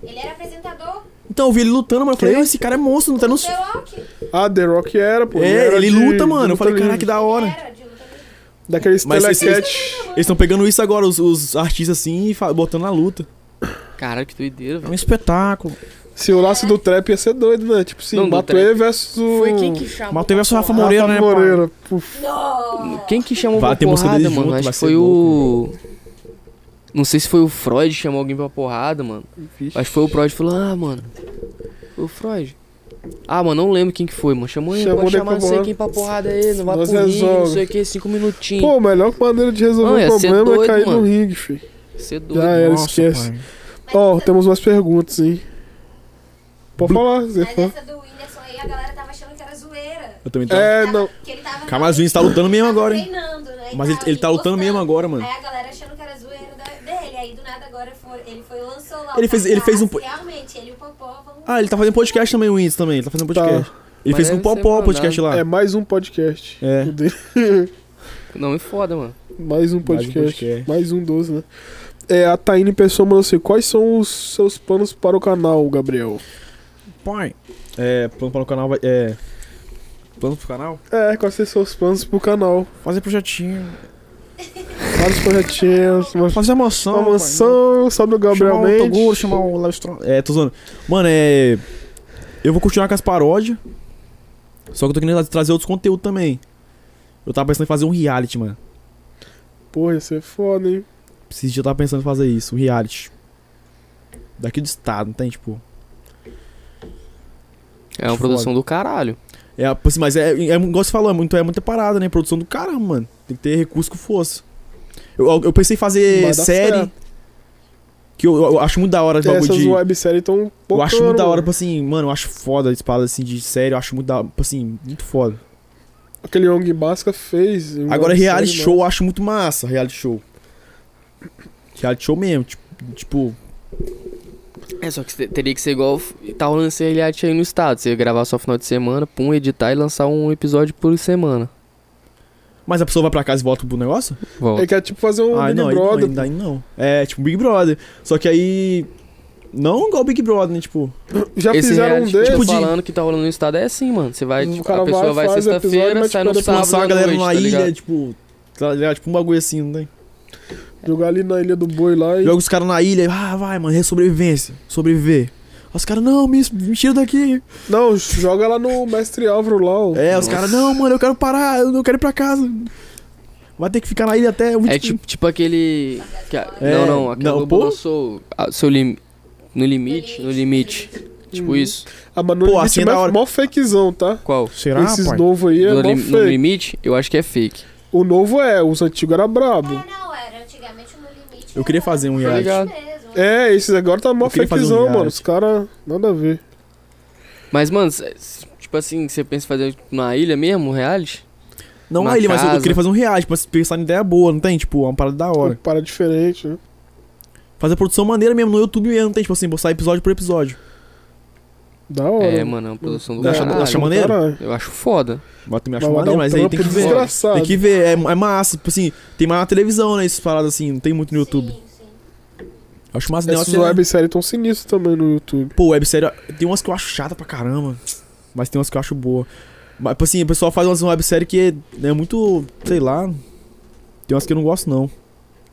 Ele era apresentadão Então, eu vi ele lutando, mano, eu falei, "Ô, esse cara é monstro, não tá no... do The Rock. Ah, The Rock era, pô. É, era ele de- de luta, mano, eu luta falei, caraca, livre. que da hora. Era de luta livre. Daqueles Mas esse- telecat. Eles estão pegando isso agora, os, os artistas assim, e fa- botando na luta. Caralho, que doideira, É velho. um espetáculo. Se o laço do trap ia ser doido, né? Tipo assim, Não, do Matuê versus o... Foi quem que chamou? Mas teve essa Rafa Rafa Moreira, né, pai? Moreira. Puf, Não! Quem que chamou Vai pra ter música porrada, deles mano? junto, Acho vai que ser foi o. Não sei se foi o Freud que chamou alguém pra porrada, mano. vixe. Acho que foi o Freud que falou, ah, mano. Foi o Freud. Ah, mano, não lembro quem que foi, mano. Chamou ele, Chamou pode daí chamar não pra sei porrada. quem pra porrada aí, não vai Nós por é ringue, não resolve. sei o que, cinco minutinhos. Pô, a melhor maneira de resolver Não, ia o ser problema doido, é cair mano. no ringue, filho. Você é doido. Já era, Nossa, esquece. pai. Ó, temos umas perguntas, hein. Pode falar, Zé. Mas essa do Whindersson aí a galera tava achando que era zoeira. Eu também tava... É, Tava- não. Que ele tava. Cara, mas o Vince tá lutando mesmo agora, hein. Treinando, né? e Mas ele, tal, ele tá e lutando mesmo postando. agora, mano. Aí a galera achando que era zoeira da- dele, aí do nada agora foi- ele foi e lançou lá. o Ele fez- ele fez um cartaz, Realmente, ele e o Popó vão. Ah, ele tá fazendo podcast também, o Wins também, ele tá fazendo podcast. Mas Ele fez com o deve ser Popó o podcast lá. É mais um podcast. É. O dele- Não, é foda, mano. Mais um podcast. Mais um, 12, podcast. né? é, a Taine Pessoa mandou assim: quais são os seus planos para o canal, Gabriel? Pai, É, plano para o canal vai. É. plano pro canal? É, quais são os seus planos pro canal? Fazer projetinho. Vários projetinhos, uma, Fazer a mansão. uma pai. mansão, sabe o Chamar Gabriel o Toguro, Mendes? chamar o Lestron. É, tô zoando. Mano, é. Eu vou continuar com as paródias. Só que eu tô querendo trazer outros conteúdos também. Eu tava pensando em fazer um reality, mano. Porra, ia ser foda, hein? Esses dias eu tava pensando em fazer isso, um reality. Daqui do estado, não tem, tipo. É uma Foda. produção do caralho. É, assim, mas é, é, igual você falou, é, muito, é muita parada, né? Produção do caramba, mano. Tem que ter recurso que fosse. Eu, eu pensei em Vai fazer dar série. certo. Que eu, eu acho muito da hora esse bagulho Essas de. webséries tão Eu acho muito da hora, mano. tipo assim, mano, eu acho foda esse parada assim de série, eu acho muito da tipo assim, muito foda. Aquele Young Basca fez. uma Agora, é websérie reality massa. show eu acho muito massa, reality show. Reality show mesmo, tipo. tipo É, só que te- teria que ser igual tá rolando esse reality aí no estado. Você ia gravar só final de semana, pum, editar e lançar um episódio por semana. mas a pessoa vai pra casa e volta pro negócio? Volta. É que é tipo fazer um ah, Big não, aí não, Brother. ainda aí não. É, tipo, Big Brother. Só que aí. Não igual Big Brother, né? Tipo. <clears throat> Já Esse fizeram um reality que eu deles. tô Tipo de- falando que tá rolando no estado é assim, mano. Você vai, O tipo, cara a pessoa vai, vai, faz episódio, sexta-feira, mas, sai tipo, no depois sábado lançar a à galera noite, numa tá ilha, ligado? tipo. Tá ligado? Tipo um bagulho assim, não tem? Jogar ali na Ilha do Boi lá e. Joga os caras na ilha, ah, vai, mano, é sobrevivência, sobreviver. Os caras, não, me, me tira daqui. Não, joga lá no Mestre Álvaro lá. ó. É, os caras, não, mano, eu quero parar, eu não quero ir pra casa. Vai ter que ficar na ilha até o É tipo, tipo aquele. que a- É, não, não, aquele não, não, pô. lançou a- seu lim... no limite, no limite. Tipo Hum. isso. Ah, mas no Pô, limite assim é mó- da hora. mó fakezão, tá? Qual? Será, Esses pai? novos aí é no, mó lim- no fake. limite, eu acho que é fake. O novo é, os antigos era brabo. É, não, era antigamente no limite. Eu queria fazer um Tá reality. ligado? Mesmo. É, esses agora tá mó Eu queria fazer um fakezão, mano. reality. Os caras, nada a ver. Mas, mano, cê- tipo assim, você pensa em fazer na ilha mesmo, reality? Não Uma na ilha, mas eu- eu casa. queria fazer um reality, pra se pensar em ideia boa, não tem? Tipo, uma parada da hora. Para diferente, né? Fazer produção maneira mesmo, no YouTube mesmo, não tem? Tipo assim, postar episódio por episódio. Da hora. né? É, mano, é uma produção do Dá- acha- caralho. acha do maneiro? caralho. Eu acho foda. Mas também Mas acho vai dar maneiro, um mas aí tem que trampo ver. desgraçado. Tem que ver, é, é massa, tipo assim, tem mais na televisão, né? Essas paradas assim, não tem muito no YouTube. Sim, sim. Acho massa o Essas negócio. né? webséries é tão sinistras também no YouTube. Pô, websérie, tem umas que eu acho chata pra caramba, mas tem umas que eu acho boa. Mas, tipo assim, o pessoal faz umas websérie que é, é muito, sei lá, tem umas que eu não gosto não.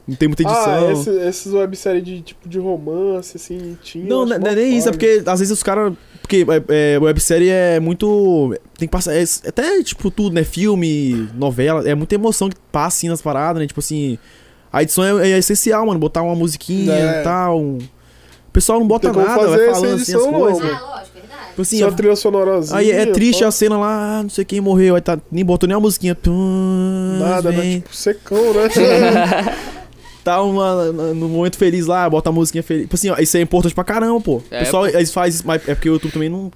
Não tem muita edição. Ah, esse, esses webséries de tipo de romance, assim, tinha. Não, eu não acho não é mó nem isso, é pago. porque às vezes os caras. Porque é, é, websérie é muito. Tem que passar. é s- até, tipo, tudo, né? Filme, novela. É muita emoção que passa assim nas paradas, né? Tipo assim. A edição é, é essencial, mano. Botar uma musiquinha É. e tal. um- O pessoal não bota Tem como nada, fazer vai essa falando assim as edição, coisas. mano. Ah, lógico, verdade. Tipo assim, Só a- a trilha sonorazinha. aí é triste pá. a cena lá, ah, não sei quem morreu. Aí tá, nem botou nem a musiquinha. Tum, Nada, né? vem. Tipo, secão, <laughs> né? Tá uma, na- no momento feliz lá, bota a musiquinha feliz. Tipo assim, ó, isso é importante pra caramba, pô. É, o pessoal eles faz isso, mas é porque o YouTube também não.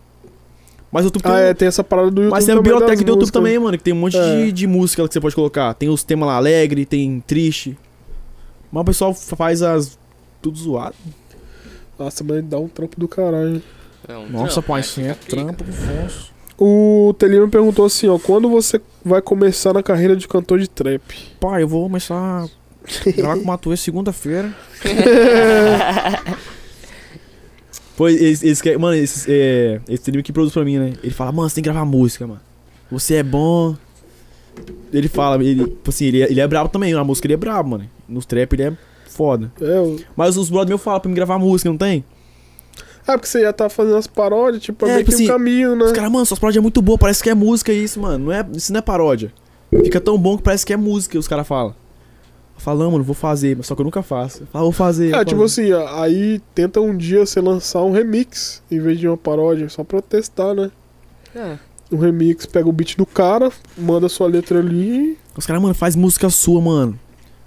Mas o YouTube tem. ah, um- é, tem essa parada do YouTube. mas tem a também das biblioteca do YouTube músicas. também, mano, que tem um monte É. de, de música que você pode colocar. Tem os temas lá alegre, tem triste. Mas o pessoal fa- faz as. Tudo zoado. Nossa, mas dá um trampo do caralho. Nossa, pai, isso sim, é trampo do Afonso. O Telino perguntou assim, ó, quando você vai começar na carreira de cantor de trap? Pai, eu vou começar a gravar com o Matuê segunda-feira. <laughs> Pô, eles, eles querem. Mano, esses, é, esse stream que produz pra mim, né? Ele fala, mano, você tem que gravar música, mano. Você é bom. Ele fala, ele, tipo assim, ele, é- ele é brabo também. Na música ele é brabo, mano. Nos trap ele é foda. É, o- Mas os brothers meus falam pra me gravar música, não tem? ah, porque você já tá fazendo as paródias, tipo, é É, meio que tipo um assim, caminho, né? Os caras, mano, suas paródias é muito boa, parece que é música isso, mano. Não é, isso não é paródia. Fica tão bom que parece que é música, os caras falam. Falando, mano, vou fazer, mas só que eu nunca faço. Ah, vou fazer. Ah, vou tipo fazer. assim, ó, aí tenta um dia você lançar um remix em vez de uma paródia, só pra testar, né? É, Um remix, pega o beat do cara, manda sua letra ali. Os caras, mano, faz música sua, mano.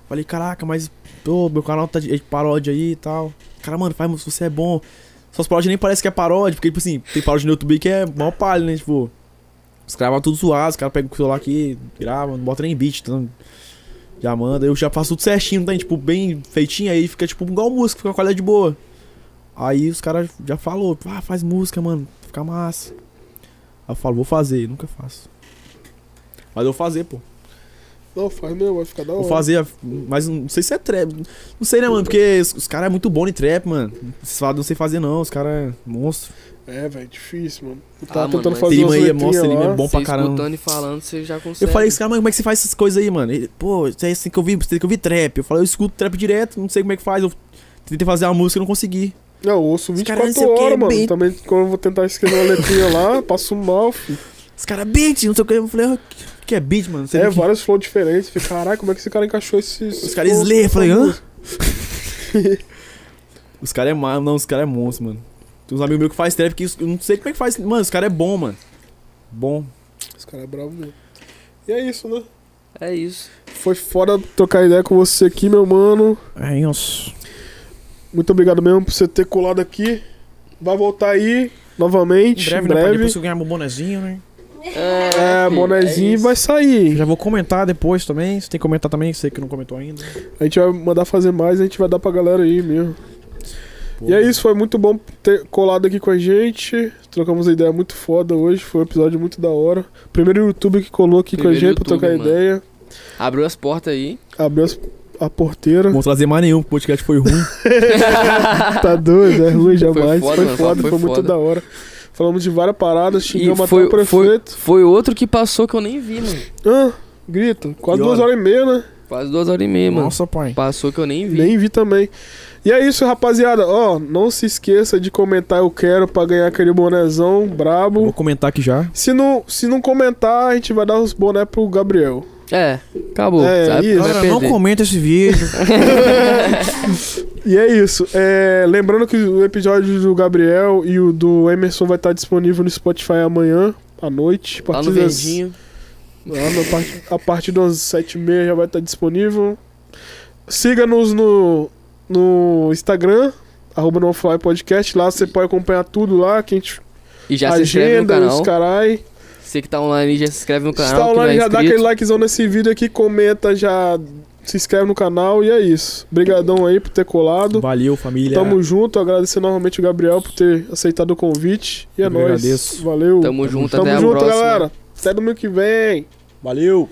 Falei, caraca, mas pô, meu canal tá de, é de paródia aí e tal. Cara, mano, faz música, você é bom. Suas paródias nem parece que é paródia, porque, tipo assim, tem paródia no YouTube que é mó palha, né? Tipo, os caras vão tudo zoado, os caras pegam o celular aqui, gravam, não bota nem beat, então, já manda. Eu já faço tudo certinho, tem, tipo, bem feitinho, aí fica, tipo, igual música, fica com a qualidade boa. Aí os caras já falou, ah, faz música, mano, fica massa. Aí eu falo, vou fazer, nunca faço. Mas eu vou fazer, pô. Não, faz mesmo, vai ficar da hora. Vou fazer, a- mas não sei se é trap. Não sei, né, mano? Porque os, os caras é muito bom em trap, mano. Vocês falam, não sei fazer, não. Os caras é monstro. É, velho, difícil, mano. Eu Ah, tava mano, tentando mas fazer tem umas aí, é letrinhas monstro, ele lá. mesmo é bom pra Você caramba. escutando e falando, você já consegue. Eu falei com esse cara, mano, como é que você faz essas coisas aí, mano? Ele, pô, isso aí tem que ouvir, tem que ouvir trap. Eu falei, eu escuto trap direto, não sei como é que faz. Eu tentei fazer uma música e não consegui. Não, eu ouço Os caras não 24 sei o que, é horas, mano. bem- Também quando eu vou tentar escrever uma letrinha lá, passo <laughs> mal, filho. Os caras, é beat, não sei o que. Eu falei, ah, o que é beat, mano? Você É, tem que... vários flows diferentes. Fica, caralho, como é que esse Tá cara encaixou esses. Os caras flows slay, eu nessa falei, hã? música?" Os caras é mal, não, os caras é monstro, mano. Tem uns amigos meus que faz trap que eu não sei como é que faz. Mano, os caras é bom, mano. Bom. Esse cara é bravo mesmo. E é isso, né? É isso. Foi foda trocar ideia com você aqui, meu mano. É isso. Muito obrigado mesmo por você ter colado aqui. Vai voltar aí Em novamente. breve, Em né? Pra breve. depois eu ganhar meu bonezinho, né? <laughs> É, filho, bonezinho é isso. vai Eu sair. já vou comentar depois também. Você tem que comentar também, sei que não comentou ainda. A gente vai mandar fazer mais, a gente vai dar pra galera aí mesmo. E é isso, foi muito bom ter colado aqui com a gente. Trocamos uma ideia muito foda hoje, foi um episódio muito da hora. Primeiro YouTube que colou aqui com a Primeiro gente pra YouTube, trocar mano. ideia. Abriu as portas aí. Abriu as- a <laughs> porteira. Não vou trazer mais nenhum, porque o podcast <laughs> foi ruim. Tá doido, é ruim jamais. foda, Foi foda, mano, foi, foi muito foda. da hora. Falamos de várias paradas, E xingamos até o foi, foi, prefeito. foi outro que passou que eu nem vi, mano. Ah, grita. Quase E duas olha. horas e meia, né? Quase duas horas e meia, mano. Nossa, pai. Passou que eu nem vi. Nem vi também. E é isso, rapaziada. Ó, não se esqueça de comentar eu quero pra ganhar aquele bonezão Tá Vou brabo. comentar aqui já. Se não, se não comentar, a gente vai dar os boné pro Gabriel. É, acabou. É, sabe? isso. Vai Galera, não perder. comenta esse vídeo. E é isso. É, lembrando que o episódio do Gabriel e o do Emerson vai estar disponível no Spotify amanhã à noite. a Lá Tá no partir das- verdinho. Lá na parte- a partir das 7h30 já vai estar disponível. Siga-nos no, no Instagram, arroba no Fly Podcast. Lá você pode acompanhar tudo lá, que a gente E já se inscreve no agenda, os canal. carai. Você que tá online já se inscreve no Se canal. tá que não é online, já dá inscrito. aquele likezão nesse vídeo aqui, comenta, já se inscreve no canal e é isso. Obrigadão aí por ter colado. Valeu, família. Tamo junto, agradecer novamente o Gabriel por ter aceitado o convite. E é Eu que nóis. agradeço. Valeu. Tamo junto, Tamo até a junto, próxima. galera. Até domingo que vem. Valeu.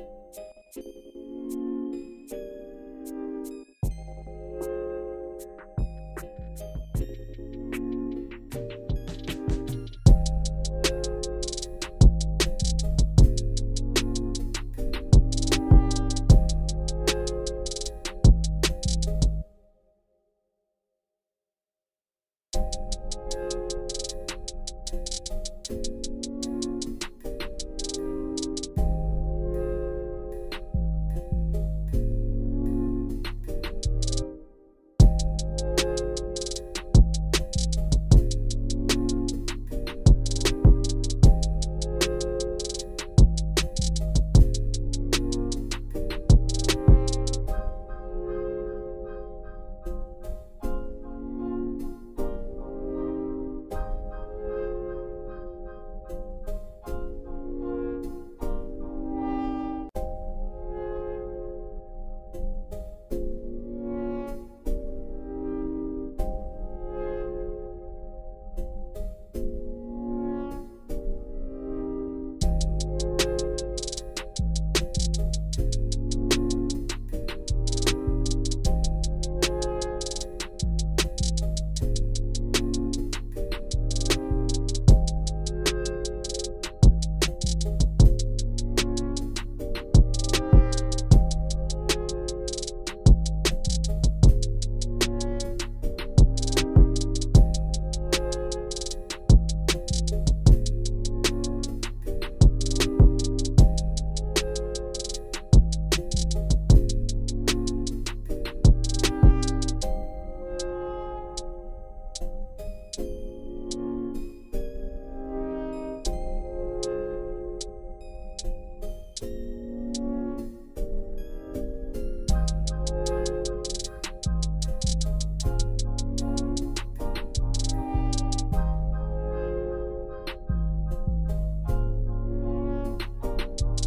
Thank you.